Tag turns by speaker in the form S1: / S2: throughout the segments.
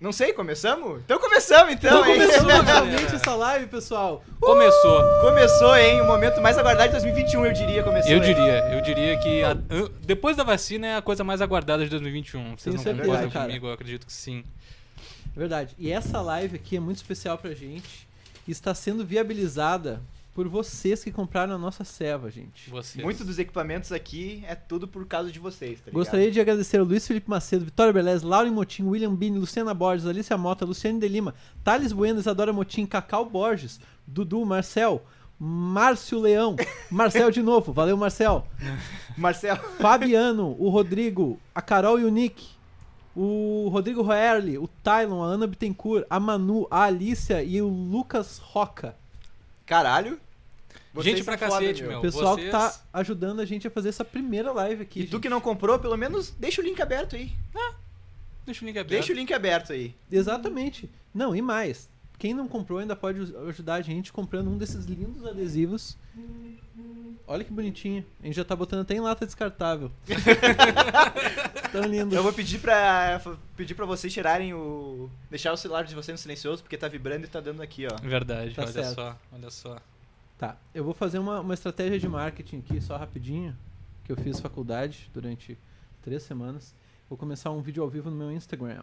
S1: Não sei, começamos? Então começamos, então.
S2: Então
S1: hein?
S2: começou realmente essa live, pessoal.
S3: Começou.
S1: Uh, Começou, hein? O momento mais aguardado de 2021, eu diria, começou.
S3: Eu
S1: hein?
S3: diria, eu diria que a- an- depois da vacina é a coisa mais aguardada de 2021. Vocês
S2: Tenho
S3: não
S2: certeza,
S3: concordam
S2: cara.
S3: comigo, eu acredito que sim.
S2: É Verdade. E essa live aqui é muito especial pra gente. e Está sendo viabilizada por vocês que compraram a nossa ceva, gente.
S3: Vocês.
S1: Muito dos equipamentos aqui é tudo por causa de vocês, tá ligado?
S2: Gostaria de agradecer ao Luiz Felipe Macedo, Vitória Belez, Lauren Motim, William Bini, Luciana Borges, Alicia Mota, Luciane de Lima, Thales Bueno, Isadora Motim, Cacau Borges, Dudu, Marcel, Márcio Leão, Marcel de novo, valeu Marcel,
S1: Marcelo,
S2: Fabiano, o Rodrigo, a Carol e o Nick, o Rodrigo Roerli, o Tylon, a Ana Bittencourt, a Manu, a Alicia e o Lucas Roca.
S1: caralho. vocês
S3: Gente pra
S1: são foda,
S3: cacete,
S1: meu.
S3: meu.
S2: O pessoal que
S3: vocês-
S2: tá ajudando a gente a fazer essa primeira live aqui.
S1: E tu
S2: gente.
S1: que não comprou, pelo menos deixa o link aberto aí.
S3: Deixa o link aberto.
S1: Deixa o link aberto aí.
S2: Exatamente. Não, e mais. Quem não comprou ainda pode us- ajudar a gente comprando um desses lindos adesivos. Olha que bonitinho. A gente já tá botando até em lata descartável. Tão lindo.
S1: Eu vou pedir pra, pedir pra vocês tirarem o. Deixar o celular de vocês no silencioso, porque tá vibrando e tá dando aqui, ó.
S3: Verdade,
S2: Tá
S3: olha
S2: certo.
S3: só, olha só.
S2: Tá, eu vou fazer uma, uma estratégia de marketing aqui, só rapidinho, que eu fiz faculdade durante três semanas. Vou começar um vídeo ao vivo no meu Instagram.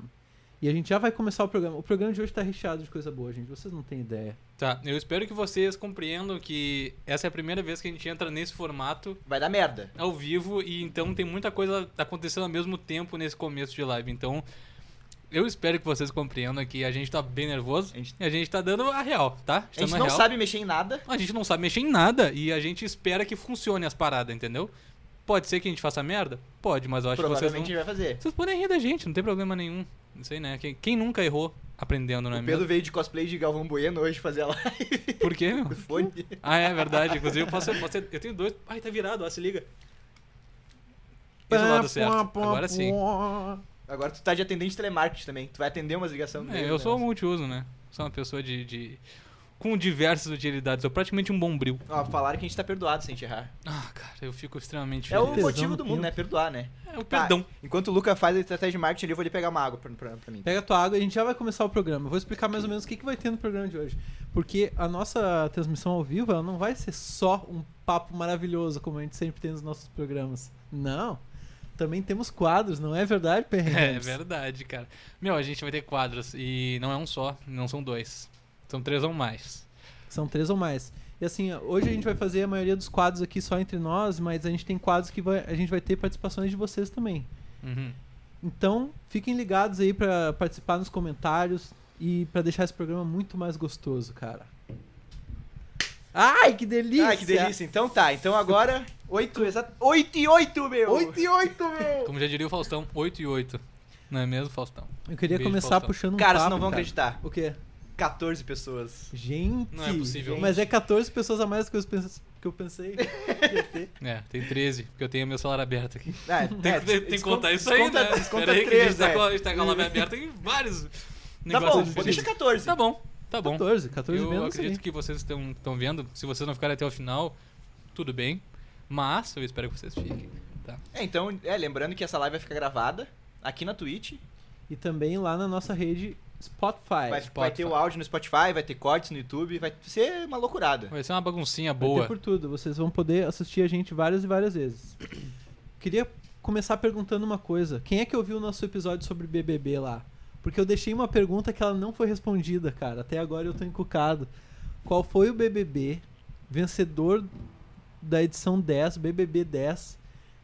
S2: E a gente já vai começar o programa. O programa de hoje tá recheado de coisa boa, gente. Vocês não têm ideia.
S3: Tá, eu espero que vocês compreendam que essa é a primeira vez que a gente entra nesse formato
S1: Vai dar merda.
S3: ao vivo e então tem muita coisa acontecendo ao mesmo tempo nesse começo de live. Então, eu espero que vocês compreendam que a gente tá bem nervoso
S1: A gente-
S3: e a gente tá dando a real, tá? A
S1: A
S3: gente, tá
S1: gente
S3: dando a
S1: não
S3: real.
S1: sabe mexer em nada.
S3: A gente não sabe mexer em nada e a gente espera que funcione as paradas, entendeu? Pode ser que a gente faça merda? Pode, mas eu acho que vocês não...
S1: provavelmente a gente vai fazer.
S3: Vocês podem rir da gente, não tem problema nenhum. Não sei, né? Quem, quem nunca errou aprendendo, não
S1: O
S3: é
S1: Pedro
S3: mesmo?
S1: veio de cosplay de Galvão Bueno hoje fazer a live.
S3: Por quê, meu?
S1: do fone.
S3: Ah, é verdade. Inclusive, eu posso, eu posso- Eu tenho dois... Ai, tá virado, ó, se liga. Esse é o lado certo. Agora sim.
S1: Agora tu tá de atendente telemarketing também. Tu vai atender umas ligações.
S3: É, eu sou multiuso, né? Sou uma pessoa de... de- Com diversas utilidades. Eu praticamente um bombril.
S1: Ó, falaram que a gente tá perdoado sem te errar.
S3: Ah, cara, eu fico extremamente
S1: É o
S3: feliz.
S2: Tesão
S1: motivo
S2: no
S1: do mundo,
S2: pinto.
S1: né? Perdoar, né?
S3: É o
S1: Tá,
S3: perdão.
S1: enquanto o Luca faz a estratégia de marketing ali, eu vou ali pegar uma água pra, pra, pra mim.
S2: Pega a tua água e a gente já vai começar o programa. Eu vou explicar mais ou menos o que, que vai ter no programa de hoje. Porque a nossa transmissão ao vivo ela não vai ser só um papo maravilhoso, como a gente sempre tem nos nossos programas. Não. Também temos quadros, não é verdade, Perrengues?
S3: É verdade, cara. Meu, a gente vai ter quadros e não é um só, não são dois. São três ou mais.
S2: São três ou mais. E assim, hoje a gente vai fazer a maioria dos quadros aqui só entre nós, mas a gente tem quadros que vai- a gente vai ter participações de vocês também.
S3: Uhum.
S2: Então, fiquem ligados aí pra participar nos comentários e pra deixar esse programa muito mais gostoso, cara. Ai, que delícia!
S1: Ai, que delícia. Então tá, então agora. 8, exato. 8 e 8, meu!
S2: 8 e 8, meu!
S3: Como já diria o Faustão, 8 e 8. Não é mesmo, Faustão?
S2: Eu queria
S3: Beijo,
S2: começar
S3: Faustão.
S2: puxando um
S1: Cara, vocês
S2: papo,
S1: não vão acreditar.
S2: O quê?
S1: 14 pessoas.
S2: Gente!
S3: Não é possível.
S2: Mas é 14 pessoas a mais que eu pensei. Que eu pensei.
S3: É, tem 13, porque eu tenho meu celular aberto aqui.
S1: Ah,
S3: Tem,
S1: é,
S3: que- tem que
S1: desconta-
S3: contar isso aí,
S1: desconta-
S3: né?
S1: Desconta
S3: Espera aí que a gente
S1: 3,
S3: tá com,
S1: né?
S3: a gente tá com a live aberta em vários
S1: Tá bom,
S3: negócios
S1: vou
S3: diferentes.
S1: deixar 14.
S3: Tá bom, tá bom.
S2: 14, 14
S3: Eu
S2: menos.
S3: acredito que vocês estão estão vendo. Se vocês não ficarem até o final, tudo bem. Mas eu espero que vocês fiquem. Tá.
S1: É, então, é, lembrando que essa live vai ficar gravada aqui na Twitch.
S2: E também lá na nossa rede É, Spotify.
S1: Vai,
S3: Spotify.
S1: vai ter o áudio no Spotify, vai ter cortes no YouTube, vai ser uma loucurada.
S3: Vai ser uma baguncinha
S2: Vai ter
S3: boa.
S2: por tudo. Vocês vão poder assistir a gente várias e várias vezes. Queria começar perguntando uma coisa. Quem é que ouviu o nosso episódio sobre BBB lá? Porque eu deixei uma pergunta que ela não foi respondida, cara. Até agora eu tô encucado. Qual foi o BBB vencedor da edição 10, BBB 10,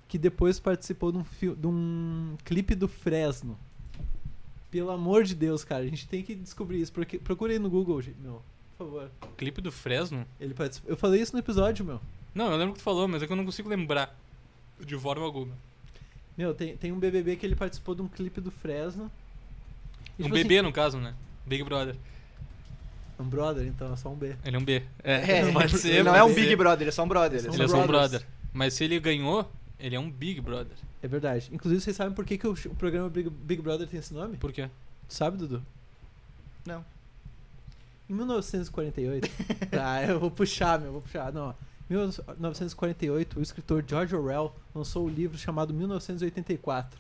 S2: que depois participou de um, fio- de um clipe do Fresno? Pelo amor de Deus, cara, a gente tem que descobrir isso. Porque, procura aí no Google, gente. Não, por favor.
S3: Clipe do Fresno?
S2: Ele participou. Eu falei isso no episódio, meu.
S3: Não, eu lembro que tu falou, mas é que eu não consigo lembrar de forma alguma.
S2: Meu, tem, tem um BBB que ele participou de um clipe do Fresno. E,
S3: um
S2: tipo
S3: bebê,
S2: assim,
S3: no caso, né? Big Brother.
S2: um brother, então, é só um B.
S3: Ele é um B. É,
S1: É,
S3: pode ser.
S1: ele não
S3: pode
S1: é um
S3: ser.
S1: Big Brother, ele é só um brother.
S2: Ele
S3: Ele é só um
S2: Brothers.
S3: brother. Mas se ele ganhou, ele é um Big Brother.
S2: É verdade. Inclusive, vocês sabem por que, que o, ch- o programa Big, Big Brother tem esse nome?
S3: Por quê?
S2: Tu sabe, Dudu?
S1: Não.
S2: Em 1948. ah, eu vou puxar, meu, vou puxar. Não, ó. 1948, o escritor George Orwell lançou o livro chamado 1984,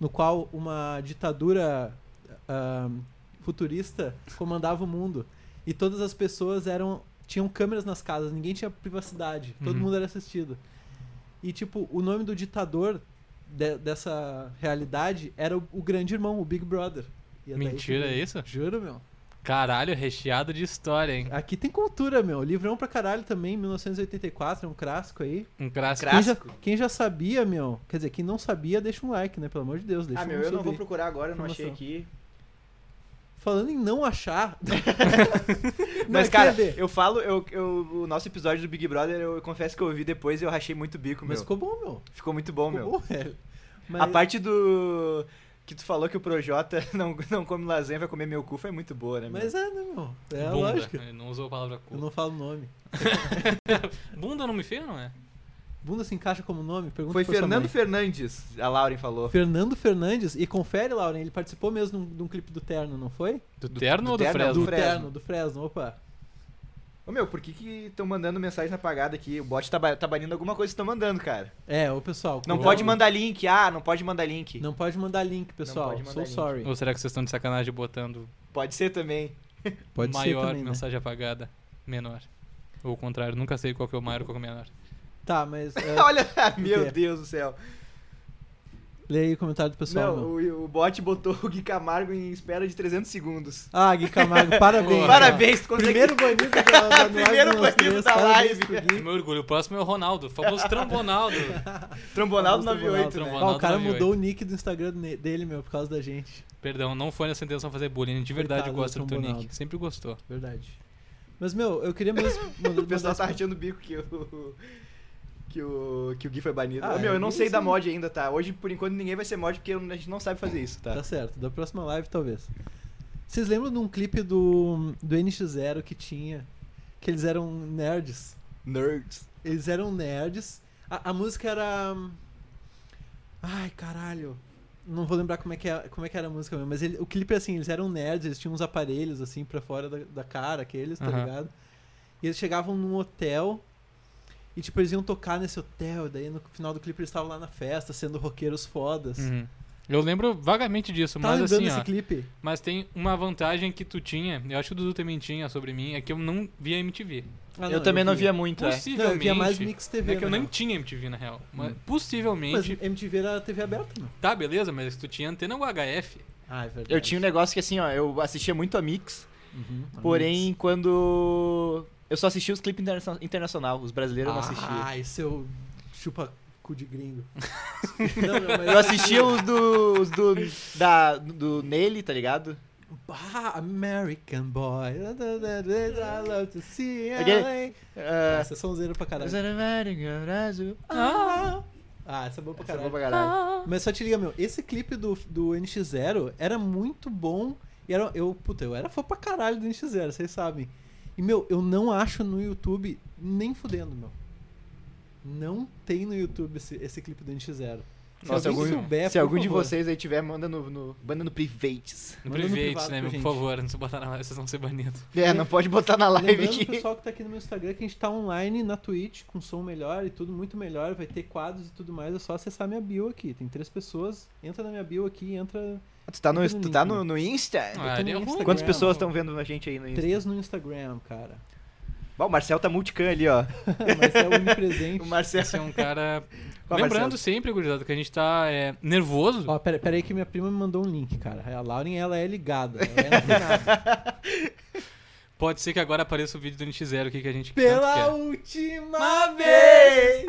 S2: no qual uma ditadura ah, futurista comandava o mundo. E todas as pessoas eram tinham câmeras nas casas, ninguém tinha privacidade, todo
S3: Uhum.
S2: mundo era assistido. E tipo, o nome do ditador de- dessa realidade era o, o grande irmão, o Big Brother. E é daí
S3: Mentira,
S2: que-
S3: é isso?
S2: Juro, meu.
S3: Caralho, recheado de história, hein?
S2: Aqui tem cultura, meu. Livrão pra caralho também, 1984, é um clássico aí.
S3: Um clássico.
S2: Quem
S1: Clássico.
S2: já, quem já sabia, meu, quer dizer, quem não sabia, deixa um like, né? Pelo amor de Deus, deixa
S1: Ah,
S2: um
S1: meu, eu não
S2: sobre.
S1: vou procurar agora, eu não achei
S2: Informação.
S1: aqui.
S2: Falando em não achar. Não, é
S1: Mas,
S2: quer
S1: cara,
S2: ver?
S1: eu falo, eu, eu- o nosso episódio do Big Brother, eu confesso que eu ouvi depois e eu rachei muito o bico, meu.
S2: Mas ficou bom, meu.
S1: Ficou muito bom,
S2: Ficou
S1: meu.
S2: bom, velho. Mas,
S1: A parte do. Que tu falou que o Projota não, não come lasanha, vai comer meu cu, foi muito boa, né, meu?
S2: mas é, né, meu? É a
S3: bunda.
S2: lógica.
S3: Ele Não usou a palavra cu.
S2: Eu não falo nome.
S3: Bunda não me feia, não é?
S2: Bunda se encaixa como nome? Pergunta
S1: Foi
S2: pra sua
S1: Fernando
S2: mãe.
S1: Fernandes, a Lauren falou.
S2: Fernando Fernandes. E confere, Lauren, ele participou mesmo de um- de um clipe do Terno, não foi?
S3: Do, terno
S1: do
S3: ou do
S1: terno,
S3: Fresno?
S2: do
S1: Fresno.
S2: Terno, do Fresno, opa.
S1: Ô, meu, por que que estão mandando mensagem apagada aqui? O bot tá, ba- tá banindo alguma coisa que estão mandando, cara.
S2: É, ô pessoal.
S1: Não
S2: cuidado.
S1: pode mandar link, ah, não pode mandar link.
S2: Não pode mandar link, pessoal.
S1: pode mandar
S2: so
S1: link.
S2: sorry.
S3: Ou será que vocês estão de sacanagem botando
S1: Pode ser também.
S2: Pode
S3: maior,
S2: ser também, né?
S3: mensagem apagada, menor? Ou o contrário, nunca sei qual que é o maior e qual que é o menor.
S2: Tá, mas é,
S1: Olha, meu
S2: quê?
S1: Deus do céu.
S2: lê aí o comentário do pessoal.
S1: não,
S2: meu.
S1: o, o bot botou o Gui Camargo em espera de 300 segundos.
S2: Ah, Gui Camargo, parabéns.
S3: Boa.
S1: Parabéns, tu
S2: cara.
S1: consegue.
S2: Primeiro banido da, da nossa
S1: Primeiro
S2: três,
S1: banido da
S2: parabéns
S1: live.
S2: pro Gui.
S3: Meu orgulho, o próximo é o Ronaldo, o famoso Trambonaldo.
S1: Trombonaldo
S2: Famoso
S1: 98,
S2: Ronaldo.
S1: né?
S2: Ah, o cara
S3: 98.
S2: mudou o nick do Instagram ne- dele, meu, por causa da gente.
S3: Perdão, não foi nessa intenção fazer bullying, de verdade
S2: Coitado do
S3: gosta do teu
S2: Trambonaldo.
S3: nick, sempre gostou.
S2: Verdade. Mas, meu, eu queria mesmo. mandar-
S1: O pessoal tá
S2: mandar-
S1: rachando o bico que o. Que o, que o Gui foi banido.
S2: Ah,
S1: Ô, meu,
S2: é,
S1: eu não
S2: isso
S1: sei da
S2: aí.
S1: mod ainda, tá? Hoje, por enquanto, ninguém vai ser mod porque a gente não sabe fazer isso, tá?
S2: Tá certo, da próxima live talvez. Vocês lembram de um clipe do, do NX0 que tinha? Que eles eram nerds.
S1: Nerds.
S2: Eles eram nerds. A, a música era. hum, Ai, caralho. Não vou lembrar como é que, é, como é que era a música mesmo, mas ele- o clipe era assim, eles eram nerds, eles tinham uns aparelhos assim pra fora da, da cara, aqueles, tá
S3: Aham.
S2: ligado? E eles chegavam num hotel e tipo, eles iam tocar nesse hotel, e daí no final do clipe eles estavam lá na festa, sendo roqueiros fodas.
S3: Uhum. Eu lembro vagamente disso,
S2: Tá
S3: mas
S2: lembrando
S3: assim,
S2: esse
S3: ó,
S2: clipe?
S3: mas tem uma vantagem que tu tinha, eu acho que o Dudu também tinha sobre mim, é que eu não via MTV.
S2: Ah, vi.
S1: muito, é.
S2: Não, eu
S3: Possivelmente.
S2: via mais Mix
S3: É
S2: TV.
S3: que eu
S2: na real.
S3: nem tipo-
S2: Hum.
S3: tinha MTV na real. Mas possivelmente.
S2: Mas MTV era TV aberta, não?
S3: Tá, beleza, mas tu tinha antena UHF.
S2: Ah, é verdade.
S1: Eu tinha um negócio que assim, ó, eu assistia muito a Mix,
S2: Uhum.
S1: porém, quando. Eu só assistia os clipes interna internacional, os brasileiros eu não assistia.
S2: Ah, esse é o chupa cu de gringo. não, não, mas
S1: Eu assistia os do. os do. da. do Nele, tá ligado?
S2: Bah, American Boy. I love to see LA.
S1: Aquele- Ah,
S2: Essa é sonzeira pra caralho.
S3: Ah,
S2: Ah, essa é boa pra
S1: Essa é boa
S2: caralho.
S1: pra caralho.
S2: Mas só te liga, meu, esse clipe do, do NX0 era muito bom. E era, eu, puta, eu era fã pra caralho do NX0, vocês sabem. E, meu, eu não acho no YouTube nem fudendo, meu. Não tem no YouTube esse, esse clipe do NX0. Se
S1: Nossa,
S2: alguém
S1: algum-
S2: souber,
S1: Se
S2: é por
S1: algum de
S2: favor.
S1: vocês aí tiver, manda no. no manda no privates.
S3: no
S2: Manda no
S3: private,
S2: privado
S3: né,
S2: pra
S3: meu? Por
S2: gente.
S3: favor, não se botar na live, vocês vão ser banidos.
S1: É, não pode botar na live
S2: Lembrando o
S1: que.
S2: pessoal que tá aqui no meu Instagram que a gente tá online na Twitch com som melhor e tudo muito melhor, vai ter quadros e tudo mais, é só acessar minha bio aqui. Tem três pessoas, entra na minha bio aqui, entra
S1: Tu tá no,
S2: Entra no
S1: tu tá
S2: link,
S1: no, no Insta?
S3: Ah, ele é ruim.
S2: Instagram.
S1: Quantas pessoas estão vendo a gente aí no Insta?
S2: três no Instagram, cara.
S1: Bah, o Marcel tá multicam ali, ó.
S2: Mas é onipresente.
S1: O Marcel.
S3: Esse é um cara.
S1: Ó,
S3: Lembrando
S1: Marcelo.
S3: sempre, gurizada, que a gente tá é, nervoso.
S2: Ó, pera, pera aí que minha prima me mandou um link, cara. A Lauren, ela é ligada. Ela é antenada.
S3: Pode ser que agora apareça o vídeo do NX0 aqui que é. a gente tanto
S2: Pela
S3: quer.
S2: última vez!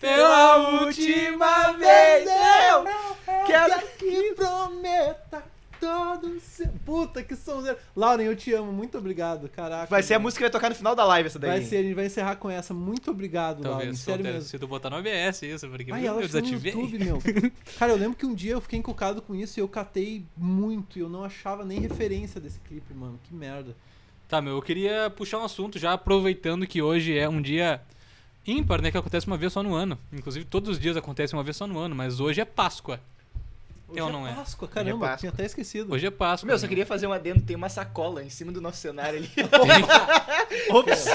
S3: Pela última
S1: vez, eu
S3: é
S1: quero
S2: É, que prometa todo o seu... Puta, que sonzeiro. Lauren, eu te amo. Muito obrigado, caraca.
S1: Vai ser a
S2: meu.
S1: música que vai tocar no final da live essa daí.
S2: Vai ser, a gente vai encerrar com essa. Muito obrigado, Lauren.
S3: Talvez,
S2: Sério
S3: solteiro,
S2: mesmo.
S3: se tu botar no OBS isso, porque
S2: Ai,
S3: meu,
S2: ela
S3: eu
S2: achou no
S3: desativei.
S2: YouTube, meu. Cara, eu lembro que um dia eu fiquei encucado com isso e eu catei muito e eu não achava nem referência desse clipe, mano. Que merda.
S3: Tá, meu, eu queria puxar um assunto já aproveitando que hoje é um dia ímpar, né? Que acontece uma vez só no ano. Inclusive, todos os dias acontece uma vez só no ano, mas hoje é Páscoa.
S2: Hoje
S3: Eu não
S2: é
S3: é.
S2: Páscoa,
S1: é
S2: caramba.
S1: Páscoa.
S2: Tinha até esquecido.
S3: Hoje é Páscoa.
S1: Meu, eu só
S3: né?
S1: queria fazer um adendo, tem uma sacola em cima do nosso cenário ali.
S2: Ops.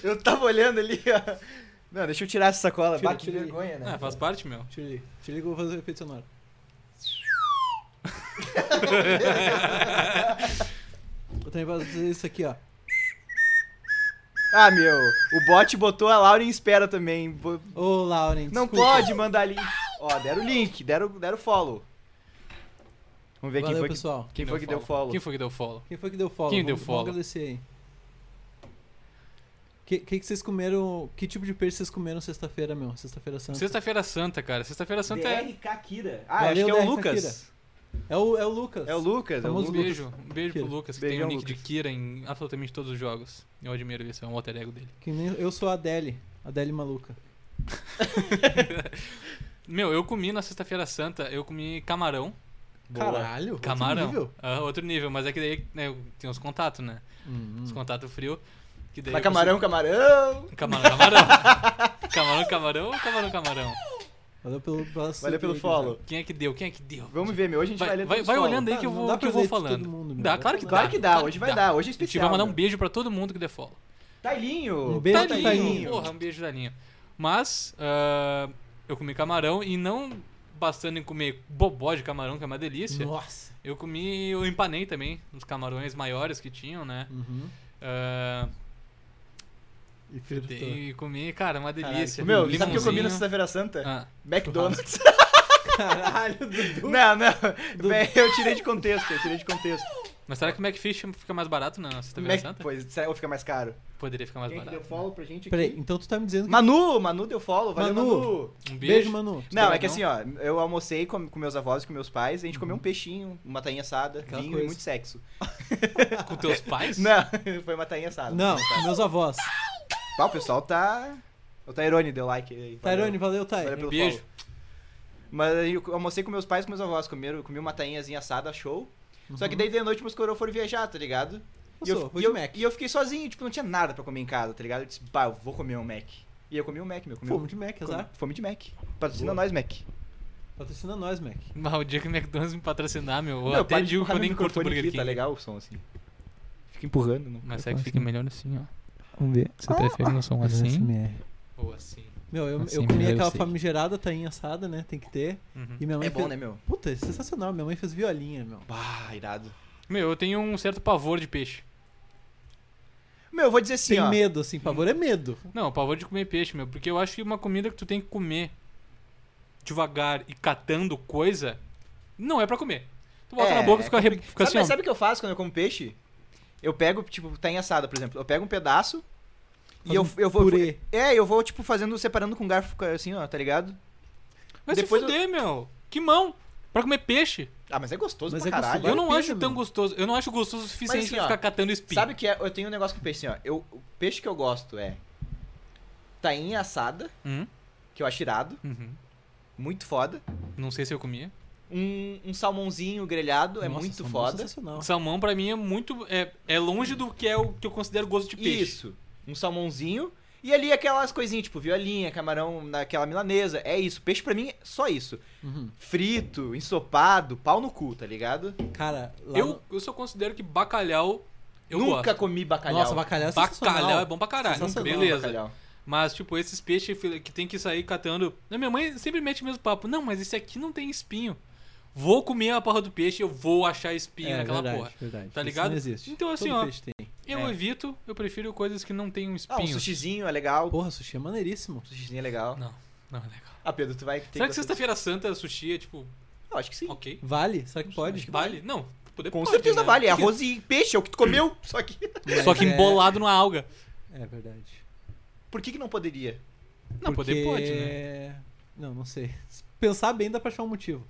S1: eu tava olhando ali, ó. Não, deixa eu tirar essa sacola.
S2: Tira,
S1: Bah, que
S2: tira aí.
S1: vergonha, né?
S3: Ah, faz parte, meu.
S2: Te ligo. Te ligo, vou fazer o efeito sonoro. também posso fazer isso aqui, ó.
S1: Ah, meu, o bot botou a Lauren em espera também. Bo-
S2: Ô, Lauren,
S1: Não
S2: desculpa.
S1: pode mandar link. Ó, deram o link, deram, deram follow. Vamos ver
S2: Valeu,
S1: quem foi que,
S2: pessoal.
S1: quem foi que deu follow.
S3: Quem foi que deu follow?
S2: Quem foi que deu follow?
S3: Quem
S2: Vamos-
S3: deu follow?
S2: Vamos agradecer aí. O que, que, que vocês comeram? Que tipo de peixe vocês comeram sexta-feira, meu? Sexta-feira santa.
S3: Sexta-feira Santa, cara. Sexta-feira Santa é.
S1: DRK Kira. Ah,
S2: Valeu,
S1: acho que é o
S2: DRK
S1: Lucas.
S2: É, o, é o Lucas.
S1: É o Lucas, é o
S2: Famoso
S3: Um
S1: Lucas.
S3: beijo, um beijo pro
S2: Kira.
S3: Lucas, que
S1: Beijão,
S3: tem o nick
S1: Lucas.
S3: de Kira em absolutamente todos os jogos. Eu admiro ele, esse é um alter ego dele.
S2: Que nem, eu sou a Adele. Adele maluca.
S3: Meu, eu comi na Sexta-feira Santa, eu comi camarão.
S1: Boa.
S2: Caralho. outro
S3: Camarão?
S2: nível.
S3: Ah, outro nível, mas é que daí né, eu tenho uns contatos, né?
S2: Hum,
S3: Uns
S2: hum.
S3: contatos frio. Que daí
S1: Mas
S3: eu
S1: camarão, camarão.
S3: consigo- Camarão, camarão. camarão, camarão ou camarão, camarão?
S2: Valeu pelo, pela
S1: Valeu pelo
S2: surpresa.
S1: follow.
S3: Quem é que deu? Quem é que deu?
S1: Vamos ver, meu. Hoje a gente vai,
S3: Vai,
S1: ler Tá,
S3: vai,
S1: todos
S3: vai
S1: os follow.
S3: olhando aí que eu
S2: Não,
S3: vou,
S2: dá
S3: que
S2: pra
S3: eu vou
S2: ler de todo
S3: falando.
S2: mundo, meu.
S3: dá, claro que
S1: Claro
S3: dá.
S1: que dá, hoje vai dar, hoje é
S3: A gente
S1: especial.
S3: vai mandar um
S1: meu.
S3: beijo pra todo mundo que der follow.
S1: Tailinho.
S2: Um beijo,
S1: Tailinho.
S2: Tailinho.
S3: Porra, um beijo da linha. Mas, ah, eu comi camarão e não bastando em comer bobó de camarão, que é uma delícia,
S2: Nossa.
S3: eu comi, eu empanei também uns camarões maiores que tinham, né?
S2: Uhum.
S3: Ah,
S2: E fritou.
S3: e comi, cara, uma delícia.
S1: Meu, sabe o que eu comi na
S3: Limãozinho.
S1: sexta-feira santa?
S3: Ah,
S1: McDonald's.
S2: Caralho, Dudu.
S1: não, não. Bem, Eu tirei de contexto, eu tirei de contexto.
S3: mas será que o McFish fica mais barato na sexta-feira
S1: Mac,
S3: santa?
S1: pois, será ou fica mais caro?
S3: Poderia ficar mais
S1: Quem que
S3: barato. Um né?
S1: deu follow pra gente aqui?
S2: Peraí, então tu tá me dizendo que...
S1: Manu, Manu deu follow, valeu
S2: Manu.
S1: Manu.
S3: Um
S2: Beijo, Manu.
S1: Não,
S3: Espera,
S1: é que
S3: não.
S1: assim, ó, eu almocei com, com meus avós e com meus pais, a gente comeu um peixinho, uma tainha assada,
S2: Uhum. Aquela
S1: vinho e
S2: coisa.
S1: muito sexo.
S3: Com teus pais?
S1: Não, foi uma tainha assada.
S2: Não,
S1: Tá.
S2: meus avós.
S1: Tá, o pessoal tá... O Tairone deu like aí. valeu.
S2: Tairone, valeu, Thay.
S1: Valeu pelo
S3: beijo.
S1: follow. Mas aí eu almocei com meus pais e com meus avós, comeram, comi uma tainhazinha assada, show. Só que daí de noite meus coroas foram viajar, tá ligado?
S2: Eu
S1: E eu,
S2: sou, vou
S1: e,
S2: de
S1: eu,
S2: Mac.
S1: e eu fiquei sozinho, tipo, não tinha nada pra comer em casa, tá ligado? Eu disse, bah, eu vou comer um Mac. E eu comi um Mac, meu. Comi
S2: Fomos
S1: um-
S2: de Mac,
S1: comi-
S2: azar.
S1: Fome de Mac. Patrocina
S2: Boa.
S1: nós, Mac.
S2: Patrocina nós, Mac.
S3: Mas o dia que o McDonald's me patrocinar, meu, eu
S1: Não,
S3: até
S1: para de
S3: digo que
S1: empurrar
S3: eu nem
S1: meu
S3: curto
S1: microfone
S3: Burger
S1: aqui,
S3: King.
S1: Tá legal o som assim. Fica empurrando, não.
S3: Mas é que fica melhor assim, ó. Vamos ver. Você prefere um som
S1: é
S3: assim? Ou assim.
S2: Meu, eu,
S3: Assim,
S2: eu comi
S3: melhor eu
S2: aquela
S3: sei.
S2: famigerada tainha assada, né? Tem que ter.
S3: Uhum.
S2: E minha mãe
S1: É bom,
S2: fez-
S1: né, meu?
S2: Puta, é sensacional. Minha mãe fez violinha, meu.
S1: Bah, irado.
S3: Meu, eu tenho um certo pavor de peixe.
S1: Meu, eu vou dizer assim,
S2: Sem
S1: ó.
S2: medo, assim. Pavor é medo.
S3: Não, pavor de comer peixe, meu. Porque eu acho que uma comida que tu tem que comer devagar e catando coisa não é pra comer. Tu bota
S1: É,
S3: na boca e fica, re- fica
S1: Sabe,
S3: assim,
S1: mas
S3: ó.
S1: sabe o que eu faço quando eu como peixe? Eu pego, tipo, tá em assada, por exemplo. Eu pego um pedaço e
S2: Faz
S1: eu,
S2: um
S1: eu vou.
S2: purê.
S1: É, eu vou, tipo, fazendo, separando com garfo assim, ó, tá ligado?
S3: Mas
S1: depois
S3: se fuder, meu. Que mão. Pra comer peixe.
S1: Ah, mas é gostoso
S2: Mas
S1: pra
S2: é
S1: caralho.
S2: gostoso.
S3: eu não
S2: pena,
S3: acho tão
S2: meu.
S3: gostoso. Eu não acho gostoso o suficiente
S1: assim,
S3: pra
S1: ó,
S3: ficar catando espinho.
S1: Sabe o que é? Eu tenho um negócio com peixe assim, ó. Eu, o peixe que eu gosto é. Tainha assada,
S3: Hum?
S1: que eu acho irado,
S3: Uhum.
S1: muito foda.
S3: Não sei se eu comia.
S1: Um, um salmãozinho grelhado, é
S2: Nossa,
S1: muito
S2: salmão
S1: foda.
S2: Sensacional.
S3: Salmão pra mim é muito. É, é longe do que é o que eu considero gosto de peixe.
S1: Isso. Um salmãozinho. E ali aquelas coisinhas, tipo violinha, camarão naquela milanesa. É isso. Peixe pra mim é só isso.
S2: Uhum.
S1: Frito, ensopado, pau no cu, tá ligado?
S2: Cara, lá
S3: Eu,
S2: no-
S3: eu só considero que bacalhau. Eu
S1: Nunca
S3: gosto.
S1: comi bacalhau.
S2: Nossa, bacalhau é sensacional.
S3: Bacalhau é bom pra caralho.
S2: Sensacional,
S3: Beleza.
S1: Bacalhau.
S3: Mas, tipo, esses peixes fil- que tem que sair catando. Né, Minha mãe sempre mete o mesmo papo. Não, mas esse aqui não tem espinho. Vou comer a porra do peixe, eu vou achar espinho
S2: É,
S3: naquela
S2: verdade,
S3: porra.
S2: verdade.
S3: Tá
S2: Isso
S3: ligado?
S2: não existe.
S3: Então, assim,
S2: Todo
S3: ó.
S2: peixe tem.
S3: Eu
S1: É.
S3: evito, eu prefiro coisas que não tenham
S1: Ah, um
S3: espinho.
S1: sushizinho é legal.
S2: Porra, sushi é maneiríssimo.
S1: Sushizinho é legal.
S3: Não, não é legal.
S1: Ah, Pedro, tu vai ter
S3: Será que
S1: gostar-
S3: sexta-feira santa, sushi é tipo,
S1: Eu acho que sim.
S3: ok?
S2: Vale? Será
S3: é
S2: que pode?
S3: Vale? Não, poder
S1: Com
S3: pode,
S1: certeza
S3: né?
S1: vale. É
S3: Que-
S1: arroz e peixe, é o que tu comeu. Só que.
S2: Mas
S3: Só que
S2: é-
S3: embolado numa alga.
S2: É verdade.
S1: Por que, que não poderia?
S3: Não, poder pode,
S1: é
S3: né?
S2: né? Não, não sei. Se pensar bem, dá pra achar um motivo.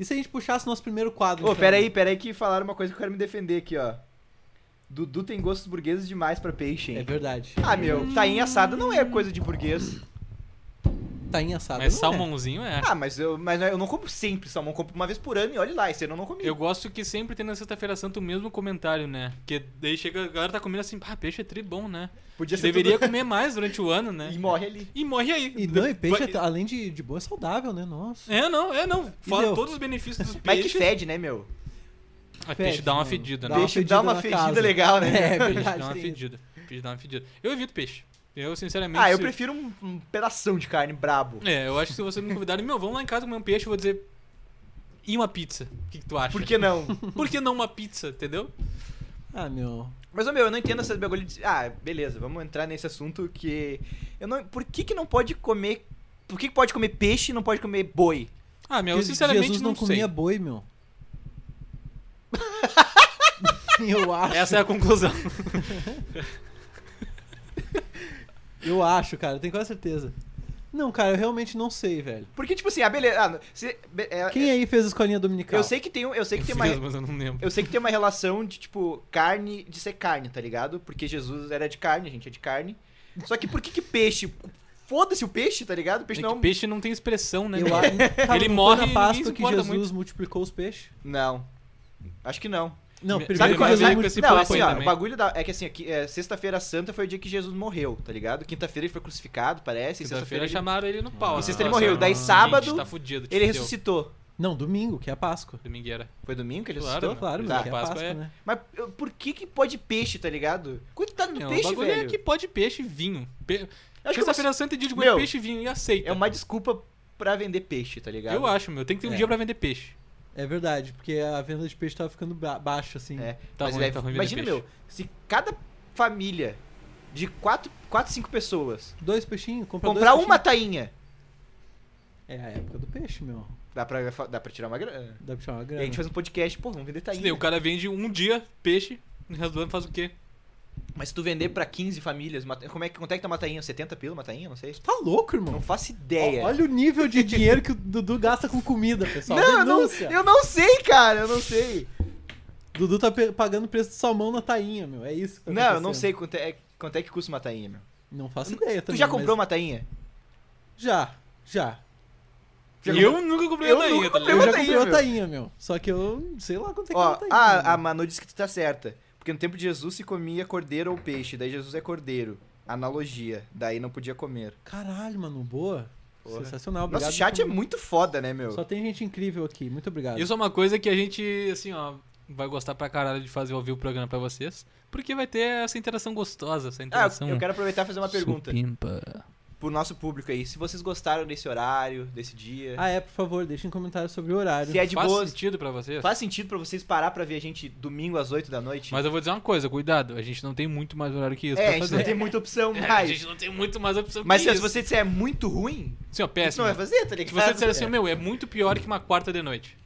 S2: E se a gente puxasse nosso primeiro quadro?
S1: Ô,
S2: então?
S1: peraí, peraí, que falaram uma coisa que eu quero me defender aqui, ó. Dudu tem gostos burgueses demais pra peixe, hein?
S2: É verdade.
S1: Ah, meu, tainha assada não é coisa de burguês.
S2: Tainha assada.
S3: Mas
S2: não é?
S3: salmãozinho é.
S1: Ah, mas eu, mas eu não compro sempre salmão, eu compro uma vez por ano e olha lá, esse ano eu não comi.
S3: Eu gosto que sempre tem na sexta-feira santa o mesmo comentário, né? Que daí chega, a galera tá comendo assim, ah, peixe é tri bom, né?
S1: Podia ser
S3: Deveria
S1: tudo-
S3: comer mais durante o ano, né?
S1: E morre ali.
S3: E morre aí.
S2: é? E não, e peixe,
S3: Vai-
S2: além de, de bom, é saudável, né? Nossa.
S3: É, não, é, não. Fala
S2: deu?
S3: todos os benefícios dos
S1: Mas que
S3: peixes.
S1: fede, né, meu?
S3: Ah, peixe
S2: Fede,
S3: dá uma
S2: né?
S3: fedida,
S2: Dá
S3: né?
S2: uma
S1: Peixe dá
S2: fedida
S1: uma
S2: na
S1: fedida
S2: casa.
S1: legal, né?
S2: É
S3: Peixe
S2: verdade.
S3: dá uma
S2: tem isso.
S3: fedida. Peixe dá uma fedida. Eu evito peixe. Eu, sinceramente.
S1: Ah, eu
S3: se-
S1: prefiro um, um pedação de carne brabo.
S3: É, eu acho que se você me convidarem, meu, vamos lá em casa comer um peixe, eu vou dizer. E uma pizza? O que, que tu acha?
S1: Por que não?
S3: Por que não uma pizza, entendeu?
S2: Ah, meu.
S1: Mas, ô, meu, eu não entendo essas bagulho de... Ah, beleza, vamos entrar nesse assunto que... Eu não... Por que que não pode comer... Por que que pode comer peixe e não pode comer boi?
S3: Ah, meu, eu sinceramente
S2: Jesus não,
S3: não,
S2: comia
S3: sei.
S2: boi, meu. eu acho.
S3: Essa é a conclusão.
S2: Eu acho, cara, eu tenho quase certeza. Não, cara, eu realmente não sei, velho.
S1: Porque, tipo assim, ah, beleza... Ah, se- be- é-
S2: Quem aí fez a escolinha dominical?
S1: Eu sei que tem, um- eu sei que tem
S3: Fiz,
S1: mais...
S3: mas eu não lembro.
S1: Eu sei que tem uma relação de, tipo, carne, de ser carne, tá ligado? Porque Jesus era de carne, a gente é de carne. Só que por que que peixe? Foda-se o peixe, tá ligado? Peixe
S3: É que
S1: não...
S3: peixe não tem expressão,
S1: é.
S3: né?
S2: Eu
S3: meu?
S2: a- Cara,
S3: Ele
S2: não foi
S3: morre
S2: na
S3: e
S2: Páscoa
S3: ninguém se
S2: que
S3: importa
S2: Jesus
S3: muito.
S2: multiplicou os peixes.
S1: Não. Acho que não.
S2: Não,
S3: Me-
S1: Sabe
S2: primeiro
S3: Sabe
S2: que
S1: quando
S2: Jesus
S3: vai ver
S1: sabe-
S3: com
S2: multiplicou.
S3: esse
S1: Não,
S3: papo
S1: assim,
S3: aí
S1: ó, o
S3: também.
S1: bagulho da. É que assim, aqui, é, sexta-feira santa foi o dia que Jesus morreu, tá ligado? Quinta-feira ele foi crucificado, parece. e Sexta-feira
S3: Sexta-feira
S1: ele,
S3: chamaram ele no pau.
S2: E
S3: assim,
S1: sexta ele
S3: falaram,
S1: morreu. Daí
S3: "Gente,
S1: sábado,
S3: tá fudido, te
S1: ele
S3: fudeu."
S1: ressuscitou.
S2: Não, domingo, que é a Páscoa.
S3: Domingueira.
S1: Foi domingo que ele
S3: Claro,
S1: ressuscitou?
S2: Claro,
S1: Tá.
S2: mas que é a
S3: Páscoa
S2: Páscoa,
S3: é-
S2: né?
S1: Mas eu, por que que pode peixe, tá ligado? Coitado do
S3: Não, o
S1: peixe,
S3: bagulho
S1: velho.
S3: é que pode peixe e vinho. Pe...
S1: Acho que
S3: Sexta-feira santa é dia de comer
S1: Tipo assim, Meu,
S3: peixe e vinho e aceita.
S1: É uma desculpa pra vender peixe, tá ligado?
S3: Eu acho, meu. Tem que ter um
S2: É.
S3: dia pra vender peixe.
S2: É verdade, porque a venda de peixe tava ficando ba- baixa, assim.
S1: É.
S3: Tá
S1: Mas
S3: ruim,
S1: deve-
S3: tá ruim vender
S1: imagina,
S3: peixe.
S1: meu, se cada família de 4, 5 pessoas
S2: Dois peixinhos, compra
S1: comprar
S2: dois
S1: uma
S2: peixinhos.
S1: tainha,
S2: É a época do peixe, meu.
S1: dá pra, dá pra tirar uma grana.
S2: Dá pra tirar uma
S1: E
S2: grana.
S1: a gente faz um podcast, pô, vamos vender
S3: Se daí
S1: tainha.
S3: O cara vende um dia peixe, no resto do ano faz o quê?
S1: Mas se tu vender pra 15 famílias, uma- como é que, quanto é que tá uma tainha? 70 pila uma tainha? Não sei.
S2: Tá louco,
S1: Não é.
S2: irmão?
S1: faço
S2: Ó,
S1: ideia.
S2: Olha o nível de dinheiro que o Dudu gasta com comida, pessoal.
S1: não, eu não,
S2: Denúncia.
S1: eu não sei, cara, eu não sei.
S2: Dudu tá pe- pagando preço de salmão na tainha, meu. É isso. que tá
S1: não, eu não
S2: acontecendo.
S1: sei quanto é, quanto é que custa uma tainha, meu.
S2: Não faço ideia também.
S1: tu já
S2: mas-
S1: comprou uma tainha?
S2: Já, já.
S1: Já
S3: eu nunca comprei
S1: Eu
S3: a tainha,
S1: nunca
S3: tá
S1: comprei
S2: Eu
S3: ligado?
S1: uma
S2: já
S1: tainha,
S2: comprei uma
S1: meu.
S2: tainha, meu. Só que eu sei lá quanto é que é
S1: Ó, ah,
S2: uma tainha.
S1: a, a
S2: meu.
S1: Manu disse que tu tá certa. Porque no tempo de Jesus se comia cordeiro ou peixe, daí Jesus é cordeiro. Analogia, daí não podia comer.
S2: Caralho, mano, boa.
S1: Porra.
S2: Sensacional, obrigado.
S1: Nosso chat é
S2: por-
S1: muito foda, né, meu?
S2: Só tem gente incrível aqui, muito obrigado.
S3: Isso é uma coisa que a gente, assim, ó, vai gostar pra caralho de fazer ouvir o programa pra vocês. Porque vai ter essa interação gostosa, essa
S1: Ah,
S3: interação.
S1: eu quero aproveitar e fazer uma pergunta
S3: supimpa.
S1: pro nosso público aí. Se vocês gostaram desse horário, desse dia,
S2: Ah, é, por favor, deixem comentários sobre o horário.
S1: se é de
S3: Faz
S1: boa,
S3: sentido pra vocês?
S1: faz sentido pra vocês parar pra ver a gente domingo às 8 da noite?
S3: Mas eu vou dizer uma coisa, cuidado, a gente não tem muito mais horário que isso
S1: é, a
S3: pra
S1: gente
S3: fazer.
S1: não tem muita opção
S3: É, a
S1: mais.
S3: gente não tem muito mais opção
S1: Mas
S3: que
S1: se
S3: isso.
S1: você disser é muito ruim,
S3: Assim, ó,
S1: a gente
S3: péssimo.
S1: não vai fazer, tá ligado?
S3: Se você disser assim, meu, é muito pior que uma quarta de noite.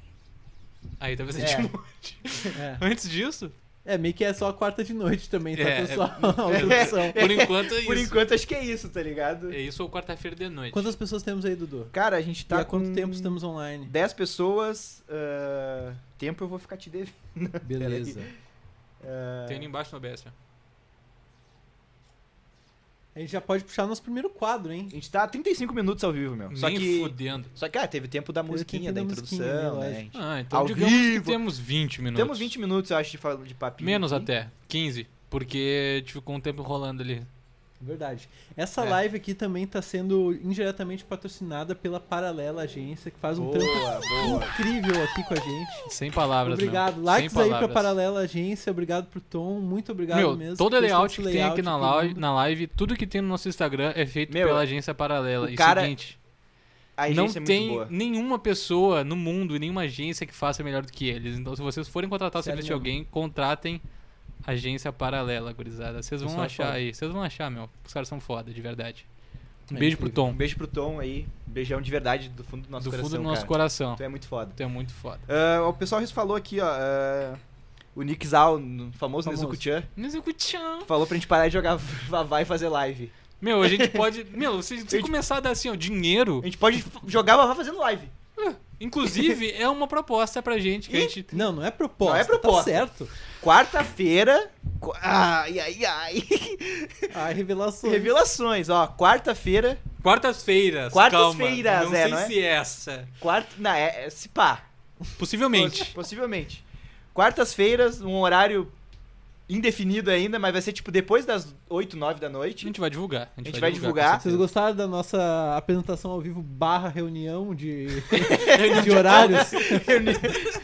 S3: Aí talvez a gente
S1: É.
S3: monte.
S2: É.
S3: Antes disso,
S2: É, meio que é só a quarta de noite também, tá,
S3: É, é-
S2: pessoal? A opção.
S3: por enquanto é isso.
S1: Por enquanto, acho que é isso, tá ligado?
S3: É isso ou quarta-feira de noite.
S2: Quantas pessoas temos aí, Dudu?
S1: Cara, a gente
S2: e
S1: tá
S2: há quanto
S1: com
S2: tempo estamos online?
S1: 10 pessoas. ah, tempo eu vou ficar te devendo.
S2: Beleza.
S3: Tem ali embaixo no OBS. ó.
S2: A gente já pode puxar nosso primeiro quadro, hein?
S1: A gente tá há 35 minutos ao vivo, meu. Só
S3: Nem
S1: que.
S3: fudendo.
S1: Só que, ah, teve tempo da
S2: Teve
S1: musiquinha,
S2: tempo
S1: da
S2: da
S1: introdução,
S2: musiquinha, né,
S1: né?
S2: lógico.
S1: gente?
S3: Ah, então
S1: Ao
S3: digamos
S1: vivo.
S3: que temos 20 minutos.
S1: Temos Uhum. 20 minutos, eu acho, de, fala- de papinho.
S3: Menos
S1: aqui.
S3: até, 15. Porque tipo, ficou um tempo rolando ali.
S2: Verdade. Essa
S3: É.
S2: live aqui também tá sendo indiretamente patrocinada pela Paralela Agência, que faz um
S1: Boa,
S2: trampo
S1: boa.
S2: incrível aqui com a gente.
S3: Sem palavras,
S2: Obrigado.
S3: meu.
S2: Likes
S3: Sem
S2: aí pra
S3: palavras.
S2: Paralela Agência, obrigado pro Tom, muito obrigado
S3: Meu,
S2: mesmo.
S3: todo
S2: por esse
S3: layout que
S2: tanto
S3: tem aqui na
S2: layout,
S3: live, na live, tudo que tem no nosso Instagram é feito
S1: Meu,
S3: pela agência paralela.
S1: o
S3: E
S1: cara-
S3: seguinte,
S1: A agência
S3: não
S1: é muito
S3: tem
S1: boa.
S3: nenhuma pessoa no mundo, nenhuma agência que faça melhor do que eles. Então, se vocês forem contratar o
S2: Sério
S3: serviço de alguém, contratem agência paralela, gurizada. Vocês vão
S2: Pessoal é
S3: achar
S2: foda.
S3: aí, vocês vão achar, meu. Os caras são foda, de verdade. Um
S2: É
S3: beijo pro
S2: incrível.
S1: Um
S3: Tom,
S1: beijo pro Tom aí. Beijão de verdade do fundo do nosso
S3: do
S1: coração.
S3: fundo do nosso
S1: cara.
S3: coração.
S1: Tu é muito foda.
S3: Tu é muito foda.
S1: Ah, o pessoal falou aqui, ó. ah, o Nick Zau, no- famoso
S2: Famoso.
S1: Nezuko-chan,
S3: Nezuko-chan.
S1: falou pra gente parar de jogar Vavá e fazer live.
S3: Meu, a gente pode. Meu, se, se
S1: gente-
S3: começar a dar assim, ó, dinheiro.
S1: A gente pode f- jogar Vavá fazendo live.
S3: Inclusive, é uma proposta pra gente que a
S1: Ih,
S3: gente.
S2: Não, não é proposta.
S1: Não é proposta.
S2: Tá certo.
S1: Quarta-feira. qu- Ai, ai, ai.
S2: A revelação.
S1: Revelações, ó. Quarta-feira.
S3: Quartas-feiras.
S1: Quartas-feiras,
S3: calma. Não
S1: é,
S3: sei
S1: não é?
S3: se é essa.
S1: Quarta. Não, é, é se pá.
S3: Possivelmente.
S1: Possivelmente. Quartas-feiras, um horário indefinido ainda, mas vai ser tipo depois das 8, 9 da
S3: A
S1: noite.
S3: gente vai divulgar.
S1: A gente vai divulgar.
S2: Vocês gostaram da nossa apresentação ao vivo barra reunião de,
S3: gostaram
S2: de horários?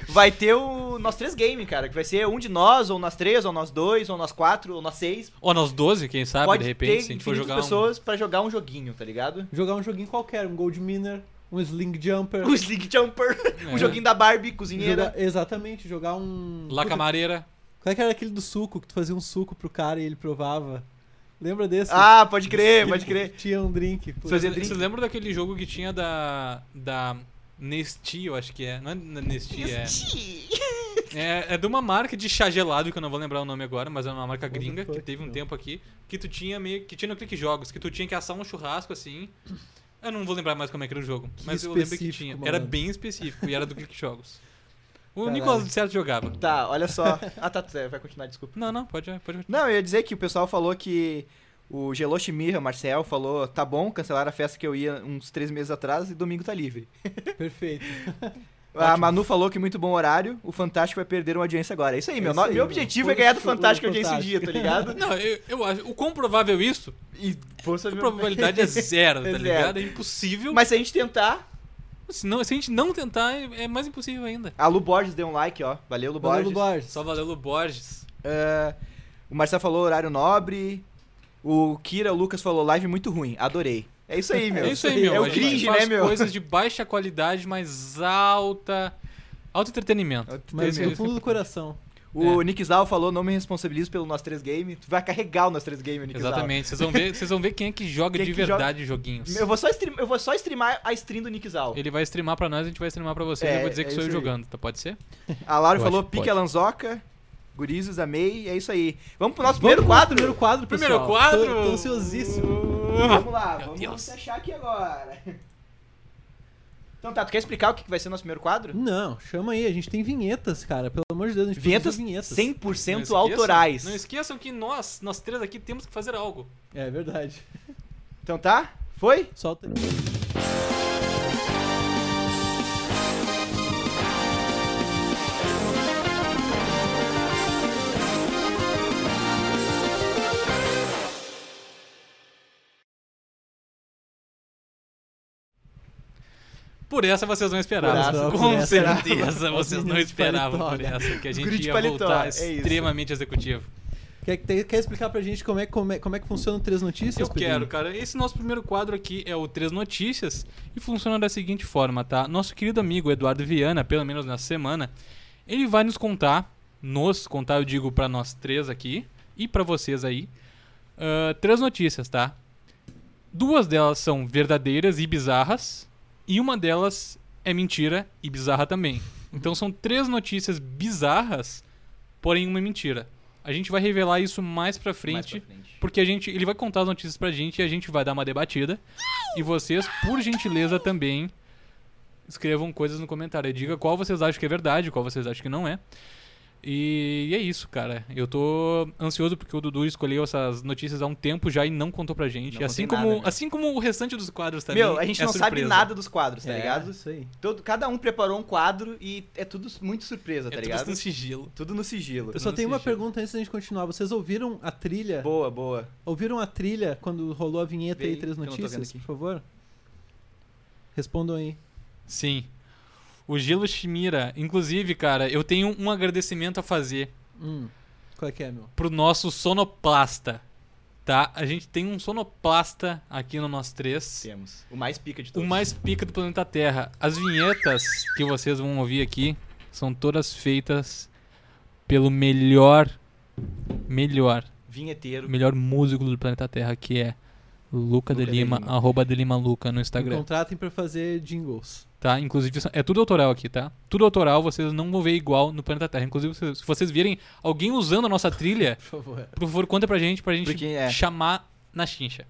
S1: Vai ter o Nós Três Game, cara, que vai ser um de nós, ou nós três, ou nós dois, ou nós quatro, ou nós seis.
S3: Ou nós 12, quem sabe,
S1: Pode
S3: Ah, de repente,
S1: ter
S3: se a gente for
S1: infinitas
S3: jogar.
S1: pessoas pra jogar um joguinho, tá ligado?
S2: Jogar um joguinho qualquer, um Gold Miner, um Sling Jumper.
S1: O Sling Jumper,
S3: um,
S1: o joguinho da Barbie, cozinheira.
S2: jogar- exatamente, jogar um.
S3: La
S2: Puta,
S3: Camareira.
S2: Qual é que era aquele do suco, que tu fazia um suco pro cara e ele provava? Lembra desse?
S1: Ah, pode crer, pode crer.
S2: Tinha um drink. pô.
S1: Fazer
S3: Vocês
S1: drink.
S3: lembram daquele jogo que tinha da. da. Nesti, eu acho que é. Não é na Nesti, é. É, é de uma marca de chá gelado, que eu não vou lembrar o nome agora, mas é uma marca
S2: What the
S3: gringa que
S2: fuck,
S3: teve um
S2: meu.
S3: tempo aqui, que tu tinha meio que tinha no Clique Jogos, que tu tinha que assar um churrasco assim. Eu não vou lembrar mais como é que era o jogo,
S2: Que
S3: mas eu lembro que
S2: específico,
S3: tinha. Era
S2: malandro.
S3: bem específico e era do Clique Jogos. O
S2: Caralho.
S3: Nicolas de certo jogava.
S1: Tá, olha só. Ah, tá, tu- é, vai continuar, desculpa.
S3: Não, não, pode, pode continuar.
S1: Não, eu ia dizer que o pessoal falou que o Geloshi Mirra, Marcel, falou, tá bom, cancelaram a festa que eu ia uns três meses atrás e domingo tá livre.
S2: Perfeito.
S1: A Manu falou que muito bom horário, o Fantástico vai perder uma audiência agora. É isso aí,
S2: É
S1: meu.
S2: isso
S1: no-
S2: aí,
S1: meu
S2: meu.
S1: objetivo é
S2: Foda-se
S1: ganhar do
S2: o
S1: Fantástico aqui esse dia,
S2: Fantástico.
S1: tá ligado?
S3: Não, eu, eu acho. O quão provável é isso?
S1: E força
S3: A probabilidade é zero,
S1: É
S3: tá
S1: zero.
S3: ligado? É impossível.
S1: Mas se a gente tentar,
S3: Se, não, se a gente não tentar, é é mais impossível ainda.
S1: a Lu Borges deu um like, ó. Valeu, Lu
S2: Valeu,
S1: Borges.
S2: Lu Borges.
S3: Só valeu o Borges.
S1: Ah, o Marcel falou horário nobre. O Kira, o Lucas falou live muito ruim. Adorei. É isso aí, meu.
S3: É isso aí, meu.
S1: É
S3: a
S1: o
S3: gente
S1: cringe,
S3: faz
S1: né, meu?
S3: coisas de baixa qualidade, mas alta... Alto entretenimento.
S2: Mas
S3: Tem
S2: no
S3: mesmo.
S2: fundo do coração.
S1: O
S3: né?
S1: Nick Zal falou, não me responsabilizo pelo nosso 3 Game. Tu vai carregar o nosso 3 Game, Nick Zal.
S3: Exatamente. Vocês vão, ver, vocês vão ver quem é que joga
S1: Quem é
S3: de
S1: que joga-
S3: verdade joguinhos.
S1: Eu vou, só stream- eu vou só streamar a stream do Nick Zal.
S3: Ele vai streamar pra nós, a gente vai streamar pra vocês.
S1: É,
S3: eu vou dizer
S1: é
S3: que sou eu
S1: isso aí.
S3: jogando, tá? Pode ser?
S1: A Laura
S3: Eu
S1: falou,
S3: acho que
S1: pique
S3: pode.
S1: a lanzoca. Gurizos, amei. É isso aí. Vamos pro nosso
S2: Vamos
S1: primeiro
S2: pro
S1: quadro.
S2: Primeiro quadro, pessoal.
S3: Primeiro quadro!
S2: Tô, tô ansiosíssimo.
S1: Vamos lá,
S3: Meu
S1: vamos
S3: Deus.
S1: fechar aqui agora. Então tá, tu quer explicar o que que vai ser o nosso primeiro quadro?
S2: Não, chama aí. A gente tem vinhetas, cara. Pelo amor de Deus, a gente
S1: Vinhetas,
S2: produziu vinhetas.
S1: 100%
S3: Não esqueçam-
S1: autorais.
S3: Não esqueçam que nós, nós três aqui, temos que fazer algo.
S2: É verdade.
S1: Então tá? Foi?
S2: Solta.
S3: Por essa vocês não esperavam.
S1: Por essa,
S3: Com
S2: por essa.
S3: certeza
S2: Os
S3: vocês não
S2: meninos de paletó,
S3: esperavam por
S2: né?
S3: essa, que a
S1: Os
S3: gente
S1: guri de
S3: ia
S1: paletó,
S3: voltar
S1: é isso.
S3: extremamente executivo.
S2: Quer, tem- quer explicar pra gente como é, como é, como é que funciona o Três Notícias?
S3: Eu
S2: Pedrinho?
S3: quero, cara. Esse nosso primeiro quadro aqui é o Três Notícias e funciona da seguinte forma, tá? Nosso querido amigo Eduardo Viana, pelo menos nessa semana, ele vai nos contar, nos contar, eu digo pra nós três aqui e pra vocês aí, ah, três notícias, tá? Duas delas são verdadeiras e bizarras e uma delas é mentira e bizarra também. Então são três notícias bizarras, porém uma é mentira. A gente vai revelar isso mais pra frente. Porque a gente, ele vai contar as notícias pra gente e a gente vai dar uma debatida. E vocês, por gentileza também, escrevam coisas no comentário. E diga qual vocês acham que é verdade, qual vocês acham que não é. E, é isso, cara. Eu tô ansioso porque o Dudu escolheu essas notícias há um tempo já e não contou pra gente.
S1: Não
S3: assim
S1: contei
S3: como,
S1: nada, né?
S3: assim como o restante dos quadros também.
S1: Meu, a gente
S3: é
S1: não sabe
S3: surpresa.
S1: nada dos quadros, tá
S2: É,
S1: ligado?
S2: Isso aí.
S1: Todo, cada um preparou um quadro e é tudo muito surpresa, tá
S3: É
S1: ligado?
S3: tudo no sigilo.
S1: Tudo no sigilo.
S2: Eu só
S3: Não
S2: tenho uma
S3: assisti.
S2: pergunta antes da gente continuar. Vocês ouviram a trilha?
S1: Boa, boa.
S2: Ouviram a trilha quando rolou a vinheta
S1: Vê
S2: aí,
S1: aí,
S2: Três
S1: que eu não tô vendo
S2: Notícias,
S1: aqui.
S2: por favor? Respondam aí.
S3: Sim. O Gelo Shimira. Inclusive, cara, eu tenho um agradecimento a fazer.
S2: Hum, qual é que é, meu?
S3: pro nosso sonoplasta, tá? A gente tem um sonoplasta aqui no nós três.
S1: Temos. O mais pica de
S3: O
S1: todos.
S3: mais pica do planeta Terra. As vinhetas que vocês vão ouvir aqui são todas feitas pelo melhor, melhor,
S1: Vinheteiro.
S3: melhor músico do planeta Terra, que é Luca, de,
S1: Luca de
S3: Lima, Então-
S1: Lima.
S3: arroba de Lima Luca no Instagram.
S2: Me contratem pra fazer jingles.
S3: tá? Inclusive, isso- é tudo autoral aqui, tá? Tudo autoral, vocês não vão ver igual no planeta Terra. Inclusive, se se vocês virem alguém usando a nossa trilha,
S2: Por favor.
S3: por favor, conta pra gente, pra gente
S1: Porque, é.
S3: chamar na chincha.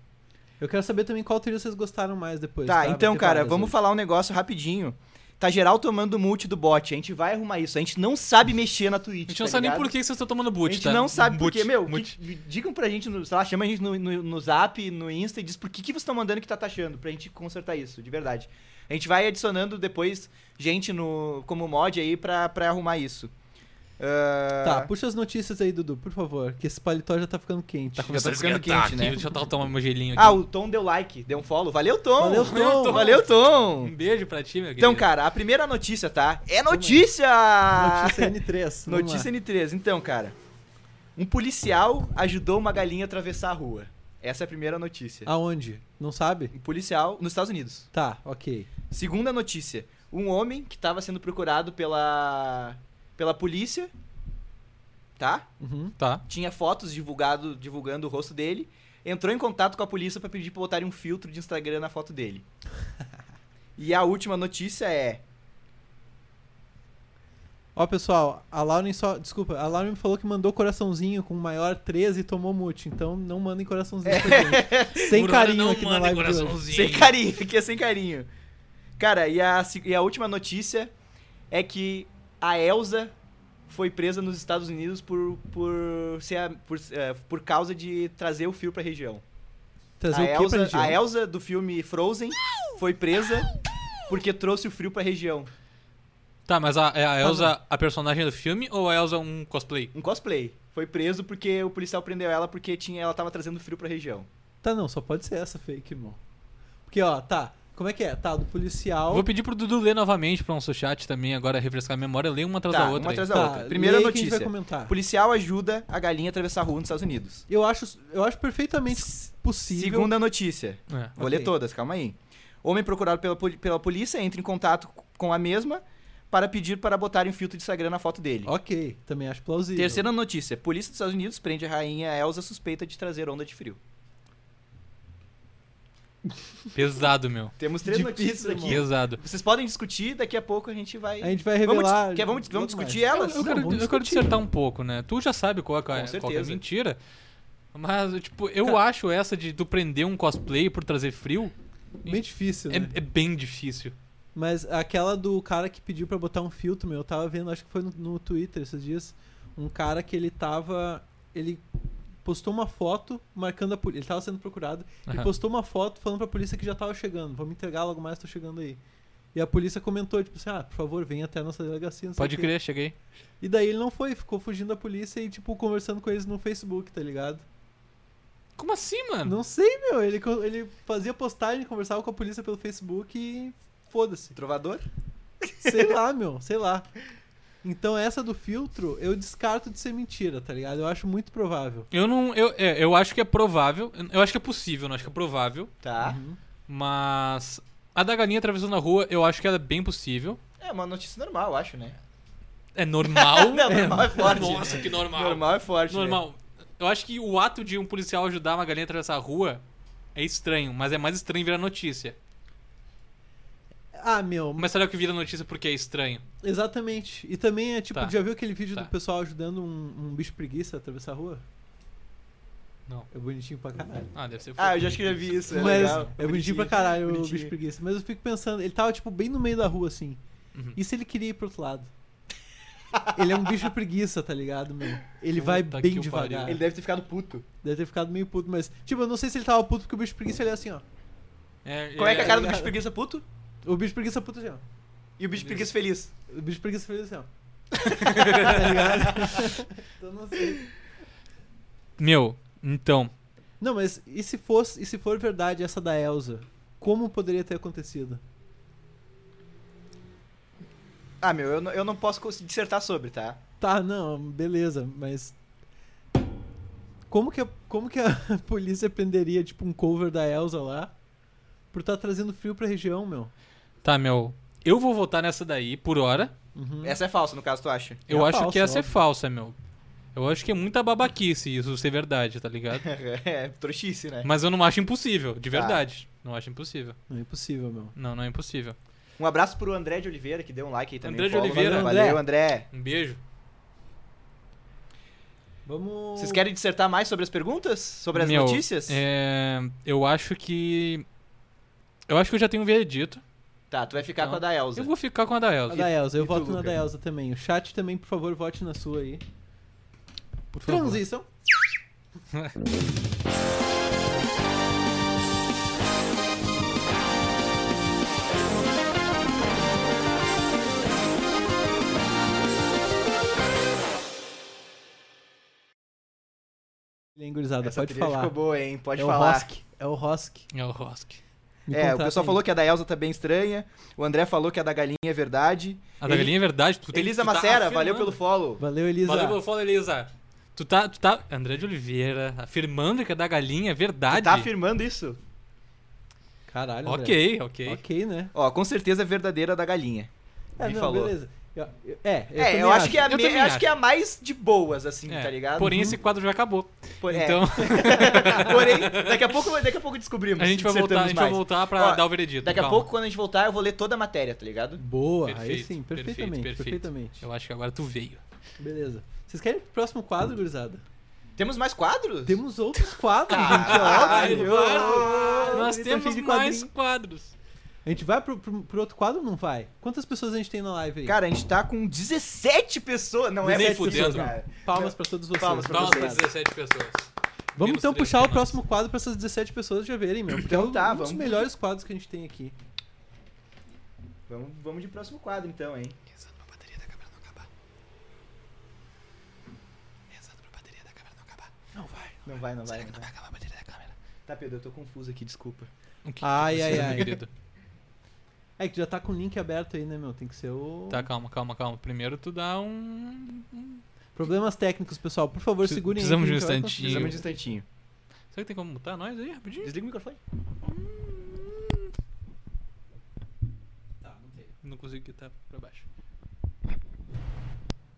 S2: Eu quero saber também qual trilha vocês gostaram mais depois.
S1: Tá,
S2: Vai
S1: então,
S2: ter
S1: cara,
S2: várias
S1: vamos
S2: hoje.
S1: falar um negócio rapidinho. Tá geral tomando multi do bot. A gente vai arrumar isso. A gente não sabe mexer na Twitch.
S3: A gente não
S1: tá
S3: sabe nem
S1: ligado?
S3: por que vocês estão tomando
S1: A
S3: boot,
S1: gente
S3: tá?
S1: não sabe por
S3: Boot,
S1: quê, meu.
S3: boot.
S1: que- digam pra gente, no, sei lá, chama a gente no, no, no zap, no Insta e diz por que, que vocês estão mandando que tá taxando, pra gente consertar isso, de verdade. A gente vai adicionando depois gente no como mod aí pra, pra arrumar isso. Ah,
S2: Tá, puxa as notícias aí, Dudu, por favor, que esse paletó já tá ficando quente.
S3: Tá começando a
S1: ficando
S3: esquentar
S1: quente,
S3: aqui.
S1: né?
S3: Deixa eu tomar meu gelinho aqui.
S1: Ah, o Tom deu like, deu um follow. Valeu, Tom!
S2: Valeu, Tom!
S1: Valeu, Tom!
S3: Um beijo pra ti, meu
S1: Então,
S3: querido.
S1: cara, a primeira notícia, tá? É notícia!
S2: Notícia N3. vamos lá.
S1: Notícia N3. Então, cara, um policial ajudou uma galinha a atravessar a rua. Essa é a primeira notícia.
S2: Aonde? Não sabe?
S1: Um policial nos Estados Unidos.
S2: Tá, ok.
S1: Segunda notícia. Um homem que estava sendo procurado pela pela polícia tá?
S2: Uhum.
S3: Tá.
S1: Tinha fotos divulgado, divulgando o rosto dele. Entrou em contato com a polícia pra pedir pra botarem um filtro de Instagram na foto dele. e a última notícia é.
S2: Ó, pessoal, a Lauren só. Desculpa, a Lauren me falou que mandou coraçãozinho com o maior 13 e tomou mute. Então não mandem coraçãozinho pra gente. Sem
S3: Bruna,
S2: carinho
S3: não
S2: aqui na
S3: manda
S2: live. de hoje.
S3: coraçãozinho.
S1: Sem carinho, que é sem carinho. Cara, e a, se- e a última notícia é que a Elsa foi presa nos Estados Unidos por, por, ser a- por, eh, por causa de trazer o fio pra região.
S2: Trazer
S1: a,
S2: o que
S1: Elsa,
S2: pra gente?
S1: a Elsa do filme Frozen foi presa porque trouxe o frio pra região.
S3: Tá, mas a, é a Elsa a personagem do filme ou a Elsa um cosplay?
S1: Um cosplay. Foi preso porque o policial prendeu ela porque tinha, ela tava trazendo frio pra região.
S2: Tá, não, só pode ser essa fake, irmão. Porque, ó, tá. Como é que é? Tá, do policial.
S3: Vou pedir pro Dudu ler novamente pra nosso chat também, agora refrescar a memória, ler uma atrás
S1: Tá,
S3: da outra.
S1: uma
S3: aí.
S1: atrás da
S2: tá,
S1: outra. Primeira
S2: lê aí que a gente vai
S1: notícia.
S2: comentar.
S1: Policial ajuda a galinha a atravessar a rua nos Estados Unidos.
S2: Eu acho, eu acho perfeitamente possível.
S1: Segunda notícia.
S3: É.
S1: Vou
S2: Ok.
S1: ler todas, calma aí. Homem procurado pela, poli- pela polícia entra em contato com a mesma para pedir para botarem um filtro de Instagram na foto dele.
S2: Ok, também acho plausível.
S1: Terceira notícia. Polícia dos Estados Unidos prende a rainha Elsa suspeita de trazer onda de frio.
S3: É, Pesado, meu.
S1: Temos três
S2: Difícil,
S1: notícias aqui.
S2: irmão.
S3: Pesado.
S1: Vocês podem discutir, daqui a pouco a gente vai...
S2: A gente vai
S1: Vamos dis-
S2: revelar.
S1: quer- vamos,
S2: logo
S1: vamos
S2: mais.
S1: discutir elas?
S3: Eu
S2: Não,
S3: quero,
S2: vamos
S3: eu quero
S2: discutir.
S3: dissertar um pouco, né? Tu já sabe qual é, qual é,
S1: Com
S3: qual é a
S1: certeza.
S3: mentira. Mas, tipo, eu acho essa de tu prender um cosplay por trazer frio
S2: Bem difícil,
S3: é,
S2: né?
S3: é bem difícil.
S2: Mas aquela do cara que pediu pra botar um filtro, meu, eu tava vendo, acho que foi no, no Twitter esses dias, um cara que ele tava. Ele postou uma foto marcando a polícia. Ele tava sendo procurado
S3: Aham.
S2: e postou uma foto falando pra polícia que já tava chegando. Vou me entregar logo mais, tô chegando aí. E a polícia comentou, tipo assim, ah, por favor, vem até a nossa delegacia. não sei
S3: Pode
S2: o quê.
S3: crer, cheguei.
S2: E daí ele não foi, ficou fugindo da polícia e, tipo, conversando com eles no Facebook, tá ligado?
S3: Como assim, mano?
S2: Não sei, meu. Ele, co- ele fazia postagem, conversava com a polícia pelo Facebook e foda-se.
S1: Trovador?
S2: Sei lá, meu, sei lá. Então essa do filtro, eu descarto de ser mentira, tá ligado? Eu acho muito provável.
S3: Eu não. Eu, é, eu acho que é provável. Eu acho que é possível, não acho que é provável.
S1: Tá.
S2: Uhum.
S3: Mas. A da galinha atravessando a rua, eu acho que ela é bem possível.
S1: É uma notícia normal, eu acho, né?
S3: É normal.
S1: Não, normal é forte.
S3: Nossa, que normal. Normal.
S1: Normal é forte, né?
S3: Eu acho que o ato de um policial ajudar uma galinha a atravessar a rua é estranho, mas é mais estranho virar notícia.
S2: Ah, meu,
S3: Mas será que vira notícia porque é estranho?
S2: exatamente. E também é tipo,
S3: Tá.
S2: já viu aquele vídeo
S3: Tá.
S2: do pessoal ajudando um, um bicho preguiça a atravessar a rua?
S3: Não.
S2: É bonitinho pra caralho.
S3: Ah, deve ser
S1: Ah, eu
S3: fofo.
S1: já acho que já vi isso. É
S2: Mas
S1: legal,
S2: é bonitinho pra caralho o
S1: bonitinho.
S2: bicho preguiça. Mas eu fico pensando, ele tava tipo bem no meio da rua assim.
S3: Uhum.
S2: E se ele queria ir pro outro lado? ele é um bicho preguiça, tá ligado, meu? Ele vai
S3: Puta que
S2: bem
S3: o
S2: devagar.
S3: pariu.
S1: Ele deve ter ficado puto.
S2: Deve ter ficado meio puto, mas. Tipo, eu não sei se ele tava puto porque o bicho preguiça ele é assim, ó.
S1: Como é que é a cara do
S2: Tá ligado?
S1: bicho preguiça puto?
S2: O bicho preguiça puto assim, ó.
S1: E o bicho preguiça feliz.
S2: O bicho preguiça fez assim, ó. tá ligado? então não sei.
S3: Meu, então.
S2: Não, mas e se, fosse, e se for verdade essa da Elsa? Como poderia ter acontecido?
S1: Ah, meu, eu, não- eu não posso cons- dissertar sobre, tá?
S2: Tá, não, beleza, mas. Como que, a, como que a polícia prenderia, tipo, um cover da Elsa lá? Por estar trazendo frio pra região, meu.
S3: Tá, meu. Eu vou votar nessa daí por hora.
S2: Uhum.
S1: Essa é falsa, no caso, tu acha?
S3: Eu
S2: É
S3: acho
S2: falsa,
S3: que essa é
S2: óbvio.
S3: falsa, meu. Eu acho que é muita babaquice isso ser verdade, tá ligado?
S1: é, trouxice, né?
S3: Mas eu não acho impossível, de
S1: Tá.
S3: verdade. Não acho impossível.
S2: Não é impossível, meu.
S3: Não, não é impossível.
S1: Um abraço pro André de Oliveira, que deu um like aí também.
S3: André de
S1: follow.
S3: Oliveira.
S1: Valeu, André.
S3: Um beijo.
S2: Vamos.
S1: Vocês querem dissertar mais sobre as perguntas? Sobre as
S3: Meu,
S1: notícias?
S3: É, eu acho que. Eu acho que eu já tenho um veredito.
S1: Tá, tu vai ficar
S3: Não.
S1: com a da Elza.
S3: Então, Eu vou ficar com a da
S2: A
S3: Elsa.
S2: da Elsa, eu
S1: e tu,
S2: voto na
S1: Luca?
S2: da Elsa também. O chat também, por favor, vote na sua aí.
S3: Por favor.
S2: Transição. Hein, gurizada,
S1: Essa
S2: pode
S1: trilha
S2: falar.
S1: ficou boa, hein? Pode
S2: é O
S1: falar.
S2: Hosk, é o Rosk.
S3: É o Rosk.
S2: Me
S1: é, o
S2: contrata
S1: pessoal
S2: aí.
S1: falou que a da Elza tá bem estranha. O André falou que a da galinha é verdade.
S3: A da
S1: Eli-
S3: galinha é verdade. Tu tem,
S1: Elisa
S3: tu tá
S1: Macera,
S3: afirmando.
S1: valeu pelo follow.
S2: Valeu, Elisa.
S3: Valeu pelo follow, Elisa. Tu tá, tu tá. André de Oliveira, afirmando que a da galinha é
S1: Tu
S3: verdade.
S1: tá afirmando isso?
S2: Caralho, André.
S3: Ok, ok.
S2: Ok, né?
S1: Ó, com certeza é verdadeira a da galinha.
S2: É,
S1: Me
S2: não,
S1: falou.
S2: beleza. Eu- eu- É, eu,
S1: é,
S2: também
S1: eu acho, que é a
S3: Eu
S1: me-
S3: também
S1: acho,
S3: acho.
S1: que é a mais de boas, assim,
S3: É,
S1: tá ligado?
S3: Porém,
S1: Uhum.
S3: esse quadro já acabou.
S1: Por- é.
S3: Então,
S1: Porém, daqui a pouco, daqui a pouco descobrimos.
S3: a gente vai
S1: se
S3: voltar, a
S1: acertamos
S3: gente vai
S1: mais.
S3: voltar pra
S1: Ó,
S3: dar o veredito.
S1: Daqui a
S3: calma.
S1: pouco, quando a gente voltar, eu vou ler toda a matéria, tá ligado?
S2: Boa, aí
S3: Perfeito,
S2: sim,
S3: perfeito,
S2: perfeitamente,
S3: perfeito.
S2: perfeitamente.
S3: Eu acho que agora tu veio.
S2: Beleza. Vocês querem ir pro próximo quadro, gurizada?
S1: Temos mais quadros?
S2: Temos outros quadros, gente, é
S1: Caralho,
S2: óbvio.
S1: mano.
S3: Nós
S2: Ele tá
S3: temos
S2: cheio de
S3: mais
S2: quadrinho.
S3: quadros.
S2: A gente vai pro, pro- pro outro quadro ou não vai? Quantas pessoas a gente tem na live aí?
S1: Cara, a gente tá com 17 pessoas. Não é
S3: Nem
S1: 17 pessoas,
S3: fudendo.
S1: cara.
S2: Palmas pra todos vocês.
S1: Palmas pra
S3: Palmas
S1: vocês.
S3: para
S2: Obrigado.
S3: 17 pessoas.
S2: Vamos
S3: Menos
S2: então
S3: três
S2: puxar o
S3: pra nós.
S2: próximo quadro pra essas 17 pessoas já verem, meu. Porque é
S1: Então
S2: um,
S1: tá,
S2: um dos
S1: vamos.
S2: melhores quadros que a gente tem aqui.
S1: Vamos, vamos de próximo quadro, então, hein?
S3: Rezando pra bateria da câmera não acabar. Rezando pra bateria da câmera não acabar.
S2: Não vai.
S1: Não vai, não vai.
S3: Será
S1: Não
S3: que não
S1: vai.
S3: vai acabar a bateria da câmera?
S1: Tá, Pedro, eu tô confuso aqui, desculpa.
S3: O que que
S2: Ai,
S3: tá
S2: ai,
S3: acontecendo,
S2: ai.
S3: Querido?
S2: É que já tá com o link aberto aí, né, meu? Tem que ser o.
S3: Tá, calma, calma, calma. Primeiro tu dá um.
S2: Problemas técnicos, pessoal. Por favor,
S3: Preci-
S2: segurem aí
S3: precisamos
S2: que a
S3: de um
S2: gente vai
S3: instantinho.
S2: conseguir.
S1: Precisamos de um instantinho.
S3: Será que tem como mutar nós aí rapidinho?
S1: Desliga o microfone.
S3: Não consigo que tá pra baixo.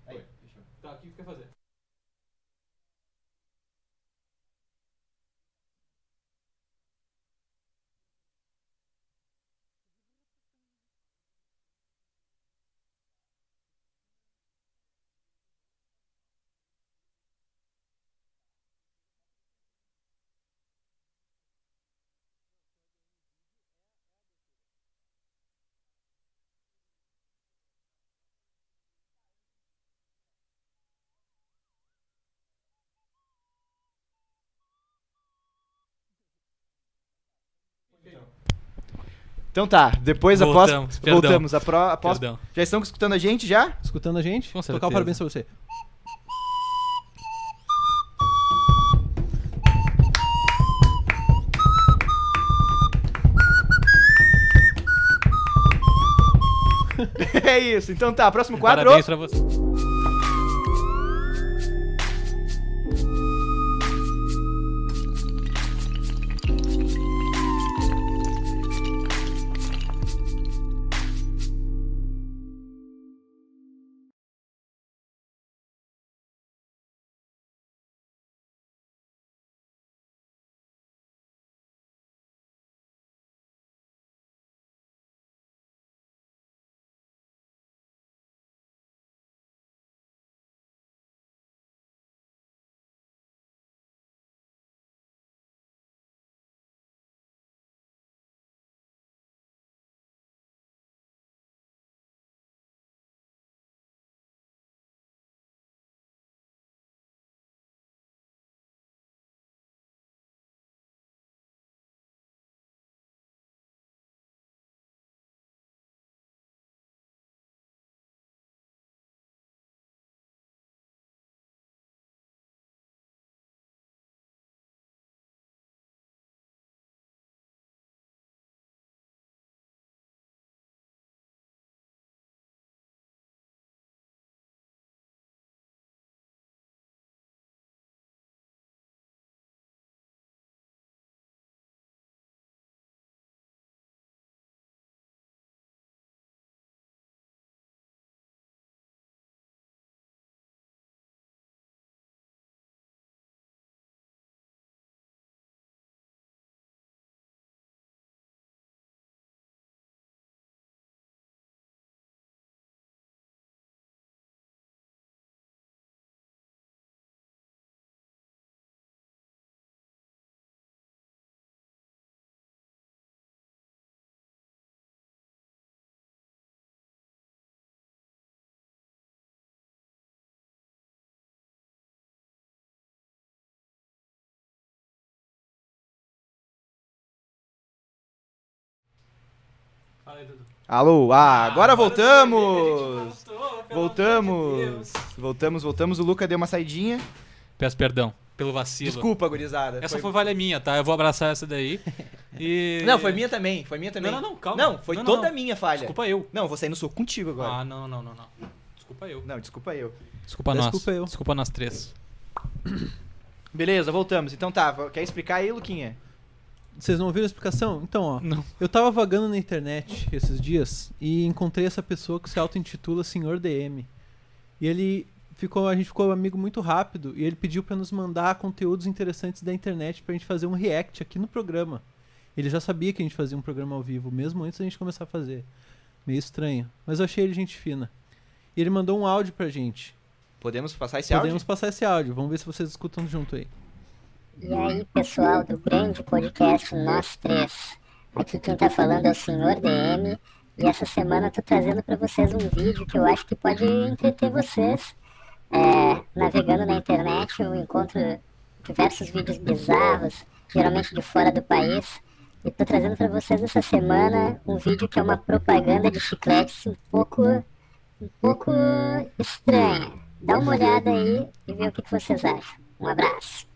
S3: Oi, fechou. Tá, o que tu quer fazer?
S1: Então tá, depois
S3: Voltamos,
S1: após.
S3: perdão.
S1: Voltamos. apro- após-
S3: Perdão.
S1: já estão escutando a gente já?
S2: Escutando a gente?
S3: Com
S2: Tocar
S3: certeza.
S2: o parabéns pra você.
S1: é isso. Então tá, próximo quadro.
S3: Parabéns pra você. Fala aí, Dudu.
S1: Alô, ah, agora voltamos!
S3: Voltamos!
S1: Voltamos! Voltamos, voltamos. O Luca deu uma saidinha.
S3: Peço perdão pelo vacilo.
S1: Desculpa, gurizada.
S3: Essa foi... valha minha, tá? Eu vou abraçar essa daí. E...
S1: Não, foi minha também. Foi minha também.
S3: Não, não, não, calma.
S1: Não, foi
S3: Não, não,
S1: toda
S3: não.
S1: minha falha.
S3: Desculpa eu.
S1: Não, vou sair no soco contigo agora.
S3: Ah, não, não, não, não. Desculpa eu.
S1: Não, desculpa eu.
S3: Desculpa nós.
S2: Desculpa eu.
S3: Desculpa nós três.
S1: Beleza, voltamos. Então tá, quer explicar aí, Luquinha?
S2: Vocês não ouviram a explicação? Então, ó.
S3: Não.
S2: Eu tava vagando na internet esses dias e encontrei essa pessoa que se auto-intitula Senhor DM. E ele ficou, a gente ficou amigo muito rápido e ele pediu pra nos mandar conteúdos interessantes da internet pra gente fazer um react aqui no programa. Ele já sabia que a gente fazia um programa ao vivo, mesmo antes da gente começar a fazer. Meio estranho, mas eu achei ele gente fina. E ele mandou um áudio pra gente.
S1: Podemos passar esse
S2: Podemos
S1: áudio?
S2: passar esse áudio, vamos ver se vocês escutam junto aí.
S4: E aí, pessoal do grande podcast Nós Três. Aqui quem tá falando é o Senhor DM. E essa semana eu tô trazendo pra vocês um vídeo que eu acho que pode entreter vocês. É, navegando na internet eu encontro diversos vídeos bizarros, geralmente de fora do país. E tô trazendo pra vocês essa semana um vídeo que é uma propaganda de chicletes um pouco, um pouco estranha. Dá uma olhada aí e vê o que que vocês acham. Um abraço.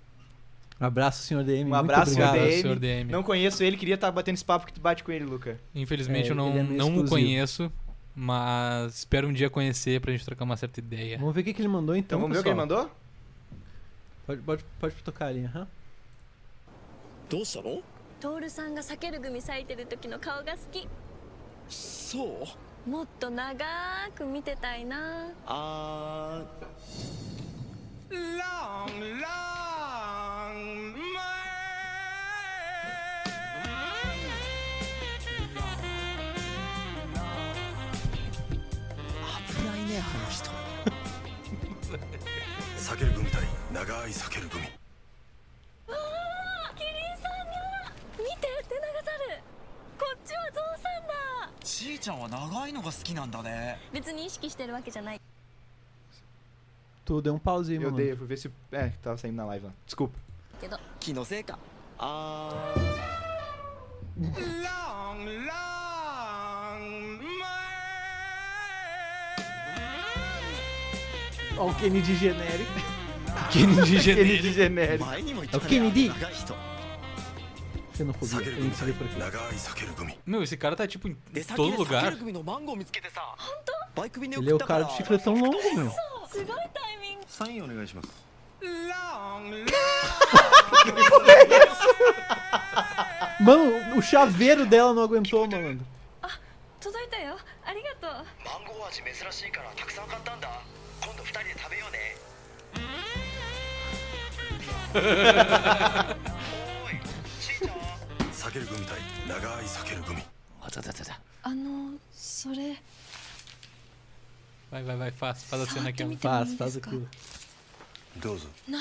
S2: Abraço, senhor DM.
S1: Um
S2: muito
S1: abraço, senhor
S2: obrigado.
S3: Obrigado,
S1: DM.
S3: senhor DM.
S1: Não conheço ele, queria estar batendo esse papo que tu bate com ele, Luca.
S3: Infelizmente
S2: É,
S3: eu não,
S2: ele é meio
S3: não o
S2: exclusivo.
S3: conheço, mas espero um dia conhecer pra gente trocar uma certa ideia.
S2: Vamos ver o que, que ele mandou então.
S1: Então vamos ver o que ele
S2: pessoal.
S1: mandou?
S2: Pode, pode, pode tocar ali, aham.
S5: どうしたの
S6: 徹さんが避ける組咲いてる時の顔が好き
S5: そう
S6: もっと長く見てたいな
S5: あー
S7: long, long way.
S6: あキリンさんが見て手長猿こっちはゾウさんだ
S8: ちーちゃんは長いのが好きなんだね
S6: 別に意識してるわけじゃない
S2: Tu deu um pause aí,
S1: Eu
S2: mano.
S1: dei, eu fui ver se. É, tava saindo na live lá. Desculpa.
S6: けど
S8: 気のせいか
S5: あ
S7: Long, long way.
S2: Ó, o Kennedy genérico.
S3: Kennedy
S1: Ele
S3: genérico.
S1: de
S5: ー
S1: genérico.
S5: 前にも言っ
S2: É
S5: た
S2: o
S5: ね
S2: Kennedy.
S5: 長い人
S2: Xenofobia. A gente se vê por aqui.
S9: 長い避ける組
S3: Meu, esse cara tá tipo em
S8: 出先
S3: todo
S8: で避け
S1: é
S3: lugar.
S8: る組のマンゴー見つけてさ本当バイク便で
S2: Ele
S8: 送
S2: é
S8: っ
S2: o
S8: たか
S2: cara
S8: ら
S2: do chicletão longo, meu.
S6: すごいタイミング
S9: サインお願いします
S7: Long, long
S2: Mano, o chaveiro dela não aguentou, mano.
S6: 届いたよありがとう
S8: マンゴー味珍しいからたくさん買ったんだ今度二人で食べようねおーいちーちゃん
S9: 避ける組対長い避ける組
S8: あざざざざ
S6: あのそれ
S3: Vai, vai, vai, faz, faz a
S6: 触
S3: cena
S6: っ
S3: aqui.
S6: て
S3: ó.
S6: みてもい
S2: Faz,
S6: いで
S2: faz
S6: すか
S2: aquilo.
S9: どうぞ
S6: 長い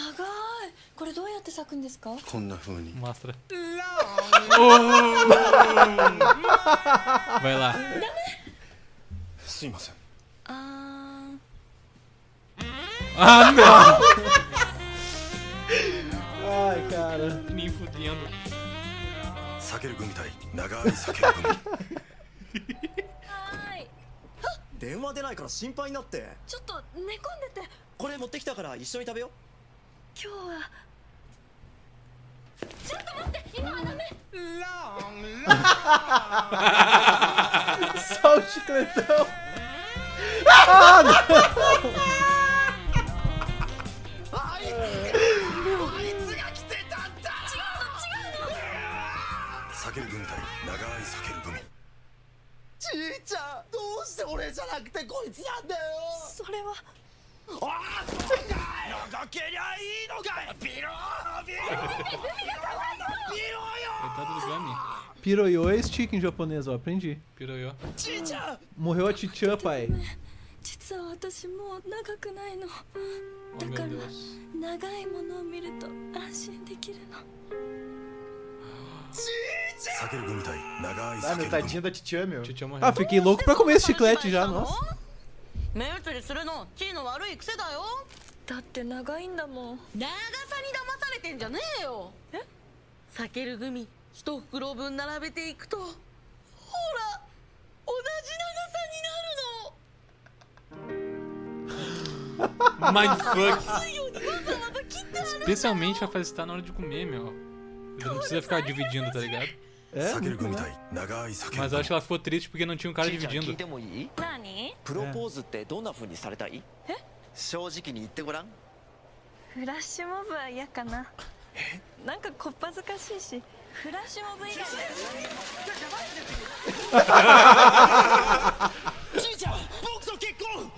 S6: これどうやって咲くんですか
S9: こんな風に
S3: Mostra.
S7: long
S3: Vai lá.
S9: すいません
S6: あ
S3: Ah, não!
S2: Ai, cara.
S3: Me fudendo.
S9: 避ける組対長い避ける組
S6: ーはーい
S8: 電話出ないから心配になって
S6: ちょっと寝込んでて
S8: これ持ってきたから一緒に食べよ
S6: 今日はちょっと待って今はダメ
S7: long
S2: Só o chicletão.
S9: 「避ける組対長い避ける組
S8: ちーちゃんどうして俺じゃなくてこいつなんだよ
S6: それは
S8: ああそうかいのけりゃいいのかいビロービロービロー
S3: Coitado do Gami.
S2: Piroyo é stick em japonês, ó. Aprendi.
S3: Piroiô. Oh,
S8: よちーちゃん
S2: Morreu a Titiã, pai.
S6: 実は私もう長くないの
S3: Oh,
S6: だ
S3: meu
S6: から
S3: Deus.
S6: 長いものを見ると安心できるの」
S9: 避ける組対長い
S1: Ah,
S9: 避
S1: meu
S9: ける組
S1: tadinho da Titiã, meu.
S3: Titiã morreu.
S2: Ah, fiquei louco pra comer esse chiclete já, nossa.
S10: 目移りするの地位の悪い癖だよ
S6: だって長いんだもん
S10: 長さに騙されてんじゃねえよえ避ける組一袋分並べていくとほら同じ長さになるの
S3: Mindfuck. Especialmente pra fazer tá na hora de comer, meu. Ele não precisa ficar dividindo, tá ligado?
S9: 避ける組対長い避ける
S3: Mas eu
S9: 組
S3: acho que ela ficou triste porque não tinha um cara
S8: ちーちゃん聞
S3: dividindo.
S8: いてもいい
S6: 何
S8: プロポーズってどんな風にされたいえ正直に言ってごらん
S6: フラッシュモブは嫌かななんかこっぱずかしいしフラッシュモブ以外
S5: じいちゃん僕と結婚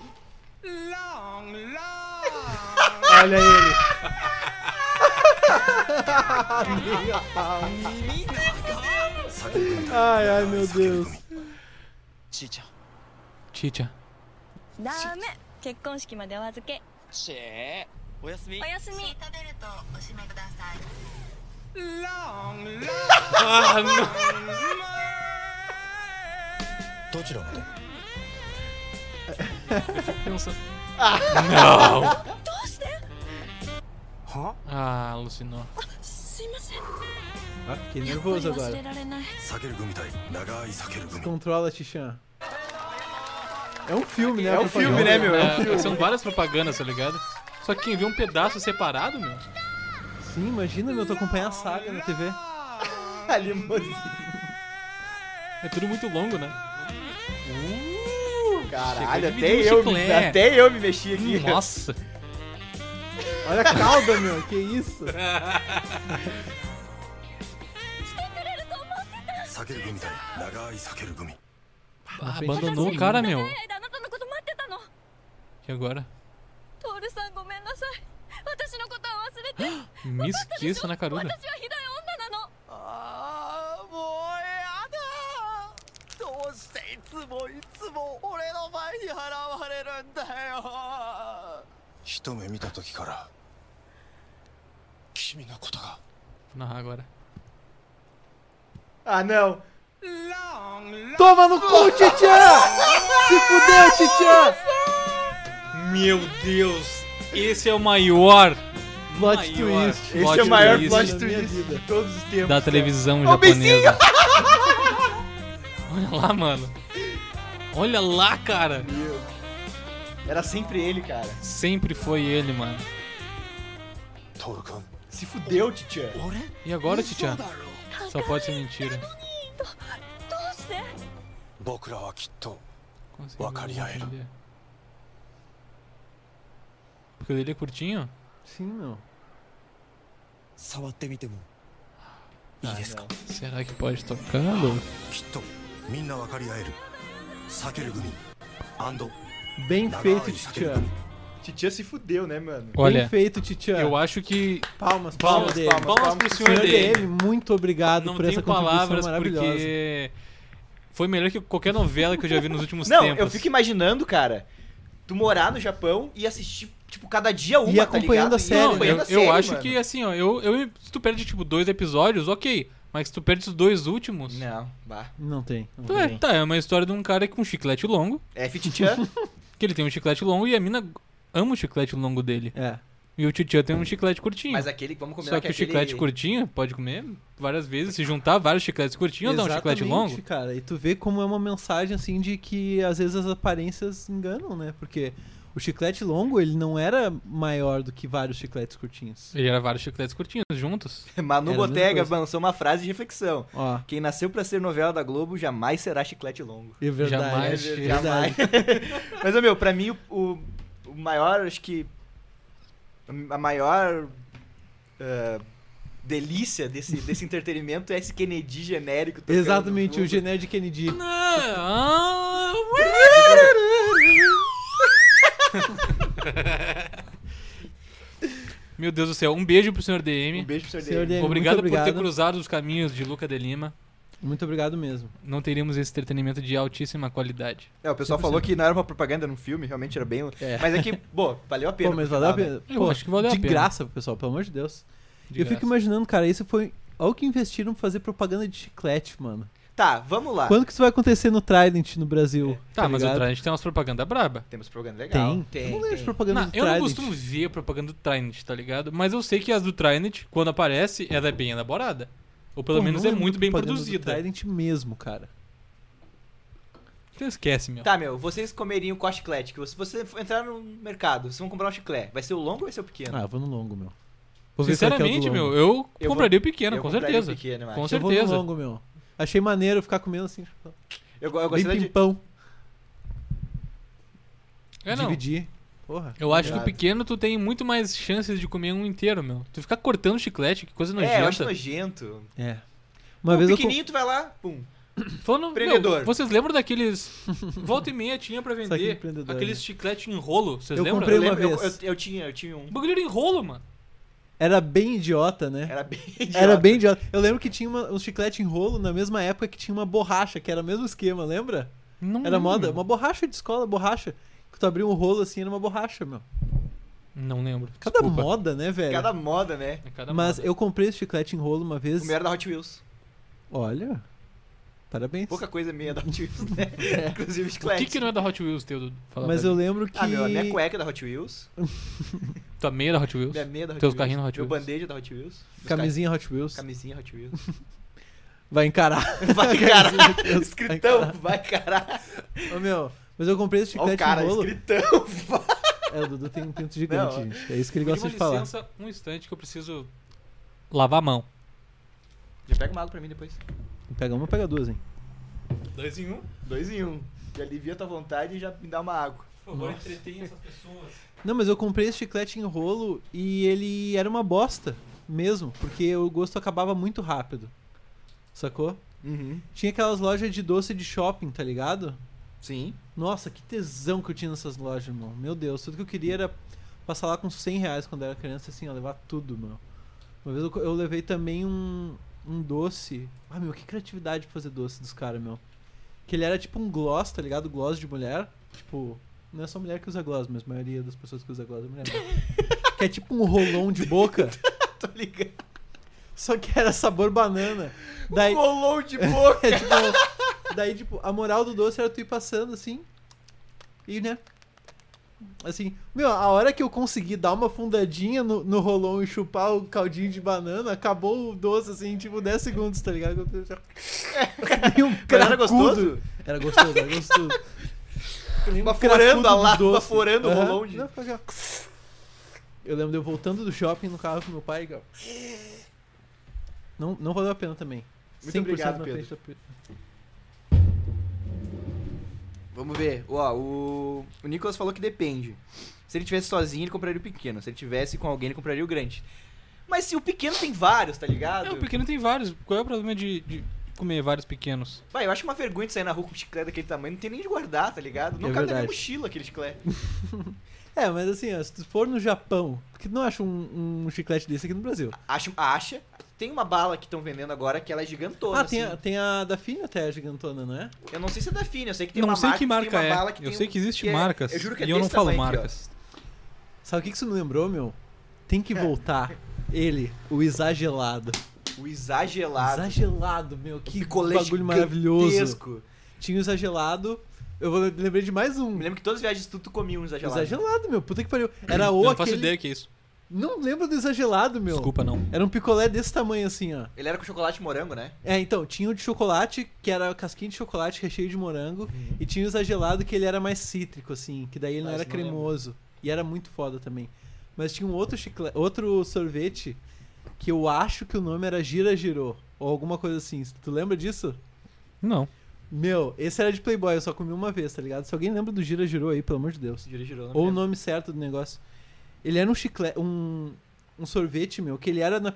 S7: long, long.
S2: Olha ele. Ai, ai, meu Deus.
S5: じいちゃん
S3: ちいちゃん。
S6: ダメ結婚式までお預け
S5: しえおやすみ
S6: おやすみ
S3: Ah,
S9: どちらまで
S3: Não!
S6: どうして
S9: は
S3: Ah, alucinou.
S6: すいません
S2: Ah, fiquei
S6: やっぱり
S2: nervoso
S6: 忘れ
S2: agora.
S6: られない
S9: 避ける組対長い避ける組
S2: Controla, Tichan. É um filme, né?
S1: É
S2: a
S1: um filme,
S2: propaganda?
S1: né, meu? É um
S3: É, são várias propagandas, tá ligado? Só que quem vê um pedaço separado, meu.
S2: Sim, imagina, meu, tu acompanha a saga na TV.
S1: A limusine.
S3: É tudo muito longo, né?
S1: Caralho,
S3: Chegou a
S1: até
S3: dividir um
S1: eu, me,
S3: chiclete.
S1: até eu me mexi aqui.
S3: Hum, Nossa.
S2: Olha a cauda, meu, que isso?
S9: 避ける組対長い避ける組
S3: Ah,
S2: frente de
S3: abandonou
S2: todo
S3: o cara, meu.
S6: 長い間あなたのこと待ってたの
S3: E agora?
S6: トールさんごめんなさい私のことは忘れて
S3: Miss Kiss na
S6: 私は
S3: caruda.
S6: ひどい女なの
S5: あーもうやだどうしていつもいつも俺の前に払われるんだよ
S9: 一目見た時から君のことが
S3: Não, agora.
S1: Ah, não.
S2: Toma no cu, Tichan! Se fudeu, Tichan!
S3: Meu Deus! Esse é o maior.
S2: Plot
S3: maior
S2: twist.
S1: Esse é o maior
S3: twist
S1: plot
S2: Na minha
S1: twist
S2: vida.
S1: de todos os tempos.
S3: da
S1: cara.
S3: televisão
S1: Ó, o beicinho!
S3: japonesa. Olha lá, mano. Olha lá, cara.
S1: Era sempre ele, cara.
S3: Sempre foi ele, mano.
S9: トール君
S1: Se fudeu, Titian.
S3: E agora, Titian? Só pode ser mentira.
S6: どうして
S9: 僕らはきっと
S3: Consegui
S9: Boa, cara, e aí?
S3: entender. Porque o dele é curtinho?
S2: Sim, meu.
S5: 触ってみても
S3: Será que pode tocando?
S9: きっとみんな分かり合える避ける組 and
S2: Bem
S9: 長い
S2: feito,
S9: 避ける
S2: Tichan.
S9: 組
S1: Titian se fudeu, né, mano?
S2: Bem
S3: Olha,
S2: feito, Tichan.
S3: eu acho que.
S1: Palmas,
S2: Palmas, palmas, dele.
S1: palmas.
S3: Palmas pro senhor
S2: Senhor
S3: dele.
S2: DM, muito obrigado
S3: Não
S2: por essa
S3: tenho
S2: contribuição
S3: palavras
S2: maravilhosa.
S3: porque. Foi melhor que qualquer novela que eu já vi nos últimos
S1: Não,
S3: tempos.
S1: eu fico imaginando, cara, tu morar no Japão e assistir, tipo, cada dia uma,
S2: E acompanhando
S1: tá ligado?
S2: a
S1: e
S2: série,
S3: Não, eu,
S1: acompanhando
S3: né? eu
S1: a série,
S3: acho
S1: mano.
S3: que assim, ó, eu, eu, se tu perde, tipo, dois episódios, ok. Mas se tu perde os dois últimos.
S1: Não, bah.
S2: Não tem. não
S3: tu é,
S2: tem.
S3: tá, é uma história de um cara com um chiclete longo.
S1: F Titian.
S3: Que ele tem um chiclete longo e a mina ama o chiclete longo dele.
S2: É.
S3: E o Titian tem um chiclete curtinho.
S1: mas aquele, vamos combinar é
S3: Só que, o
S1: aquele...
S3: chiclete curtinho pode comer várias vezes, se juntar vários chicletes curtinhos, dá um chiclete
S2: Exatamente,
S3: longo.
S2: cara. E tu vê como é uma mensagem assim de que às vezes as aparências enganam, né? Porque o chiclete longo, ele não era maior do que vários chicletes curtinhos.
S3: Ele era vários chicletes curtinhos juntos.
S1: Manu
S2: Era a mesma
S1: Botega
S2: coisa.
S1: lançou uma frase de reflexão.
S2: Ó,
S1: Quem nasceu pra ser novela da Globo jamais será chiclete longo.
S2: é verdade.
S3: Jamais,
S2: é
S1: Jamais.
S2: verdade.
S1: Mas, ô, meu, pra mim, o, o- o maior, acho que. A maior. ah, delícia desse, desse entretenimento é esse Kennedy genérico. tocando no
S2: Exatamente,
S1: fundo.
S2: o Gené de Kennedy.
S3: Ah, ué. Meu Deus do céu, um beijo pro senhor DM.
S1: Um beijo pro senhor,
S2: Senhor
S1: DM.
S2: DM,
S3: Obrigado,
S2: muito
S3: por ter
S2: obrigado.
S3: cruzado os caminhos de Luca de Lima.
S2: Muito obrigado mesmo.
S3: Não teríamos esse entretenimento de altíssima qualidade.
S1: É, o pessoal falou que não era uma propaganda, era um filme, realmente era bem.
S2: É.
S1: Mas é que, pô, valeu a pena.
S2: Pô, mas
S1: no
S2: valeu a
S1: final, né?
S2: pena.
S3: Eu
S2: Pô,
S3: acho que valeu a
S2: de
S3: pena.
S2: graça, pessoal, pelo amor de Deus.
S3: De
S2: eu
S3: graça.
S2: fico imaginando, cara, isso foi. Olha o que investiram pra fazer propaganda de chiclete, mano.
S1: Tá, vamos lá.
S2: Quando que isso vai acontecer no Trident no Brasil?
S3: Tá, mas o
S2: ligado?
S3: Trident tem umas propagandas braba.
S1: Temos propaganda legal.
S2: Tem? eu não lembro de propaganda
S3: Não,
S2: do
S3: eu
S2: Trident.
S3: não costumo ver propaganda do Trident, tá ligado? Mas eu sei que as do Trident, quando aparece, ela é bem elaborada. Ou pelo
S2: Pô,
S3: menos
S2: não
S3: é
S2: lembro
S3: muito
S2: do
S3: bem
S2: propaganda do
S3: produzida.
S2: Trident mesmo, cara.
S3: Então esquece, meu.
S1: Tá, meu, vocês comeriam qual chiclete? Que se você for entrar no mercado, vocês vão comprar um chiclete. Vai ser o longo ou vai ser o pequeno?
S2: Ah, eu vou no longo, meu. Vou ver qual que é o do
S3: Sinceramente,
S2: longo.
S3: meu, eu,
S1: Eu
S3: compraria o pequeno,
S1: eu
S3: com
S1: compraria o
S3: certeza.
S1: pequeno, eu
S3: com
S1: acho.
S2: Eu vou no
S3: certeza.
S2: longo, meu. Achei maneiro ficar comendo assim,
S1: Eu, go- eu
S2: bem
S1: gostaria de.
S2: pimpão,
S3: É, não.
S2: dividir. Porra.
S3: Eu acho que o
S1: Irado.
S3: pequeno tu tem muito mais chances de comer um inteiro, meu. Tu ficar cortando chiclete, que coisa nojenta.
S1: É, eu acho nojento.
S2: É. Uma
S1: o
S2: vez eu co-
S1: pequenininho, tu vai lá, pum.
S3: Falando,
S1: Empreendedor.
S3: meu, vocês lembram daqueles. Volta e meia tinha pra
S2: Isso aqui é
S3: vender
S2: empreendedor,
S3: aqueles
S2: né?
S3: chiclete em rolo, vocês
S2: Eu
S3: lembram?
S2: comprei
S1: Eu,
S2: uma
S1: lembro, eu,
S2: vez.
S1: eu- eu tinha, eu tinha um.
S3: Bagulho em rolo, mano.
S2: Era bem idiota, né?
S1: Era bem
S2: Era
S1: idiota.
S2: bem idiota. Eu lembro que tinha uma, um chiclete em rolo na mesma época que tinha uma borracha, que era o mesmo esquema, lembra?
S3: Não
S2: Era
S3: lembro.
S2: moda, uma borracha de escola, borracha. Que tu abria um rolo assim, era uma borracha, meu.
S3: Não lembro.
S2: Cada
S3: desculpa.
S2: moda, né, velho?
S1: Cada moda, né?
S3: É cada
S2: Mas
S3: moda.
S2: eu comprei esse chiclete em rolo uma
S1: O
S2: vez.
S1: meu era da Hot Wheels.
S2: Olha. Parabéns.
S1: Pouca coisa minha é da Hot Wheels, né? Inclusive
S3: O
S1: chiclete.
S3: que, que não é da Hot Wheels, teu? Dudu? Fala
S2: Mas
S3: pra
S2: eu
S3: mim.
S2: lembro que.
S1: Ah, meu, a minha cueca é da Hot Wheels.
S3: Tua meia é da Hot Wheels?
S1: Minha meia é da Hot
S3: Teus
S1: Wheels.
S3: carrinhos da Hot
S1: meu
S3: Wheels.
S1: bandeja é da Hot Wheels. meus
S2: Camisinha Hot
S1: ca-
S2: Wheels.
S1: Camisinha Hot Wheels.
S2: Vai encarar.
S1: Vai encarar. Escritão, vai encarar.
S2: Ô, meu, mas eu comprei esse
S1: Olha
S2: chiclete
S1: o cara,
S2: em rolo.
S1: escritão. vai.
S2: É, o Dudu tem um pinto gigante,
S1: Não,
S2: gente. É isso que ele
S3: Me dê
S2: gosta
S3: uma
S2: de falar.
S3: licença, um instante que eu preciso lavar a mão.
S1: Já pega uma água pra mim depois.
S2: Pega uma, pega duas, hein?
S3: Dois em um.
S1: Dois em um. Já alivia a tua vontade e já me dá uma água.
S3: Por favor, entretenha essas pessoas.
S2: Não, mas eu comprei esse chiclete em rolo e ele era uma bosta mesmo, porque o gosto acabava muito rápido. Sacou?
S1: Uhum.
S2: Tinha aquelas lojas de doce de shopping, tá ligado?
S1: Sim.
S2: Nossa, que tesão que eu tinha nessas lojas, irmão. Meu Deus, tudo que eu queria era passar lá com 100 reais quando eu era criança, assim, ó, levar tudo, mano. Uma vez eu, co- eu levei também um, um doce. Ah, meu, que criatividade pra fazer doce dos caras, meu. Que ele era tipo um gloss, tá ligado? Gloss de mulher. Tipo, não é só mulher que usa gloss, mas a maioria das pessoas que usa gloss é mulher. né? que é tipo um rolão de boca,
S1: Tô ligado.
S2: só que era sabor banana. Daí,
S1: Rolou de boca.
S2: é, tipo, daí, tipo, a moral do doce era tu ir passando assim. E, né? Assim, meu, a hora que eu consegui dar uma fundadinha no, no rolão e chupar o caldinho de banana, acabou o doce, assim, tipo, 10 segundos, tá ligado? Eu já- Nem um
S1: Mas era
S2: cracudo.
S1: gostoso?
S2: Era gostoso, era gostoso. Nem um
S1: Baforando a
S2: cracudo
S1: lá,
S2: de doce.
S1: baforando o
S2: Aham.
S1: rolão de-
S2: Não, ficou aqui, ó. Eu lembro de eu voltando do shopping no carro com meu pai. ó. Não, não valeu a pena também.
S1: Muito
S2: 100%
S1: obrigado,
S2: na
S1: Pedro.
S2: frente da-
S1: Vamos ver. Ó, o... o Nicolas falou que depende. Se ele tivesse sozinho, ele compraria o pequeno. Se ele tivesse com alguém, ele compraria o grande. Mas se o pequeno tem vários, tá ligado?
S3: É, o pequeno tem vários. Qual é o problema de, de comer vários pequenos?
S1: Vai, eu acho uma vergonha de sair na rua com um chiclete daquele tamanho. Não tem nem de guardar, tá ligado? Não
S2: É
S1: cabe na minha
S2: verdade.
S1: mochila aquele chiclete.
S2: É, mas assim, ó, se tu for no Japão, porque tu não acha um, um chiclete desse aqui no Brasil.
S1: Acha, acha. Tem uma bala que estão vendendo agora que ela é gigantona.
S2: ah, tem,
S1: assim.
S2: a, tem a da Fini até, a gigantona, não é?
S1: Eu não sei se é da Fini, eu sei que tem
S3: não
S1: uma
S3: sei
S1: marca,
S3: que marca
S1: tem uma
S3: é.
S1: bala que
S3: eu
S1: tem
S3: sei
S1: um-
S3: que existe
S1: é-
S3: marcas.
S1: eu juro que é
S3: e eu não
S1: desse
S3: falo
S1: tamanho aqui, ó.
S3: marcas.
S2: Sabe o que, que isso me lembrou, meu? Tem
S3: É.
S2: que voltar. Ele, o exagelado.
S1: O exagelado.
S2: Exagelado, meu, que
S1: picolé
S2: bagulho maravilhoso.
S1: gigantesco.
S2: Tinha o exagelado. Eu vou- lembrei de mais um.
S1: Me lembro que todas as viagens tu, tu comia um exagelado.
S2: Exagelado, meu, puta que pariu. Era
S3: eu
S2: o
S3: não faço
S2: aquele.
S3: ideia que é isso.
S2: Não lembro do exagelado, meu.
S3: Desculpa, não.
S2: Era um picolé desse tamanho assim, ó.
S1: Ele era com chocolate e morango, né?
S2: É, então, tinha o de chocolate, que era casquinha de chocolate recheio de morango, e tinha o exagelado que ele era mais cítrico, assim, que daí ele não
S1: Uhum. Ah,
S2: era
S1: isso não lembro.
S2: cremoso. E era muito foda também. Mas tinha um outro chiclete, outro sorvete que eu acho que o nome era Gira Girou, ou alguma coisa assim. Tu lembra disso?
S3: Não.
S2: Meu, esse era de Playboy, eu só comi uma vez, tá ligado? Se alguém lembra do Gira Girou aí, pelo amor de Deus.
S1: Girou, girou, não
S2: Ou o
S1: lembro.
S2: nome certo do negócio. Ele era um chiclete. Um, um sorvete, meu, que ele era na-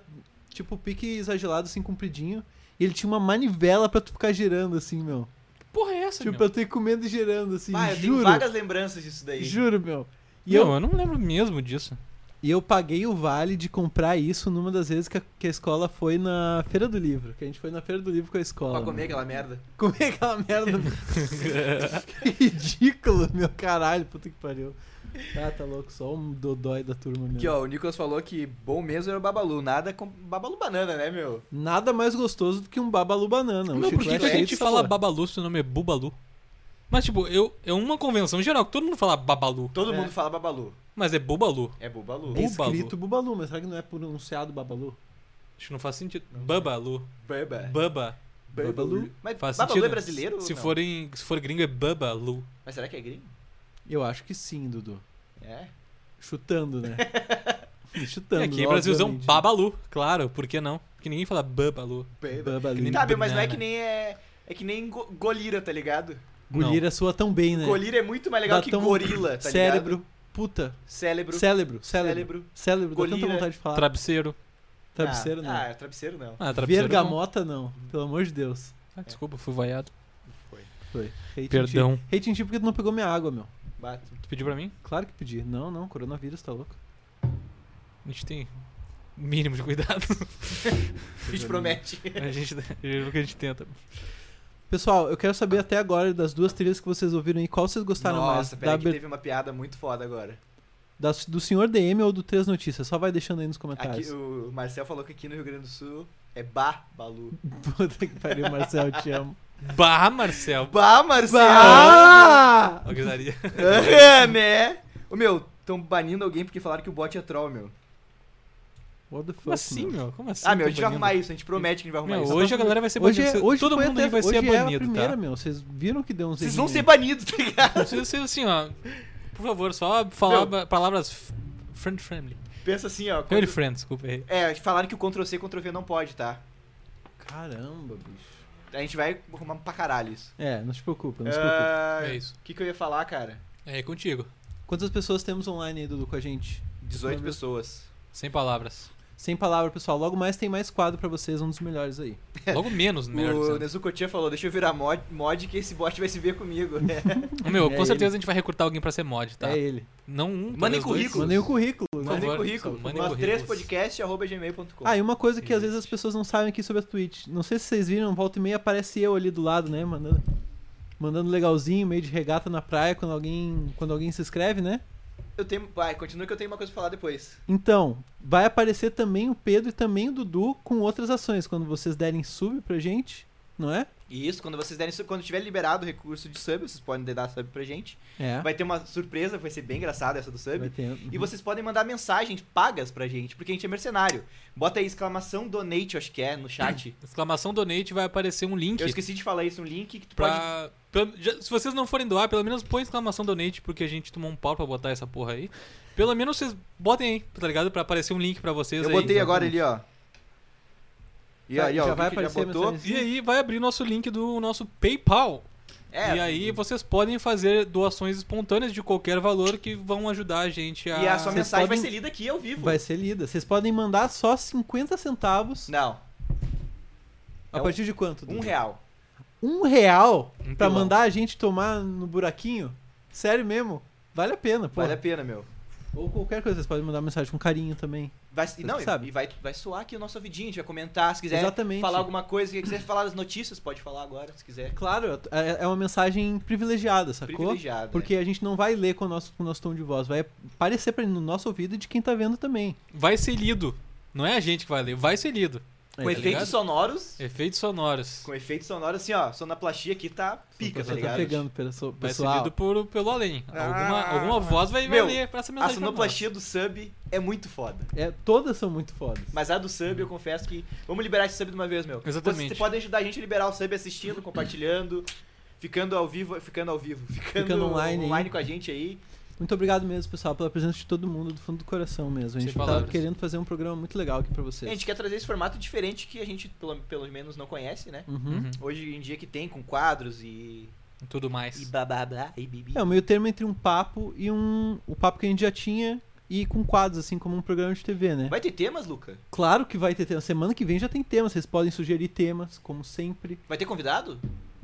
S2: tipo pique exagerado, assim, compridinho. E ele tinha uma manivela pra tu ficar girando, assim, meu.
S3: Que porra é essa,
S2: Tipo,
S3: meu?
S2: pra tu ir comendo e girando, assim.
S1: Ah, eu tenho
S2: juro.
S1: vagas lembranças disso daí.
S2: Juro, meu. E
S3: Não,
S1: é.
S2: eu,
S3: eu não lembro mesmo disso.
S2: e eu paguei o vale de comprar isso numa das vezes que a, que a escola foi na Feira do Livro. Que a gente foi na Feira do Livro com a escola.
S1: Pra comer
S2: meu.
S1: aquela merda.
S2: Comer é aquela merda. que ridículo, meu caralho. Puta que pariu. Ah, tá louco. Só um dodói da turma mesmo.
S1: Aqui, ó, o Nicolas falou que bom mesmo era o Babalu. Nada com Babalu banana, né, meu?
S2: Nada mais gostoso do que um babalu banana. Um
S3: Não, por que
S2: chiclete
S3: que a
S2: cheio
S3: gente
S2: de
S3: fala
S2: sabor.
S3: babalu se o nome é bubalu? Mas, tipo, eu, é uma convenção geral que todo mundo fala babalu,
S1: Todo
S2: É.
S1: mundo fala Babalu.
S3: mas é bubalu.
S1: É Bubalu.
S2: É
S3: Bubalu.
S2: escrito bubalu, mas será que não é pronunciado babalu?
S3: Acho que não faz sentido. Babalu.
S1: Baba.
S3: Baba.
S1: Babalu. Mas
S3: Faz
S1: É. Babalu
S3: sentido.
S1: é brasileiro?
S3: Se
S1: Não.
S3: for, em, se for gringo é babalu.
S1: Mas será que é gringo?
S2: Eu acho que sim, Dudu.
S1: É.
S2: Chutando, né? Chutando.
S3: e aqui em Brasilzão,
S2: obviamente.
S3: babalu. Claro, por que não? Porque ninguém fala babalu.
S1: Baba.
S2: Babalu.
S1: Tá, meu, mas não é
S3: Banana.
S1: que nem é... É que nem go- golira, tá ligado?
S2: Golira soa tão bem, né?
S1: Golira é muito mais legal
S2: Dá
S1: que
S2: tão-
S1: gorila, tá ligado?
S2: Cérebro. Puta.
S1: Cérebro.
S2: Célebro.
S1: Cérebro.
S2: Célebro. Célebro. Dá tanta
S1: Golira.
S2: vontade de falar.
S3: Travesseiro.
S2: Travesseiro
S1: ah,
S2: não.
S1: Ah, travesseiro não.
S3: Ah, travesseiro.
S2: Vergamota não. Pelo amor de Deus.
S3: Ah, desculpa, fui vaiado.
S2: Foi. Hate
S3: Perdão.
S2: em ti. Hate em ti porque tu não pegou minha água, meu.
S1: Bato.
S3: Tu pediu pra mim?
S2: Claro que pedi. Não, não. Coronavírus, tá louco.
S3: A gente tem o mínimo de cuidado.
S1: A gente promete.
S3: a gente, é o que a gente tenta.
S2: Pessoal, eu quero saber até agora das duas trilhas que vocês ouviram aí, qual vocês gostaram mais?
S1: Nossa, peraí
S2: da
S1: que
S2: aber-
S1: teve uma piada muito foda agora.
S2: da- do senhor DM ou do Três Notícias? Só vai deixando aí nos comentários.
S1: Aqui, o Marcel falou que aqui no Rio Grande do Sul é Bah Balu.
S2: Puta que pariu, Marcel, te amo.
S3: Bah, Marcel.
S1: Bah, Marcel!
S2: Bah!
S3: Ó, guisaria.
S1: É, né? Ô, meu, tão banindo alguém porque falaram que o bot é troll, meu.
S2: What the fuck,
S3: Como assim,
S2: meu?
S3: meu? Como assim?
S1: Ah, meu, a gente
S3: tô
S1: vai
S3: banindo?
S1: arrumar isso, a gente promete que a gente vai arrumar
S3: Meu,
S1: isso.
S3: hoje a galera vai ser
S2: Hoje,
S3: banida.
S2: é- hoje
S3: Todo
S2: foi
S3: mundo
S2: até,
S3: aí vai ser
S2: hoje é a
S3: banido,
S2: primeira,
S3: tá?
S2: meu. Vocês viram que deu uns
S1: Vocês vão
S2: errinhos
S1: ser
S2: aí?
S1: banidos, tá ligado?
S3: Precisa ser assim, ó. Por favor, só falar ba- palavras f- friend friendly.
S1: Pensa assim, ó.
S3: Family
S1: quando-
S3: friend, desculpa, errei.
S1: É, falaram que o Ctrl-C, Ctrl-V não pode, tá?
S2: Caramba, bicho.
S1: A gente vai arrumar pra caralho isso.
S2: É, não se preocupa, não se preocupa.
S1: Ah,
S3: É isso.
S1: O que, que eu ia falar, cara?
S3: É contigo.
S2: Quantas pessoas temos online aí, Dudu, com a gente?
S1: 18
S2: Vamos ver.
S1: pessoas.
S3: Sem palavras.
S2: Sem palavra, pessoal. Logo mais tem mais quadro pra vocês, um dos melhores aí.
S3: Logo menos, melhor
S1: O
S3: dizendo.
S1: Nezuko Chan falou, deixa eu virar mod, mod que esse bot vai se ver comigo.
S3: Ô, Meu,
S2: É
S3: com certeza
S2: ele.
S3: a gente vai recrutar alguém pra ser mod, tá?
S2: É ele.
S3: Não um,
S1: Mandem
S3: talvez
S1: currículo.
S3: dois.
S2: Mandei o currículo.
S3: Por
S1: Mandem
S3: favor,
S1: currículo.
S3: mandem
S1: Nós
S3: currículos.
S1: três podcast, arroba gmail.com.
S2: Ah, e uma coisa que às vezes as pessoas não sabem aqui sobre a Twitch. Não sei se vocês viram, volta e meia aparece eu ali do lado, né? Mandando, mandando legalzinho, meio de regata na praia quando alguém, quando alguém se inscreve, né?
S1: Eu tenho... Vai, continua que eu tenho uma coisa pra falar depois.
S2: Então, vai aparecer também o Pedro e também o Dudu com outras ações. Quando vocês derem sub pra gente, não é?
S1: E isso, quando vocês derem... su- Quando tiver liberado o recurso de sub, vocês podem dar sub pra gente.
S2: É.
S1: Vai ter uma surpresa, vai ser bem engraçada essa do sub.
S2: Vai ter-
S1: E vocês podem mandar mensagens pagas pra gente, porque a gente é mercenário. Bota aí exclamação donate, eu acho que é, no chat.
S3: Exclamação donate vai aparecer um link
S1: Eu esqueci de falar isso, um link que tu pode.
S3: pra... pelo- já- se vocês não forem doar, pelo menos põe exclamação donate, porque a gente tomou um pau pra botar essa porra aí. Pelo menos vocês botem aí, tá ligado? Pra aparecer um link pra vocês
S1: Eu
S3: aí.
S1: botei agora ali, ó. E
S2: Tá,
S1: aí, ó,
S2: já
S1: o
S2: vai
S1: Vic já
S2: aparecer a
S1: botou.
S2: mensagem.
S3: E aí vai abrir nosso link do nosso PayPal.
S1: É,
S3: e aí vocês podem fazer doações espontâneas de qualquer valor que vão ajudar a gente a.
S1: e é a sua
S2: Vocês
S1: mensagem
S2: podem-
S1: vai ser lida aqui ao vivo.
S2: Vai ser lida. Vocês podem mandar só 50 centavos.
S1: Não,
S2: A
S1: é
S2: partir de quanto?
S1: um
S2: Dudu?
S1: real.
S2: Um real
S3: Um
S2: pra
S3: pilão.
S2: mandar a gente tomar no buraquinho? Sério mesmo? Vale a pena, pô.
S1: Vale a pena, meu.
S2: Ou qualquer coisa, vocês podem mandar mensagem com carinho também.
S1: Vai, e não,
S2: que
S1: e-
S2: sabem.
S1: e vai, vai soar aqui o nosso ouvidinho, a gente vai comentar. Se quiser
S2: Exatamente.
S1: falar alguma coisa, se quiser falar das notícias, pode falar agora, se quiser.
S2: Claro, é, é uma mensagem privilegiada, sacou?
S1: Privilegiada, é.
S2: Porque a gente não vai ler com o nosso, com o nosso tom de voz, vai aparecer pra, no nosso ouvido e de quem tá vendo também.
S3: Vai ser lido. Não é a gente que vai ler, vai ser lido.
S1: Com
S3: tá
S1: efeitos
S3: ligado?
S1: sonoros.
S3: Efeitos sonoros.
S1: Com efeitos sonoros, assim, ó. Sonoplastia aqui tá pica,
S2: Só
S1: tá ligado?
S2: Tá pegando, pessoal.
S3: Vai ser lido por, pelo além. Alguma, alguma voz vai, vai
S1: Ah. Meu,
S3: ler pra essa
S1: A
S3: mensagem. pra nós.
S1: sonoplastia do sub é muito foda.
S2: É, todas são muito fodas.
S1: Mas a do sub, eu confesso que. Vamos liberar esse sub de uma vez, meu.
S3: Exatamente.
S1: Vocês podem ajudar a gente a liberar o sub assistindo, compartilhando, ficando ao vivo, ficando ao vivo, ficando,
S2: Ficando online aí.
S1: online com a gente aí.
S2: Muito obrigado mesmo, pessoal, pela presença de todo mundo, do fundo do coração mesmo. A
S3: Sem
S2: gente tá
S3: palavras.
S2: querendo fazer um programa muito legal aqui pra
S1: A
S2: vocês.
S1: gente quer trazer esse formato diferente que a gente, pelo, pelo menos, não conhece, né?
S2: Uhum.
S3: Uhum.
S1: Hoje em dia que tem, com quadros e.
S3: Tudo mais.
S1: e blá blá blá e bibi.
S2: É, o meio termo entre um papo e um. O papo que a gente já tinha e com quadros, assim, como um programa de TV, né?
S1: Vai ter temas, Luca?
S2: Claro que vai ter tema. Semana que vem já tem temas, vocês podem sugerir temas, como sempre.
S1: Vai ter convidado?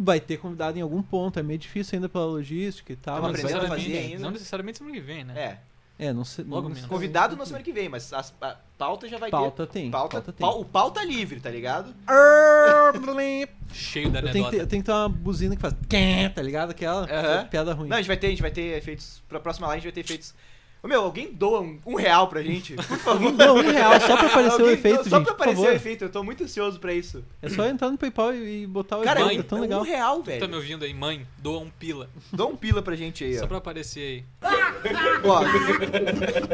S2: Vai ter convidado em algum ponto, é meio difícil ainda pela logística e tal.
S1: Tamo
S2: mas-
S1: aprendendo a fazer
S3: necessariamente-
S1: ainda.
S3: Não necessariamente semana que vem, né?
S1: É.
S2: É, não sei.
S3: Logo
S2: não
S3: menos.
S1: Convidado na semana que vem, mas as- a pauta já vai
S2: Pauta
S1: ter.
S2: tem,
S1: Pauta,
S2: pauta tem.
S1: pau- o pau tá livre, tá ligado?
S3: Cheio da
S2: Eu tenho, que
S3: anedota.
S2: ter, eu tenho que ter uma buzina que faz. "Quém", Tá ligado? Aquela
S1: né, Aham.
S2: piada ruim.
S1: Não, a gente vai ter, a gente vai ter efeitos. Pra próxima live a gente vai ter efeitos. Ô meu, alguém doa um, um real pra gente, por favor.
S2: Não, um real, só pra aparecer o
S1: Alguém
S2: efeito,
S1: doa-
S2: gente.
S1: Só pra
S2: por
S1: aparecer o
S2: favor.
S1: efeito, eu tô muito ansioso pra isso.
S2: É só entrar no PayPal e, e botar o
S1: Cara, é
S2: efeito,
S1: um,
S2: é tão
S1: é
S2: legal.
S1: um real,
S3: Tá me
S1: velho.
S3: ouvindo aí, mãe? Doa um pila.
S1: Dá um pila pra gente aí,
S3: Só
S1: ó.
S3: pra aparecer aí.
S1: Ó,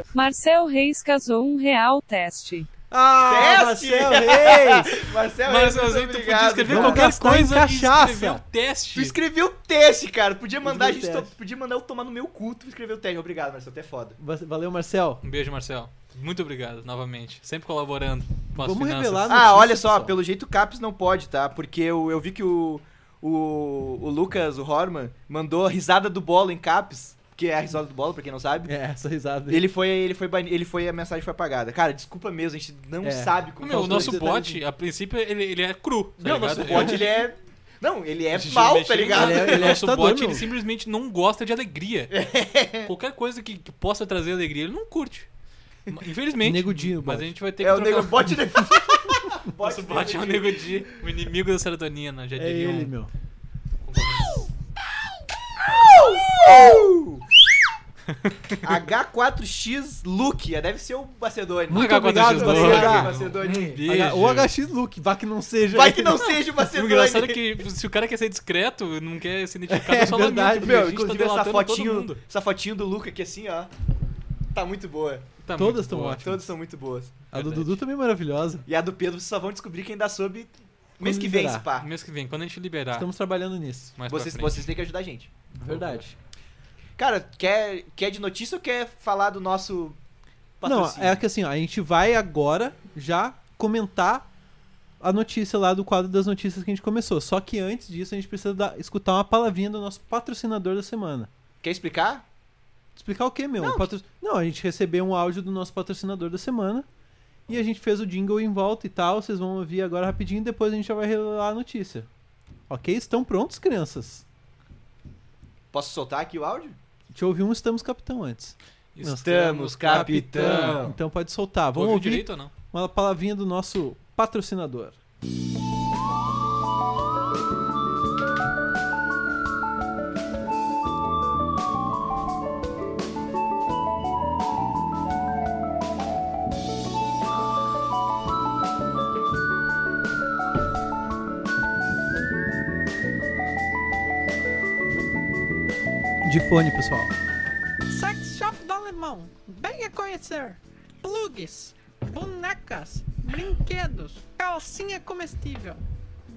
S11: Marcel Reis casou um real teste.
S2: Ah,
S1: Teste!
S2: Marcel Reis!
S1: Marcel,
S3: Mas
S1: muito é
S3: Marcelzinho, tu podia
S1: obrigado,
S3: escrever
S1: cara.
S2: Vamos
S3: qualquer
S2: gastar em
S3: coisa
S2: cachaça.
S3: e escrever um teste.
S1: Tu escreveu o teste, cara. Podia mandar, a
S2: Escrevi
S1: gente
S2: o
S1: to-
S2: teste.
S1: podia mandar eu tomar no meu culto tu escrever o teste. Obrigado, Marcel, até foda.
S2: Va- Valeu, Marcel.
S3: Um beijo, Marcel. Muito obrigado, novamente. Sempre colaborando com as
S2: Vamos
S3: finanças.
S2: revelar
S1: Ah,
S2: notícia,
S1: olha só,
S2: pessoal.
S1: pelo jeito o Caps não pode, tá? Porque eu, eu vi que o, o, o Lucas, o Horman, mandou a risada do bolo em Caps. que é a risada do Bola, pra quem não sabe.
S2: É, essa risada.
S1: Ele foi, ele foi, bani- ele foi, a mensagem foi apagada. Cara, desculpa mesmo, a gente não
S3: É.
S1: sabe como tá
S3: Meu, o nosso bot, a princípio, ele, ele é cru. Tá
S1: Não, o
S3: ligado?
S1: nosso bot, ele é... Não, ele é
S3: A gente
S1: mal,
S3: mexe
S1: tá
S3: no-
S1: ligado?
S3: o nosso bot, ele simplesmente não gosta de alegria. Qualquer coisa que, que possa trazer alegria, ele não curte. Ma- Infelizmente.
S2: Negodinho,
S3: Mas
S2: bot.
S3: a gente vai ter que
S1: É o
S3: trocar-
S1: nego bot...
S3: Nosso bot é o negodinho, o inimigo da serotonina, já
S2: É
S3: diria
S2: ele,
S3: um-
S2: meu.
S1: H4X Luke, ah, deve ser o Macedônio.
S2: Muito
S1: H4X
S2: obrigado,
S1: Luke.
S2: Macedônio.
S1: Macedônio.
S3: Beijo.
S2: Ou HX Luke, vai que não seja.
S1: Vai que não seja o
S3: O
S1: Macedônio.
S3: engraçado é que se o cara quer ser discreto, não quer ser identificado, eu só lamento, porque a
S1: É Meu,
S3: gente tá
S1: inclusive essa
S3: delatando todo
S1: fotinho,
S3: mundo.
S1: essa fotinho do Luca aqui assim, ó. Tá muito boa.
S3: Tá
S2: Todas
S3: muito
S2: estão
S3: boa.
S2: ótimas.
S1: Todas são muito boas.
S2: A do Dudu também é maravilhosa.
S1: E a do Pedro, vocês só vão descobrir quem dá sob mês
S2: Quando
S1: que vem,
S2: liberar.
S1: se pá.
S3: Ah, Mês que vem, quando a gente liberar.
S2: Estamos trabalhando nisso.
S3: mais pra
S1: Vocês,
S3: frente.
S1: vocês têm que ajudar a gente.
S2: Verdade.
S1: Cara, quer, quer de notícia ou quer falar do nosso
S2: Não,
S1: patrocínio?
S2: é que assim, ó, a gente vai agora já comentar a notícia lá do quadro das notícias que a gente começou. Só que antes disso, a gente precisa dar- escutar uma palavrinha do nosso patrocinador da semana.
S1: Quer explicar?
S2: Explicar o quê, meu? Não. Não, a gente recebeu um áudio do nosso patrocinador da semana e a gente fez o jingle em volta e tal. Vocês vão ouvir agora rapidinho e depois a gente já vai revelar a notícia. Ok? Estão prontos, crianças?
S1: Posso soltar aqui o áudio?
S2: Deixa eu ouvir um Estamos Capitão antes. tá
S1: Estamos Capitão.
S2: Então pode soltar. Vamos
S3: Ouviu
S2: ouvir
S3: direito ou não?
S2: uma palavrinha do nosso patrocinador. De fone, pessoal.
S7: Sex Shop do Alemão. Venha conhecer. Plugs, bonecas, brinquedos, calcinha comestível.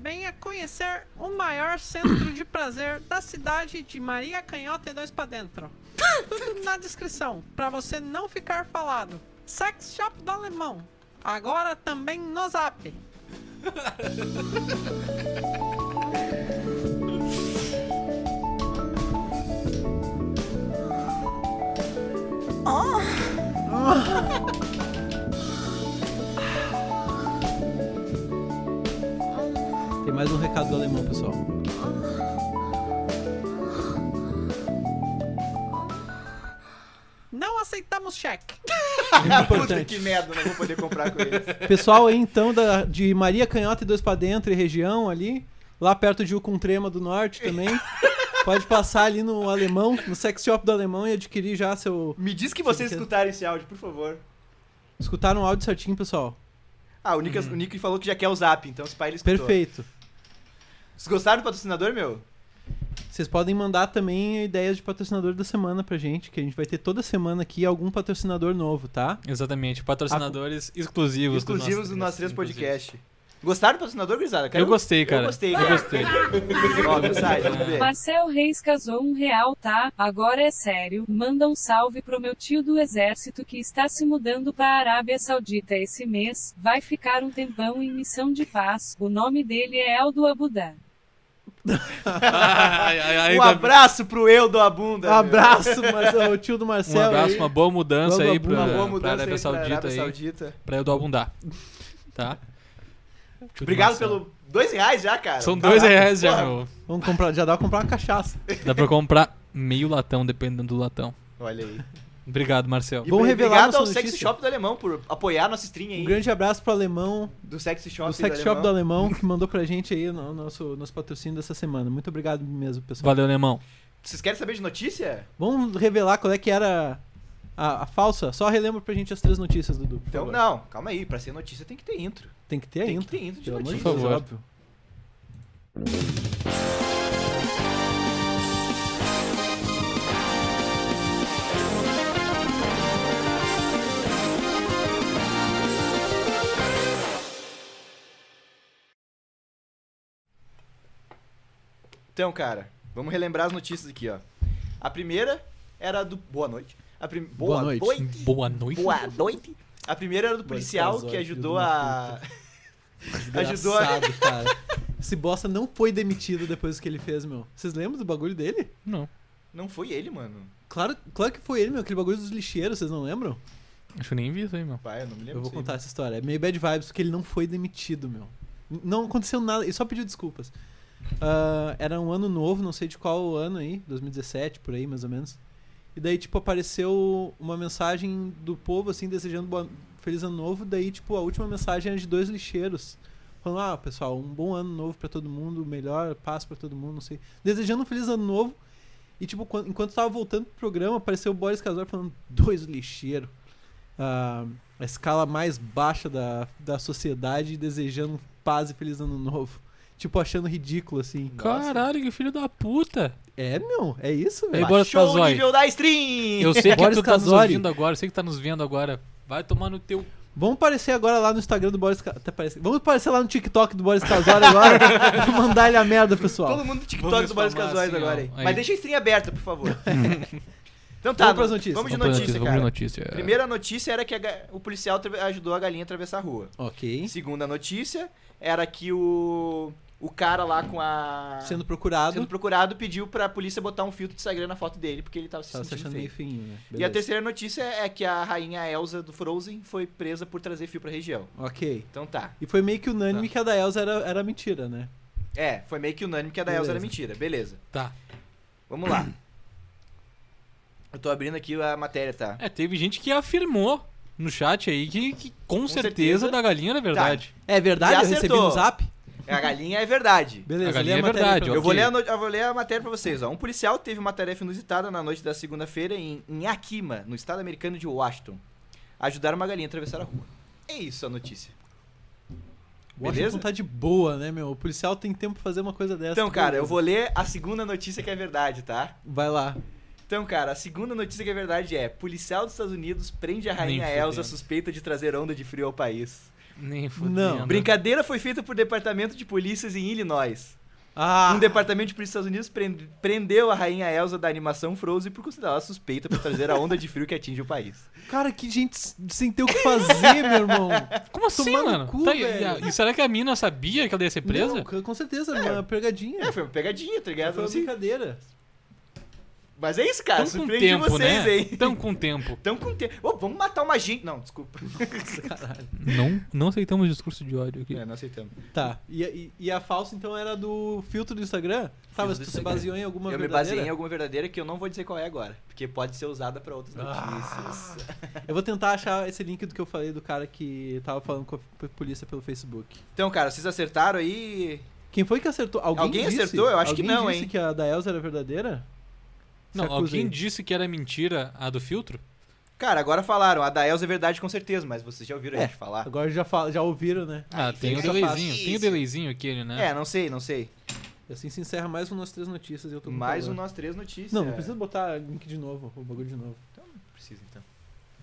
S7: Venha conhecer o maior centro de prazer da cidade de Maria Canhota e dois pra dentro. Tudo na descrição, pra você não ficar falado. Sex Shop do Alemão. Agora também no Zap.
S2: Tem mais um recado do alemão, pessoal.
S7: Não aceitamos cheque.
S3: É
S1: Ah, Puta que merda, não vou poder comprar com eles.
S2: Pessoal aí, então, da, de Maria Canhota e Dois pra Dentro e região ali, lá perto de Ucuntrema do Norte também, pode passar ali no Alemão, no sex shop do Alemão e adquirir já seu...
S1: Me diz que vocês escutaram esse áudio, por favor.
S2: Escutaram o um áudio certinho, pessoal?
S1: Ah, o Nick,
S3: Uhum.
S1: o Nick falou que já quer o zap, então esse pai ele escutou.
S2: Perfeito.
S1: Vocês gostaram do patrocinador, meu?
S2: Vocês podem mandar também ideias de patrocinador da semana pra gente, que a gente vai ter toda semana aqui algum patrocinador novo, tá?
S3: Exatamente, patrocinadores exclusivos.
S1: Exclusivos
S3: do
S1: do
S3: nosso,
S1: nosso três podcast. Gostaram do patrocinador, Grisada?
S3: Eu gostei, cara.
S1: Eu gostei,
S3: Eu
S1: cara.
S3: gostei.
S1: Ó, mensagem, vamos ver.
S11: Marcel Reis casou um real, tá? Agora é sério. Manda um salve pro meu tio do exército que está se mudando pra Arábia Saudita esse mês. Vai ficar um tempão em missão de paz. O nome dele é Eldo Abudá.
S3: Ai, ai, ai,
S1: um
S3: Davi.
S1: abraço pro eu do Abunda. meu.
S2: Abraço, Marcelo, o tio do
S3: Um
S2: Marcelo.
S3: abraço,
S2: aí.
S3: uma boa mudança
S2: Vamos
S3: aí
S2: abundar.
S3: pra,
S2: Uma
S1: boa
S3: pra
S1: mudança
S3: Arábia
S1: aí pra
S3: Saudita
S1: Arábia
S3: aí.
S1: Saudita.
S3: Pra eu do Abundá. Tá? Tudo
S1: Obrigado
S3: massa.
S1: pelo dois reais já, cara.
S3: São dois
S1: Caraca,
S3: reais já,
S1: um porra.
S3: meu.
S2: Vamos comprar, já dá pra comprar uma cachaça.
S3: Dá pra comprar meio latão, dependendo do latão.
S1: Olha aí.
S3: Obrigado, Marcel.
S1: E
S2: Vamos
S1: bem-
S2: revelar
S1: obrigado
S2: nossa
S1: ao Sex
S2: notícia?
S1: Shop do Alemão por apoiar nossa stream aí.
S2: Um grande abraço pro Alemão,
S1: Do Sex Shop
S2: do Sex Shop do Alemão, que mandou pra gente aí o no- nosso, nosso patrocínio dessa semana. Muito obrigado mesmo, pessoal.
S3: Valeu, alemão.
S1: Vocês querem saber de notícia?
S2: Vamos revelar qual é que era a, a falsa? Só relembra pra gente as três notícias, Dudu. por
S1: Então,
S2: favor.
S1: não, calma aí. Pra ser notícia tem que ter intro.
S2: Tem que ter
S1: Tem
S2: ainda.
S1: que ter intro de
S2: pelo amor de
S1: notícias.
S2: Deus,
S3: Por favor.
S2: óbvio.
S1: Então, cara, vamos relembrar as notícias aqui, ó. A primeira era do. Boa noite. A prim...
S2: Boa noite.
S3: Boa noite.
S1: Boa noite. A primeira era do
S2: Boa
S1: policial
S2: tarde,
S1: que ajudou
S2: tá filho de
S1: a. Ajudou a-
S2: Desgraçado, cara. Esse bosta não foi demitido depois do que ele fez, meu. Vocês lembram do bagulho dele?
S3: Não.
S1: Não foi ele, mano.
S2: Claro, claro que foi ele, meu. Aquele bagulho dos lixeiros, vocês não lembram?
S3: Acho que nem vi isso aí, meu.
S1: Pai, eu não me lembro.
S2: Eu vou
S1: disso aí,
S2: contar
S1: meu.
S2: essa história. É meio bad vibes, porque ele não foi demitido, meu. N- Não aconteceu nada, ele só pediu desculpas. Ah, era um ano novo, não sei de qual ano aí, 2017, por aí, mais ou menos. E daí, tipo, apareceu uma mensagem do povo, assim, desejando boa- feliz ano novo. Daí, tipo, a última mensagem era de dois lixeiros. Falando, ah, pessoal, um bom ano novo pra todo mundo, melhor paz pra todo mundo, não sei. Desejando um feliz ano novo. E, tipo, quan- enquanto tava voltando pro programa, apareceu o Boris Casar falando, dois lixeiros a, a escala mais baixa da, da sociedade desejando paz e feliz ano novo. Tipo, achando ridículo, assim.
S3: Caralho, que filho da puta.
S2: É, meu, é isso,
S3: Aí,
S2: velho.
S3: Boris
S1: Baixou o
S3: Casói.
S1: nível da stream!
S3: Eu sei que
S2: Boris
S3: tu tá nos
S2: Casói.
S3: ouvindo agora, eu sei que tá nos vendo agora. Vai tomar no teu.
S2: Vamos aparecer agora lá no Instagram do Boris Ca- tá aparecendo. Vamos aparecer lá no TikTok do Boris Casói agora. Vou mandar ele a merda, pessoal.
S1: Todo mundo no TikTok
S3: Vamos
S1: do Boris
S3: spamar
S1: Casóis
S3: assim,
S1: agora
S3: ó,
S1: aí.
S3: aí.
S1: Mas deixa a stream aberta, por favor. então tá,
S2: Vamos pras notícias.
S1: vamos de
S3: Vamos
S1: notícia,
S3: pras notícias,
S1: cara.
S3: vamos de notícia.
S1: Primeira notícia era que a ga- o policial tra- ajudou a galinha a atravessar a rua.
S2: Ok.
S1: Segunda notícia era que o, o cara lá com a...
S2: Sendo procurado.
S1: sendo procurado pediu pra polícia botar um filtro de Instagram na foto dele, porque ele tava se
S2: Tava se
S1: sentindo
S2: achando
S1: feio.
S2: meio feinho, né?
S1: E a
S2: Beleza.
S1: terceira notícia é que a rainha Elsa do Frozen foi presa por trazer fio pra região.
S2: Ok.
S1: Então tá.
S2: E foi meio que unânime que a da Elsa era, era mentira, né?
S1: É, foi meio que unânime que a da Elsa
S2: Beleza.
S1: era mentira. Beleza.
S3: Tá.
S1: Vamos lá. Eu tô abrindo aqui a matéria, tá?
S3: É, teve gente que afirmou no chat aí que, que com, certeza,
S1: certeza. Tá.
S3: da galinha era verdade.
S2: É verdade?
S1: Já
S2: Eu recebi
S1: acertou.
S2: no zap?
S1: A galinha é verdade.
S2: Beleza,
S3: A galinha
S2: lê
S3: é
S2: matéria aí
S3: verdade,
S2: pra
S3: ó.
S2: mim.
S1: Eu vou,
S3: Ok.
S1: ler a no- eu vou ler a matéria pra vocês, ó. Um policial teve uma tarefa inusitada na noite da segunda-feira em, em Yakima, no estado americano de Washington. Ajudar uma galinha a atravessar a rua. É isso a notícia.
S2: Washington
S1: Beleza?
S2: tá de boa, né, meu? O policial tem tempo pra fazer uma coisa dessa.
S1: Então, cara, eu
S2: Beleza.
S1: vou ler a segunda notícia que é verdade, tá?
S2: Vai lá.
S1: Então, cara, a segunda notícia que é verdade é: policial dos Estados Unidos prende a rainha
S3: Nem
S1: Elsa
S3: fudendo.
S1: suspeita de trazer onda de frio ao país.
S3: Nem fudendo.
S2: Não.
S1: Brincadeira foi feita por departamento de polícias em Illinois.
S2: Ah,
S1: Um departamento de polícia dos Estados Unidos prende- prendeu a rainha Elsa da animação Frozen por considerá-la suspeita por trazer a onda de frio que atinge o país.
S2: cara, que gente s- sem ter o que fazer, meu irmão.
S3: Como assim,
S2: Tomar no
S3: mano?
S2: cu,
S3: Tá, e,
S2: velho.
S3: e- e será que a mina sabia que ela ia ser presa?
S2: Não, c- com certeza, é uma pegadinha.
S1: É, foi uma pegadinha, tá ligado? Não
S2: foi uma
S1: sei-
S2: brincadeira.
S1: Mas é isso, cara.
S3: assim. Tão com
S1: Surpreendi
S3: tempo,
S1: vocês,
S3: né?
S1: hein?
S3: Tão com tempo.
S1: Tão com tempo. Ô, vamos matar uma gente. Não, desculpa.
S3: Não, não aceitamos discurso de ódio aqui.
S1: É, não aceitamos.
S2: Tá. E, e- e a falsa, então, era do filtro do Instagram? Tá, mas
S1: do
S2: tu se
S1: Instagram.
S2: baseou em alguma
S1: eu me
S2: verdadeira?
S1: baseei em alguma verdadeira que eu não vou dizer qual é agora. Porque pode ser usada pra outras
S3: Ah.
S1: notícias.
S2: Eu vou tentar achar esse link do que eu falei do cara que tava falando com a p- polícia pelo Facebook.
S1: Então, cara, vocês acertaram aí.
S2: Quem foi que acertou? Alguém,
S1: Alguém
S2: disse?
S1: acertou? Eu acho que
S2: Alguém
S1: não,
S2: disse
S1: hein?
S2: que a da Elsa era verdadeira?
S3: Não,
S2: Se
S3: alguém
S2: acusei.
S3: disse que era mentira a do filtro?
S1: Cara, agora falaram. A da Elsa é verdade com certeza, mas vocês já ouviram a
S2: É,
S1: gente falar.
S2: Agora já, fala- já ouviram, né?
S3: Ah, tem o
S2: fica
S3: delayzinho.
S5: fácil.
S3: Tem o delayzinho aquele, né?
S1: É, não sei, não sei.
S2: E assim se encerra mais um Nós Três Notícias e eu tô com
S1: Mais um
S2: calor.
S1: Nós Três Notícias.
S2: Não, não precisa botar link de novo, o bagulho de novo.
S1: Precisa, então.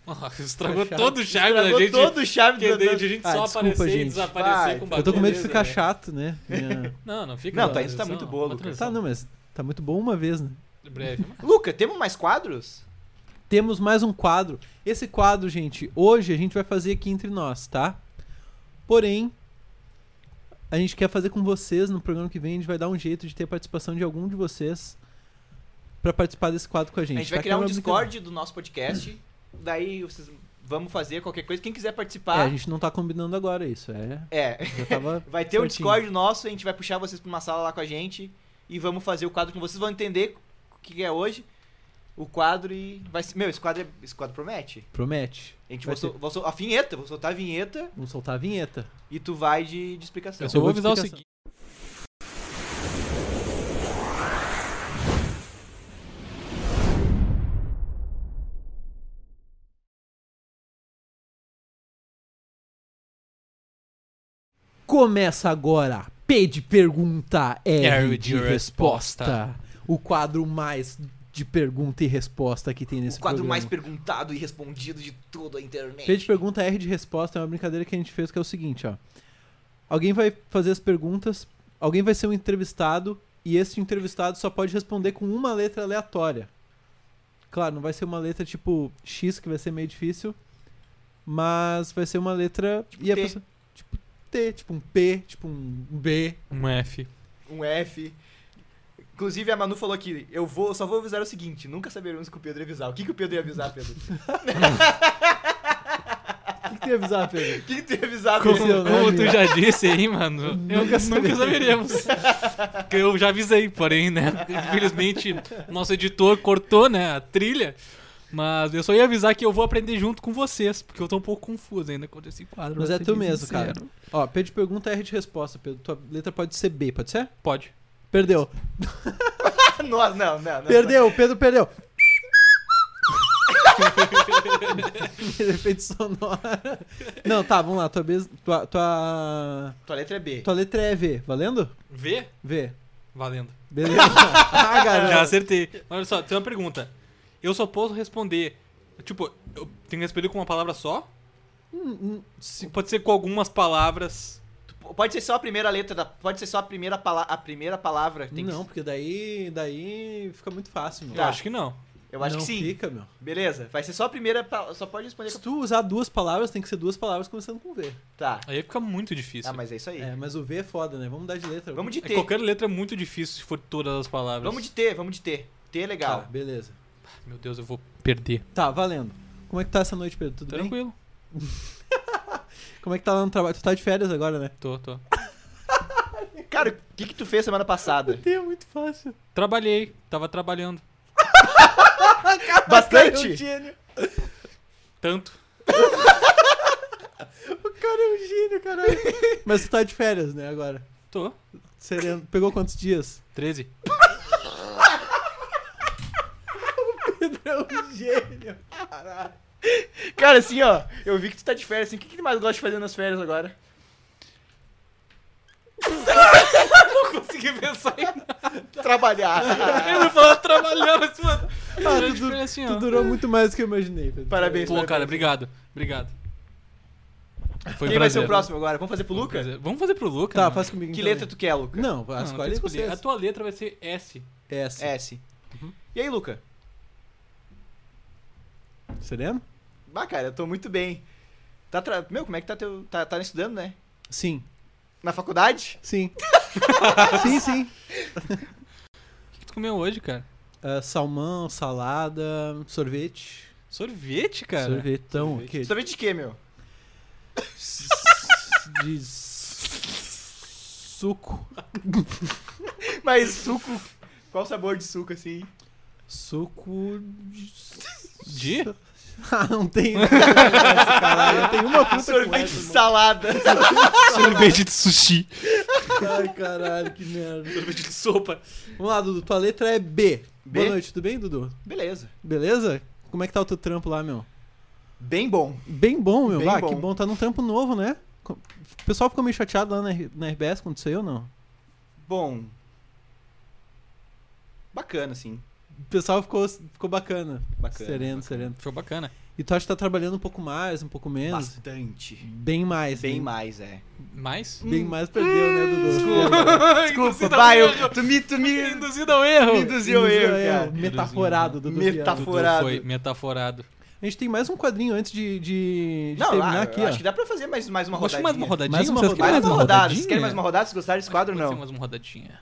S3: Ah, estragou
S2: Fechado.
S3: todo o charme da
S1: Estragou
S3: gente.
S1: todo o charme
S3: que
S1: da-
S3: de,
S1: da-
S3: de a gente
S2: Ah,
S3: só
S2: desculpa,
S3: aparecer e
S2: gente.
S3: desaparecer
S1: Vai.
S3: com
S1: Eu
S3: bagulho.
S2: Eu tô com medo de
S3: beleza,
S2: ficar
S3: né?
S2: chato, né? Minha-
S3: Não, não fica.
S1: Não,
S3: com
S1: tá, isso tá
S3: atenção,
S1: muito bom,
S3: com
S1: Lucas.
S3: atenção.
S2: Tá, não, mas tá muito bom uma vez, né?
S3: Breve, é mas-
S1: Ah, Luca, temos mais quadros?
S2: Temos mais um quadro. Esse quadro, gente, hoje a gente vai fazer aqui entre nós, tá? Porém, a gente quer fazer com vocês no programa que vem, a gente vai dar um jeito de ter participação de algum de vocês pra participar desse quadro com a gente.
S1: a gente vai
S2: tá? Que
S1: criar
S2: é
S1: um
S2: uma brincadeira.
S1: Discord do nosso podcast. Daí vocês vamos fazer qualquer coisa. Quem quiser
S2: Uhum. É,
S1: participar.
S2: a gente não tá combinando agora isso, é.
S1: é.
S2: Já tava
S1: Vai ter um
S2: certinho.
S1: Discord nosso, a gente vai puxar vocês pra uma sala lá com a gente e vamos fazer o quadro com vocês. Vão entender o que é hoje, o quadro e. Vai ser... Meu, esse quadro, é- esse quadro promete.
S2: Promete.
S1: A gente
S2: Vai
S1: vai sol- vou sol- a vinheta, vou soltar a vinheta
S2: Vamos soltar a vinheta.
S1: e tu vai de, de explicação.
S3: Eu só
S2: vou
S3: vou
S2: de
S3: avisar o
S2: explicação.
S3: seguinte.
S2: Começa agora. P de pergunta, R
S3: R
S2: de
S3: de
S2: resposta. O quadro mais de pergunta e resposta que tem nesse
S1: o quadro
S2: programa.
S1: mais perguntado e respondido de toda a internet.
S2: P de pergunta, R de resposta é uma brincadeira que a gente fez que é o seguinte, ó. Alguém vai fazer as perguntas, alguém vai ser um entrevistado e esse entrevistado só pode responder com uma letra aleatória. Claro, não vai ser uma letra tipo X que vai ser meio difícil, mas vai ser uma letra e a
S1: T.
S2: pessoa tipo T, tipo um P, tipo um B,
S3: Um F.
S1: Um F. Inclusive, a Manu falou que eu vou, só vou avisar o seguinte: nunca saberemos o que o Pedro ia avisar. O que, que o Pedro ia avisar, Pedro?
S2: O que, que tu ia avisar, Pedro?
S1: O que, que tu ia avisar,
S3: Como,
S1: Pedro?
S3: como tu já disse aí, mano, eu nunca, saberemos. Porque eu já avisei, porém, né? Infelizmente, nosso editor cortou, né, a trilha. Mas eu só ia avisar que eu vou aprender junto com vocês, porque eu tô um pouco confuso ainda quanto a esse quadro.
S2: Mas
S3: vou
S2: é
S3: ser
S2: tu
S3: bem
S2: mesmo,
S3: sincero.
S2: cara. Ó, P de pergunta, R de resposta, Pedro. Tua letra pode ser B, pode ser?
S3: Pode.
S2: Perdeu.
S1: não, não, não, não.
S2: Perdeu, Pedro perdeu. Efeito sonoro. Não, tá, vamos lá. Tua, bes- tua, tua,
S1: Tua letra é B.
S2: tua letra é V, valendo?
S3: V?
S2: V.
S3: Valendo.
S2: Beleza. Ah, garoto.
S3: Já acertei. Mas olha só, tem uma pergunta. Eu só posso responder. Tipo, eu tenho que responder com uma palavra só?
S2: Hum, hum,
S3: Ou Pode ser com algumas palavras.
S1: Pode ser só a primeira letra da. Pode ser só a primeira, pala a primeira palavra. Tem
S2: Não,
S1: que...
S2: porque daí, daí fica muito fácil, meu.
S1: Tá.
S3: Eu acho que não.
S1: Eu acho
S2: Não
S1: que sim.
S2: fica, meu.
S1: Beleza. Vai ser só a primeira. pa- Só pode responder.
S2: Se
S1: com-
S2: tu usar duas palavras, tem que ser duas palavras começando com V.
S1: Tá.
S3: Aí fica muito difícil.
S1: Ah, mas é isso aí.
S2: É, mas o V é foda, né? Vamos mudar de letra.
S1: Vamos de
S3: É,
S1: T.
S3: qualquer letra é muito difícil se for todas as palavras.
S1: Vamos de T, vamos de T. T é
S2: Tá,
S1: legal.
S2: beleza.
S3: Meu Deus, eu vou perder.
S2: Tá, valendo. Como é que tá essa noite, Pedro? Tudo bem?
S3: Tranquilo.
S2: Como é que tá lá no trabalho? Tu tá de férias agora, né?
S3: Tô, tô.
S1: Cara, o que, que tu fez semana passada?
S2: É muito fácil.
S3: Trabalhei, tava trabalhando.
S2: É um
S1: Bastante?
S2: gênio.
S3: Tanto.
S2: O cara é um gênio, caralho. Mas tu tá de férias, né, agora?
S3: Tô.
S2: Sereno. Pegou quantos dias?
S3: 13.
S2: Pedro é um gênio. Caralho.
S1: Cara, assim, ó, eu vi que tu tá de férias, assim, o que, que tu mais gosta de fazer nas férias agora?
S3: Não consegui pensar em nada.
S1: Trabalhar.
S3: Eu não falava trabalhar, mas, mano.
S2: Ah,
S3: eu
S2: tu, du-
S3: falei assim,
S2: tu
S3: ó.
S2: durou muito mais do que eu imaginei, Pedro.
S1: Parabéns,
S3: Pô,
S1: parabéns.
S3: cara, obrigado. Obrigado. Foi um
S1: Quem vai ser
S3: prazer.
S1: o próximo agora? Vamos fazer pro Luca?
S3: Vamos fazer pro Luca?
S2: Tá,
S3: mano.
S2: faz comigo
S1: Que
S2: então,
S1: letra
S2: né?
S1: tu quer, Luca?
S2: Não,
S3: Não, não tem
S2: escolhe
S3: que escolher. é
S2: vocês.
S3: A tua letra vai ser S.
S2: É Essa.
S1: S.
S3: Uhum.
S1: E aí, Luca?
S2: Sereno?
S1: Ah, cara, eu tô muito bem. Tá tra- Meu, como é que tá teu. Tá, tá estudando, né?
S2: Sim.
S1: Na faculdade?
S2: Sim. sim, sim.
S3: O que, que tu comeu hoje, cara?
S2: Ah, salmão, salada, sorvete.
S3: Sorvete, cara?
S2: Sorvetão, ok.
S1: Sorvete de quê, meu?
S2: De s- suco.
S1: Mas suco. Qual o sabor de suco, assim?
S2: Suco de...
S3: De?
S2: Ah, não tem. né? Caralho, eu tenho uma fruta com
S1: Sorvete
S2: essa,
S1: de
S2: irmão.
S1: salada.
S3: Sorvete de sushi.
S2: Ai, caralho, que merda.
S3: Sorvete de sopa.
S2: Vamos lá, Dudu. Tua letra é B.
S1: B?
S2: Boa noite, tudo bem, Dudu?
S1: Beleza.
S2: Beleza? Como é que tá o teu trampo lá, meu?
S1: Bem bom.
S2: Bem bom, meu.
S1: Bem
S2: ah,
S1: bom.
S2: que bom. Tá num trampo novo, né? Co- O pessoal ficou meio chateado lá na, R- na RBS quando saiu, não?
S1: Bom. Bacana, assim.
S2: O pessoal ficou, ficou bacana.
S1: Bacana,
S2: Sereno, sereno.
S3: Show bacana.
S2: E tu acha que tá trabalhando um pouco mais, um pouco menos?
S1: Bastante.
S2: Bem mais.
S1: Bem
S2: né?
S1: mais, é.
S3: Mais?
S2: Bem mais perdeu, né, Dudu?
S3: tá
S1: Desculpa, vai, eu, tu me, tu me,
S3: Induzido ao erro.
S1: me induziu eu,
S2: É,
S1: cara.
S2: Metaforado, Dudu.
S1: Metafo-
S3: Dudu
S1: Metaforado.
S3: Foi metaforado.
S2: A gente tem mais um quadrinho antes de, de- de
S1: Não,
S2: terminar
S1: ah,
S2: aqui,
S1: acho
S2: ó.
S1: que dá pra fazer mais, mais uma
S3: Acho que
S1: rodadinha.
S3: mais uma rodadinha.
S2: Mais uma
S3: Vocês querem
S1: Mais uma rodada. Vocês
S3: rodadinha?
S1: querem mais uma rodada? Se gostaram desse quadro,
S3: Pode ser
S1: não.
S3: mais uma rodadinha.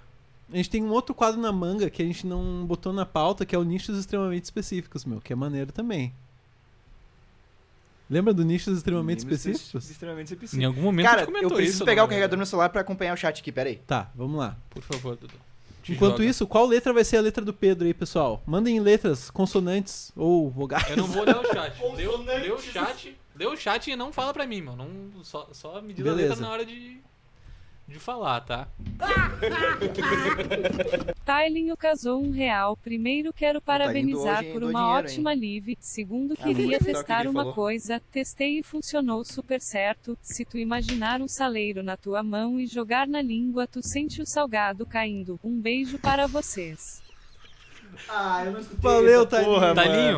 S2: A gente tem um outro quadro na manga que a gente não botou na pauta, que é o nichos extremamente específicos, meu, que é maneiro também. Lembra do nichos extremamente específicos?
S1: Extremamente específicos.
S3: Em algum momento a
S1: Cara,
S3: gente comentou
S1: eu preciso
S3: isso, né?
S1: pegar
S3: não,
S1: o carregador no meu celular pra acompanhar o chat aqui, peraí.
S2: Tá, vamos lá.
S3: Por favor, Dudu. Te
S2: Enquanto
S3: joga.
S2: isso, qual letra vai ser a letra do Pedro aí, pessoal? Mandem letras, consonantes ou vogais.
S3: Eu não vou ler o chat. lê, o- lê o chat. Lê o chat e não fala pra mim, meu. Não, só, só me diz a letra
S2: Beleza.
S3: na hora de, de falar, tá?
S11: Tailinho casou um real. Primeiro quero
S1: indo
S11: parabenizar
S1: hoje, hein?
S11: por
S1: Dou
S11: uma
S1: dinheiro,
S11: ótima live. Segundo,
S1: Ah, muito legal
S11: queria
S1: que
S11: testar
S1: ele
S11: uma
S1: falou.
S11: coisa. Testei e funcionou super certo. Se tu imaginar um saleiro na tua mão e jogar na língua, tu sente o salgado caindo. Um beijo para vocês.
S1: Ah, eu não escutei.
S2: Valeu, Thalinho.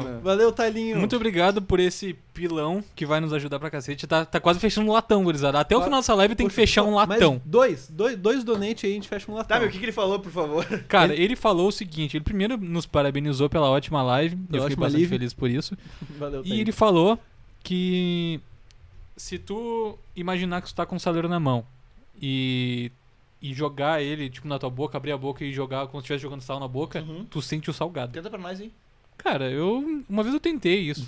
S3: Thalinho.
S2: Valeu, Tailinho.
S3: Muito obrigado por esse pilão que vai nos ajudar pra cacete. Tá, tá quase fechando um latão, gurizada. Até o final dessa live tem que
S2: Poxa,
S3: fechar um
S2: mais
S3: latão.
S2: Dois, dois, dois donate aí, a gente fecha um latão.
S1: Tá, meu, o que, que ele falou, por favor?
S3: Cara, ele... falou o seguinte: ele primeiro nos parabenizou pela ótima live. eu fiquei
S2: ótima
S3: bastante
S2: live.
S3: feliz por isso.
S2: Valeu,
S3: E
S2: Tailinho.
S3: ele falou que se tu imaginar que tu tá com um saleiro na mão e, e e jogar ele, tipo, na tua boca, abrir a boca e jogar como se estivesse jogando sal na boca,
S1: Uhum.
S3: tu sente o salgado.
S1: Tenta pra nós, hein?
S3: Cara, eu. Uma vez eu tentei isso.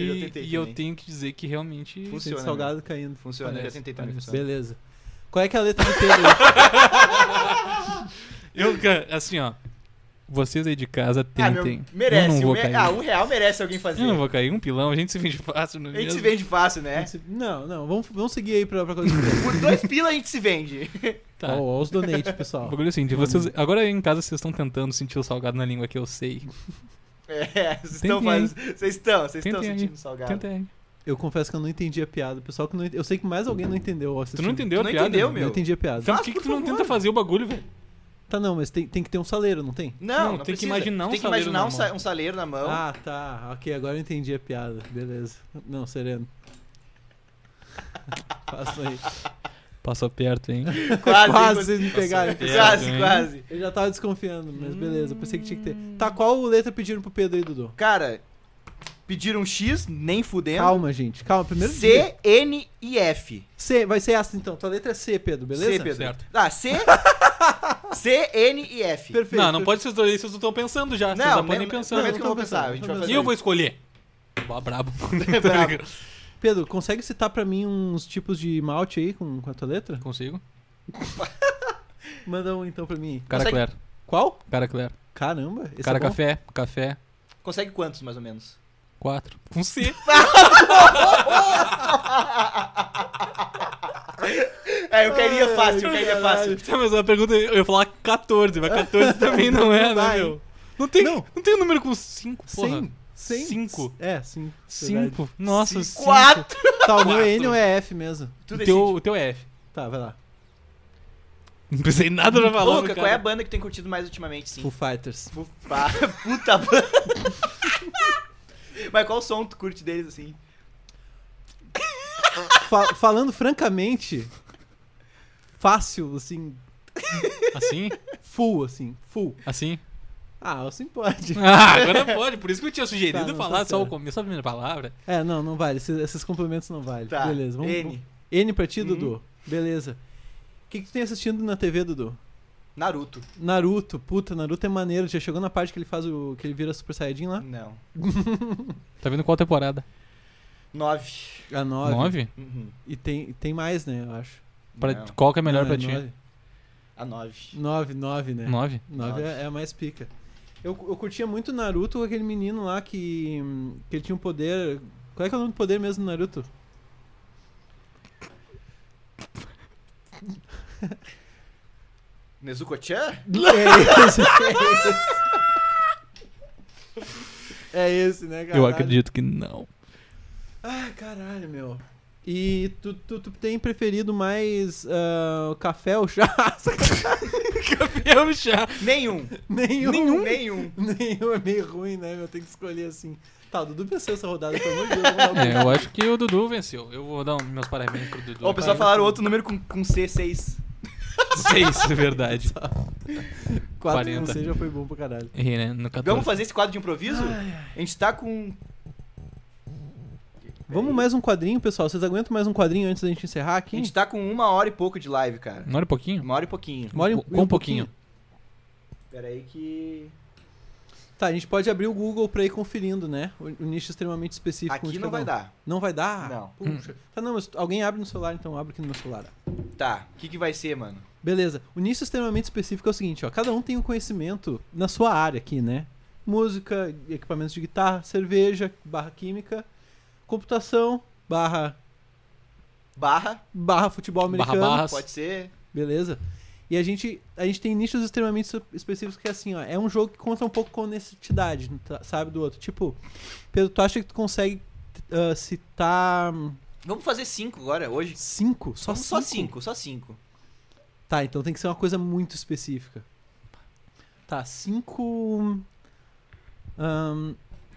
S1: Eu
S3: eu,
S1: já tentei
S3: e eu
S1: também.
S3: tenho que dizer que realmente.
S1: Funciona,
S3: Sente
S2: salgado caindo.
S1: Funciona, eu já tentei também, funciona.
S2: Beleza. Qual é que é a letra do Pedro?
S3: Eu, cara, assim, ó. Vocês aí de casa
S1: Ah, meu,
S3: tentem.
S1: merece.
S3: Eu não vou
S1: um re-
S3: cair.
S1: Ah, um real merece alguém fazer.
S3: Eu não vou cair. Um pilão, a gente se vende fácil. Não é
S1: A gente se
S3: mesmo?
S1: vende fácil,
S3: É?
S1: né?
S2: não, não, vamos, vamos seguir aí pra, pra coisa do Pedro.
S1: Por dois pila a gente se vende.
S3: Tá.
S2: Ó, ó os donate, pessoal.
S3: O bagulho é o seguinte, vocês, agora aí em casa vocês estão tentando sentir o salgado na língua que eu sei.
S1: É, vocês
S3: Tentem
S1: estão fazendo. Vocês estão, vocês estão
S3: Tentem aí.
S1: sentindo salgado.
S3: Tentem aí.
S2: Eu confesso que eu não entendi a piada. O pessoal que não ente- Eu sei que mais alguém não entendeu. ó,
S3: Tu não entendeu
S1: Tu
S3: a
S1: não
S3: piada?
S1: entendeu,
S3: né?
S1: meu?
S2: Eu entendi a piada.
S3: Então por que, que tu não tenta fazer o bagulho, velho?
S2: Tá, não, mas tem, tem que ter um saleiro, não tem?
S1: Não, não
S3: tem que
S1: precisa.
S3: imaginar um
S1: Tem que
S3: saleiro
S1: imaginar
S3: na
S1: um,
S3: mão.
S1: sa- um saleiro na mão.
S2: Ah, tá. Ok, agora eu entendi a piada. Beleza. Não, sereno. Faço aí.
S3: Passou perto, hein?
S1: Quase,
S2: quase
S1: hein?
S2: vocês me pegaram.
S3: Passou
S2: pessoal.
S3: perto, hein?
S1: Quase,
S2: Eu já tava desconfiando, mas beleza. Eu pensei que tinha que ter. Tá, qual letra pediram pro Pedro aí, Dudu?
S1: Cara, pediram X, nem fudendo.
S2: Calma, gente. Calma, primeiro dia.
S1: C, N e F.
S2: C, vai ser essa então. Tua letra é C, Pedro, beleza?
S1: C, Pedro.
S3: Certo.
S1: Ah, C, C, N e F.
S2: Perfeito.
S3: Não, não pode vocês dois, vocês não estão pensando já. vocês já
S1: Não,
S3: podem
S1: nem
S3: pensar.
S1: pensando. que eu
S2: Não,
S1: vou
S2: tô
S1: pensar.
S2: pensando,
S1: A gente
S2: tô
S1: vai
S2: pensando.
S1: fazer.
S3: E eu vou escolher. Ó, brabo.
S1: Brabo.
S2: Pedro, consegue citar pra mim uns tipos de malte aí com, com a tua letra?
S3: Consigo?
S2: Manda um então pra mim.
S3: Cara
S1: Consegue-
S3: Claire.
S2: Qual?
S3: Cara Claire.
S2: Caramba, esse
S3: Cara
S2: é bom.
S3: café. Café.
S1: Consegue quantos, mais ou menos?
S3: Quatro. Com C.
S1: É, eu queria fácil, eu queria fácil.
S3: Tá, mas a pergunta, eu ia falar 14, mas 14 também não é, né,
S2: vai.
S3: meu? Não tem,
S2: Não.
S3: não. tem um número com 5, porra.
S2: Sim, sim.
S3: Cinco.
S2: É, cinco.
S3: 5? Nossa, cinco.
S1: Quatro.
S2: Tá, o meu
S3: Quatro.
S2: é N ou é F mesmo?
S1: Tu
S3: O
S1: decide.
S3: teu, o teu é F.
S2: Tá, vai lá.
S3: Não pensei em nada pra falar.
S1: Ô,
S3: cara.
S1: Luca, qual é a banda que tem curtido mais ultimamente, sim?
S2: Full Fighters.
S1: Pá, Puta banda. Mas qual som tu curte deles, assim?
S2: Fa- falando francamente, fácil, assim,
S3: Assim?
S2: full, assim, full.
S3: Assim?
S2: Ah, assim pode.
S3: Ah, agora pode. Por isso que eu tinha
S2: Tá,
S3: sugerido
S2: não,
S3: falar
S2: tá
S3: só o
S2: certo.
S3: começo, só a primeira palavra.
S2: É, não, não vale. Esses, esses complementos não vale.
S1: Tá,
S2: Beleza, vamos.
S1: N.
S2: vamos- N Uhum. pra ti, Dudu. Beleza. O que, que tu tem assistindo na TV, Dudu?
S1: Naruto.
S2: Naruto, puta, Naruto é maneiro. Já chegou na parte que ele faz o. que ele vira Super Saiyajin lá?
S1: Não.
S3: Tá vendo qual temporada?
S1: Nove.
S2: A 9.
S3: 9?
S1: Uhum.
S2: E tem, tem mais, né, eu acho.
S3: Pra,
S1: Não.
S3: qual que é melhor
S2: Não,
S3: pra
S2: é
S3: ti?
S2: nove.
S1: A nove.
S2: 9, 9, né?
S3: 9?
S2: 9 é, é a mais pica. Eu, eu curtia muito Naruto com aquele menino lá que, hum, que ele tinha um poder. Qual é que é o nome do poder mesmo do Naruto?
S1: Nezuko-chan?
S2: É esse, é esse. É esse, né, cara?
S3: Eu acredito que não.
S2: Ah, caralho, meu. E tu, tu, tu tem preferido mais ah, o café ou chá?
S3: Eu já.
S1: Nenhum.
S2: Nenhum.
S1: Nenhum.
S2: Nenhum é meio ruim, né, meu? Tem que escolher assim. Tá, o Dudu venceu essa rodada, pelo amor de Deus. vamos dar
S3: É, eu acho que o Dudu venceu. Eu vou dar um- meus parabéns pro Dudu.
S1: Ó, o pessoal falaram outro número com, com C6.
S3: 6, é verdade.
S2: um Quatro não
S3: 40.
S2: sei, já foi bom pra caralho.
S3: Errei, né? No 14.
S1: Vamos fazer esse quadro de improviso? A gente tá com.
S2: Vamos mais um quadrinho, pessoal. Vocês aguentam mais um quadrinho antes da gente encerrar
S1: A
S2: aqui?
S1: gente tá com uma hora e pouco de live, cara.
S3: Não era um pouquinho?
S1: Uma hora e pouquinho.
S2: Uma hora e-
S3: Com-
S2: e
S3: com um pouquinho.
S1: Pera aí que.
S2: Tá, a gente pode abrir o Google pra ir conferindo, né? O, o nicho extremamente específico.
S1: Aqui
S2: de
S1: não
S2: cada
S1: vai
S2: um.
S1: dar.
S2: Não vai dar?
S1: Não.
S2: Puxa. Tá, não, mas alguém abre no celular, então abre aqui no meu celular.
S1: Tá. O que, que vai ser, mano?
S2: Beleza. O nicho extremamente específico é o seguinte, ó. Cada um tem um conhecimento na sua área aqui, né? Música, equipamentos de guitarra, cerveja, barra química, computação, barra,
S1: Barra,
S2: barra futebol americano.
S3: barra, barras.
S1: pode ser.
S2: Beleza? E a gente, a gente tem nichos extremamente su- específicos que é assim, ó. É um jogo que conta um pouco com honestidade, tá- sabe? Do outro. Tipo, Pedro, tu acha que tu consegue ah, citar hum,
S1: Vamos fazer cinco agora, hoje.
S2: cinco? Só
S1: Vamos
S2: cinco?
S1: Só cinco, só cinco.
S2: Tá, então tem que ser uma coisa muito específica. Tá, cinco. hum,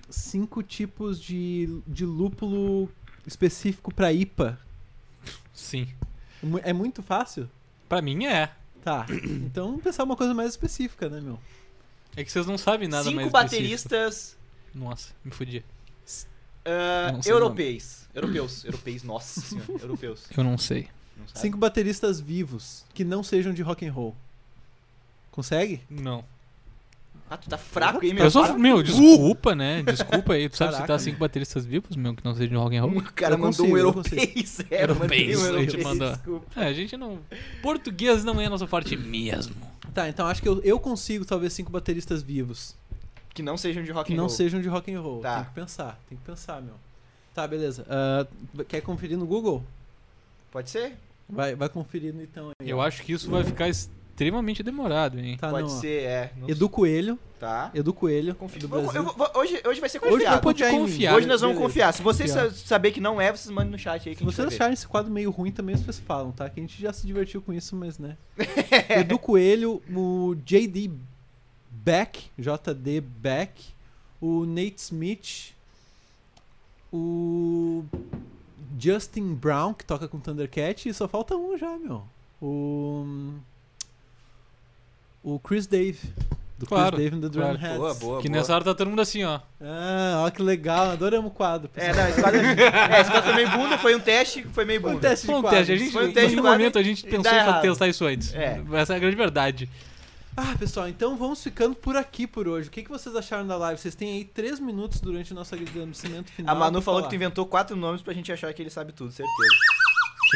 S2: cinco tipos de, de lúpulo específico pra IPA.
S3: Sim.
S2: Mu- É muito fácil?
S3: Pra mim é.
S2: Tá. Então vamos pensar uma coisa mais específica, né, meu?
S3: É que vocês não sabem nada mais
S1: cinco
S3: específico.
S1: bateristas
S3: Nossa, me fudi.
S1: ah,
S3: Não sei o nome.
S1: europeus. Europeus. Europeus, nossa senhora. Europeus.
S3: Eu não sei.
S1: sabe.
S2: Cinco bateristas vivos que não sejam de rock and roll. Consegue?
S3: Não.
S1: Ah, tu tá fraco aí, meu. uh!
S3: Eu sou, meu, desculpa, né? Desculpa aí. Tu sabe
S1: Caraca,
S3: citar cinco bateristas vivos, meu, que não seja de rock and roll?
S1: O cara
S3: Eu
S1: mandou
S3: consigo,
S1: um
S3: eu
S1: europeiz.
S3: consigo.
S1: É, eu mandei
S3: Europeus,
S1: um
S3: a gente
S1: europeis,
S3: mandou.
S1: desculpa.
S3: É, a gente não... Português não é nosso forte mesmo.
S2: Tá, então acho que eu, eu consigo talvez cinco bateristas vivos.
S1: Que não sejam de rock
S2: Que
S1: and
S2: não
S1: roll.
S2: sejam de rock and roll.
S1: Tá.
S2: Tem que pensar, tem que pensar, meu. Tá, beleza. Ah, quer conferir no Google?
S1: Pode ser?
S2: Vai, vai conferindo então aí.
S3: Eu
S2: ó.
S3: acho que isso vai ficar extremamente demorado, hein?
S2: Tá, não, ó.
S1: é.
S2: Edu Coelho.
S1: Tá.
S2: Edu Coelho. Do
S1: Vou- eu
S2: Brasil.
S1: vou- hoje, hoje vai ser
S2: Hoje
S1: confiado.
S2: não pode confiar,
S1: Hoje nós vamos
S2: beleza.
S1: confiar. Se vocês
S2: Confiar.
S1: sa- saber que não é, vocês mandem no chat aí que a
S2: Se
S1: gente
S2: vocês
S1: vai ver.
S2: acharem esse quadro meio ruim também, vocês falam, tá? Que a gente já se divertiu com isso, mas né. Edu Coelho, o JD Beck, JD Beck, o Nate Smith, o Justin Brown, que toca com Thundercat, e só falta um já, meu. O. O Chris Dave. Do
S3: Claro,
S2: Chris Dave and the
S3: claro.
S2: Drumheads.
S1: Boa, boa,
S3: Que
S1: boa.
S3: nessa hora tá todo mundo assim, ó.
S2: Ah, ó que legal, adoramos o quadro.
S1: É, não, esse quadro, é, esse quadro foi meio bunda, foi um teste, foi meio bunda.
S2: um teste de
S3: Foi um
S2: quadro.
S3: teste, a gente,
S1: Foi um
S3: foi
S1: teste de quadro
S3: momento a gente
S1: e
S3: pensou
S1: dá
S3: em fa-
S1: errado.
S3: testar isso antes.
S1: É.
S3: Essa é a grande verdade.
S2: Ah, pessoal, então vamos ficando por aqui por hoje. O que, que vocês acharam da live? Vocês têm aí três minutos durante o nosso agradecimento final.
S1: A Manu
S2: pra
S1: falou
S2: falar.
S1: que tu inventou quatro nomes pra gente achar que ele sabe tudo, certeza.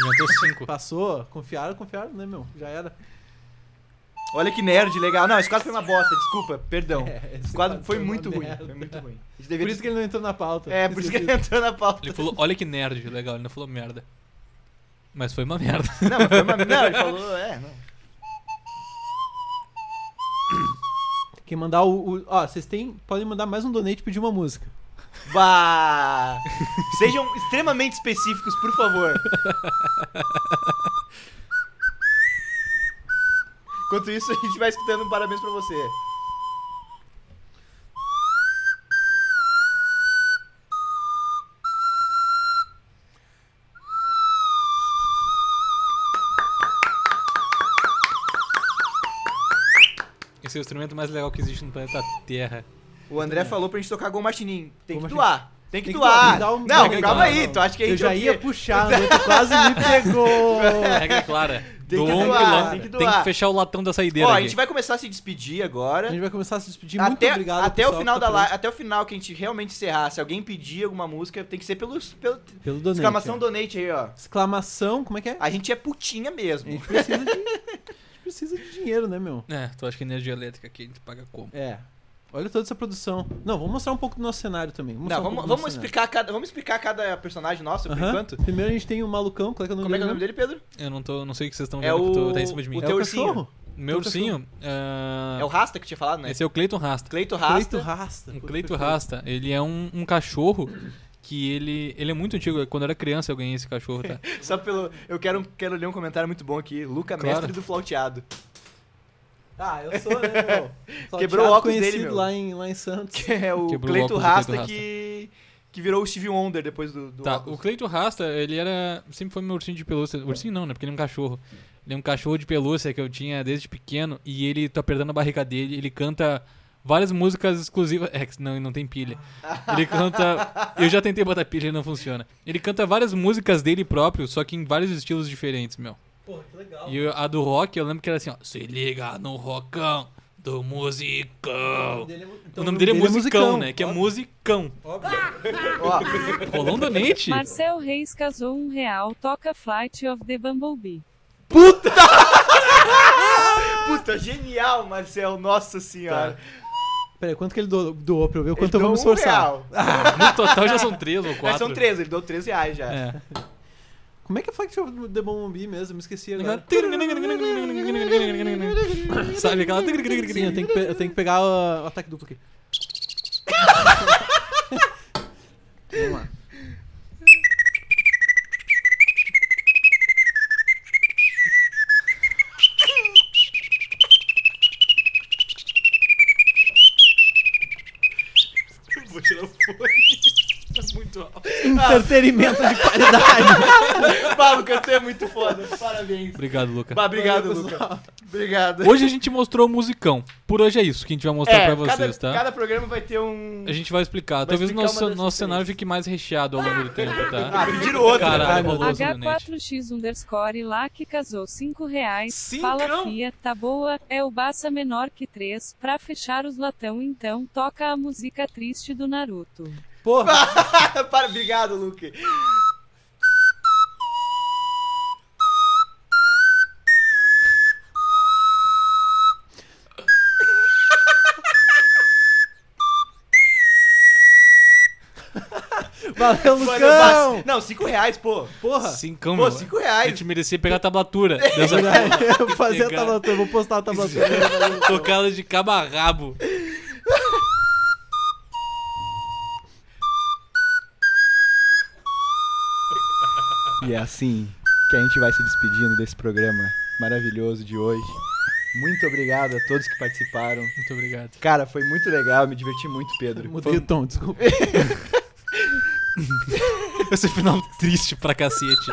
S3: Inventou cinco.
S2: Passou? Confiaram, confiaram, né, meu? Já era.
S1: Olha que nerd, legal. Não, esse quadro foi uma bosta, desculpa, perdão.
S2: É,
S1: esse quadro foi
S2: uma
S1: muito ruim,
S2: merda.
S1: foi muito ruim. A gente devia
S2: Por
S1: ter-
S2: isso que ele não entrou na pauta.
S1: É, por isso que ele entrou na pauta.
S3: Ele falou, olha que nerd, legal, ele não falou merda. Mas foi uma merda.
S1: Não, mas foi uma... Não, ele falou, é, não.
S2: Quem mandar o. o- ó, vocês têm, podem mandar mais um donate e pedir uma música.
S1: Bah! Sejam extremamente específicos, por favor. Enquanto isso, a gente vai escutando um parabéns pra você.
S3: Esse é o instrumento mais legal que existe no planeta Terra.
S1: O André falou pra gente tocar Gol Martininho. Tem que
S2: Gol
S1: doar.
S2: Martininho.
S1: Tem que
S2: Tem que
S1: doar.
S2: doar, me dá um-
S1: Não,
S2: me dá
S1: calma
S2: um-
S1: aí. Tu acha que a
S2: Eu
S1: gente é
S2: já
S1: o quê?
S2: ia puxar, né? mas tu quase me pegou.
S3: A regra é clara.
S1: que
S3: Doa um
S1: doar,
S3: quilômetro.
S1: tem que
S3: Tem
S1: doar.
S3: que fechar o latão da saideira
S1: Ó, a
S3: aqui.
S1: gente vai começar a se despedir
S2: A
S1: agora.
S2: gente vai começar a se despedir.
S1: até
S2: Muito obrigado.
S1: até o
S2: pessoal,
S1: final
S2: que
S1: da
S2: tá
S1: live, até o final que a gente realmente encerrar, se alguém pedir alguma música, tem que ser pelos, pelo
S2: presente. Pelo donate. é.
S1: exclamação
S2: ó.
S1: donate aí, ó.
S2: Exclamação, como é que é?
S1: A gente é putinha
S2: A
S1: mesmo.
S2: gente precisa de, a gente precisa de dinheiro, né, meu?
S3: É, tu acha que energia elétrica aqui a gente paga como?
S2: É. Olha toda essa produção. Não, vamos mostrar um pouco do nosso cenário também.
S1: Não,
S2: mostrar um
S1: vamos,
S2: pouco do
S1: vamos
S2: nosso cenário.
S1: explicar cada, vamos explicar cada personagem nosso por
S2: Aham.
S1: enquanto.
S2: Primeiro a gente tem o malucão, qual é, que é o nome
S1: Como é que
S2: dele?
S1: é o nome dele, Pedro?
S3: Eu não tô, não sei o que vocês estão
S1: É
S3: vendo, que
S1: o-
S3: tu tá em cima de mim.
S1: o
S2: mesmo?
S1: teu
S2: é o
S1: ursinho.
S2: cachorro.
S3: Meu ursinho, ah,
S1: É o Rasta que tinha falado, né?
S3: esse é o Cleiton Rasta.
S1: Cleito
S2: Cleito
S1: Rasta.
S2: Rasta.
S3: Um
S2: Puta,
S3: Cleito
S2: perfeito.
S3: Rasta, ele é um, um cachorro que ele. Ele é muito antigo. Quando eu era criança eu ganhei esse cachorro, tá?
S1: Só pelo. Eu quero, quero ler um comentário muito bom aqui. Luca,
S3: Claro.
S1: mestre do flauteado.
S2: Ah, eu sou, né, meu? Só
S1: Quebrou o
S2: teatro
S1: óculos dele,
S2: conhecido
S1: meu.
S2: Lá em, lá em Santos.
S1: Que é o
S3: Quebrou o
S1: Cleito
S3: óculos do
S1: Rasta,
S3: Cleito Rasta.
S1: que. que virou o Steve Wonder depois do, do
S3: Tá,
S1: óculos.
S3: o Cleito Rasta, ele era. Sempre foi meu ursinho de pelúcia. Ursinho não, né? Porque ele é um cachorro. Ele é um cachorro de pelúcia que eu tinha desde pequeno. E ele tá apertando a barriga dele. Ele canta várias músicas exclusivas. É, que não, não tem pilha. Ele canta. Eu já tentei botar pilha e não funciona. Ele canta várias músicas dele próprio, só que em vários estilos diferentes, meu.
S2: Porra, que legal.
S3: E eu- a do rock, eu lembro que era assim, ó. Se liga no rockão do musicão. o nome dele é musicão, né? Que é musicão. Rolou um donate?
S11: Marcel Reis casou um real, toca Flight of the Bumblebee.
S1: Puta, genial, Marcel. Nossa senhora.
S2: Peraí, quanto que ele doou, doou pra eu ver o quanto
S1: Ele
S2: eu vou me
S1: deu um
S2: esforçar?
S1: real.
S3: No total já são três ou
S1: Mas
S3: quatro.
S1: são três, ele deu três reais já.
S3: É.
S2: Como é que é Flight of the Bombi mesmo? Me esqueci agora.
S3: Sabe aquela.
S2: Sim, eu tenho que, pe- eu tenho que pegar o, o ataque duplo aqui. Vamos lá.
S1: Vou tirar o fone. Tá muito alto. Ah,
S2: Entretenimento de qualidade.
S1: Pablo, cantor é muito foda. Parabéns.
S3: Obrigado, Luca.
S1: Bah, obrigado,
S2: Valeu, pessoal.
S1: Luca. Obrigado.
S3: Hoje a gente mostrou o musicão. Por hoje é isso que a gente vai mostrar
S1: É,
S3: pra
S1: cada-
S3: vocês, tá?
S1: Cada programa vai ter um.
S3: A gente vai explicar.
S1: Vai
S3: Talvez o
S1: explicar
S3: nosso,
S1: uma das
S3: nosso cenário fique mais recheado ao longo do tempo, tá?
S1: Ah, pediram outro.
S3: Caralho, rolou o Zonete.
S11: H4X underscore lá que casou 5 reais. Fala Fia, tá boa, é o Baça menor que 3. Pra fechar os latão, então toca a música triste do Naruto.
S2: Porra!
S1: Para, obrigado, Luke.
S2: Valeu,
S1: Mano,
S2: Lucão!
S1: mas- Não, cinco reais, pô.
S2: Porra.
S3: Cincão,
S1: Pô,
S3: meu.
S1: cinco reais.
S3: A gente merecia pegar a tablatura. dessa
S2: Verdade, eu vou fazer a
S3: Pegar.
S2: tablatura, vou postar a tablatura.
S3: Tocar ela de cabo a rabo.
S1: E é assim que a gente vai se despedindo desse programa maravilhoso de hoje. Muito obrigado a todos que participaram.
S3: Muito obrigado.
S1: Cara, foi muito legal, me diverti muito, Pedro.
S2: Mudei o tom, desculpa.
S1: É.
S3: Esse final triste pra cacete.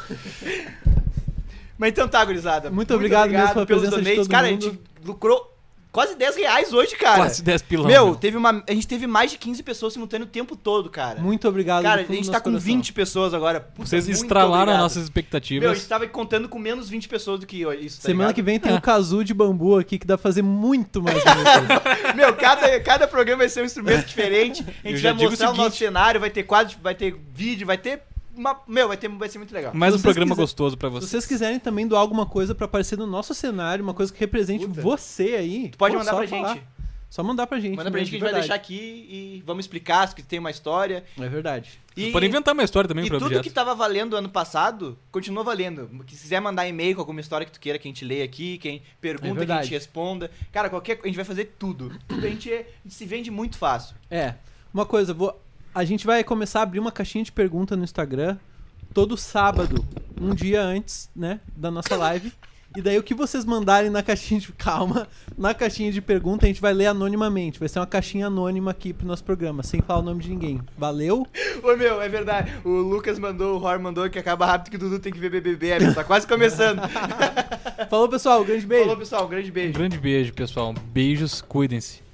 S1: Mas então tá, gurizada.
S2: Muito obrigado mesmo pela
S1: pelos
S2: presença de
S1: donates.
S2: todo
S1: Cara, a
S2: mundo.
S1: gente lucrou quase 10 reais hoje, cara.
S3: Quase 10 pilão,
S1: Meu,
S3: meu.
S1: Teve uma, a gente teve mais de 15 pessoas simultâneas o tempo todo, cara.
S2: Muito obrigado.
S1: Cara,
S2: do
S1: a
S2: fundo
S1: gente
S2: do
S1: tá
S2: nosso
S1: com
S2: coração.
S1: 20 pessoas agora. Puta,
S3: Vocês
S1: muito
S3: estralaram
S1: obrigado.
S3: nossas expectativas.
S1: Meu, a gente tava contando com menos 20 pessoas do que isso, tá
S2: Semana
S1: ligado?
S2: que vem tem o casu de bambu aqui que dá pra fazer muito mais bonito.
S1: Meu, cada, cada programa vai ser um instrumento diferente. A
S3: Eu
S1: gente
S3: já
S1: vai
S3: digo o
S1: mostrar o,
S3: seguinte-
S1: nosso cenário, vai ter quadro, vai ter vídeo, vai ter. Uma... Meu, vai, ter, vai ser muito legal.
S3: Mais um
S2: vocês
S3: programa
S2: quiser-
S3: gostoso pra
S2: Se
S3: vocês.
S2: vocês quiserem também doar alguma coisa pra aparecer no nosso cenário, uma coisa que represente
S1: Puta.
S2: você aí.
S1: Tu pode
S2: pô,
S1: mandar
S2: só
S1: pra
S2: falar.
S1: gente.
S2: Só mandar pra gente.
S1: Manda pra
S2: né,
S1: gente que
S2: de
S1: a gente vai deixar
S2: verdade.
S1: aqui e vamos explicar que tem uma história.
S2: É verdade.
S1: E,
S3: Podem inventar uma história também
S1: e
S3: pra
S1: tudo
S3: objeto.
S1: que tava valendo ano passado, continua valendo. Se quiser mandar e-mail com alguma história que tu queira que a gente leia aqui, quem
S2: É
S1: pergunta que a
S2: verdade.
S1: gente responda. Cara, qualquer coisa, a gente vai fazer tudo. Tudo a gente, é- a gente se vende muito fácil.
S2: É. Uma coisa, vou... a gente vai começar a abrir uma caixinha de pergunta no Instagram todo sábado, um dia antes, né, da nossa live. E daí o que vocês mandarem na caixinha de calma, na caixinha de pergunta, a gente vai ler anonimamente. Vai ser uma caixinha anônima aqui pro nosso programa, sem falar o nome de ninguém. Valeu?
S1: Ô meu, é verdade. O Lucas mandou, o Ror mandou que acaba rápido que o Dudu tem que ver BBB. É, meu, tá quase começando.
S2: Falou, pessoal. Grande beijo.
S1: Falou, pessoal. Um grande
S3: Um
S1: beijo.
S3: grande beijo, pessoal. Beijos, cuidem-se.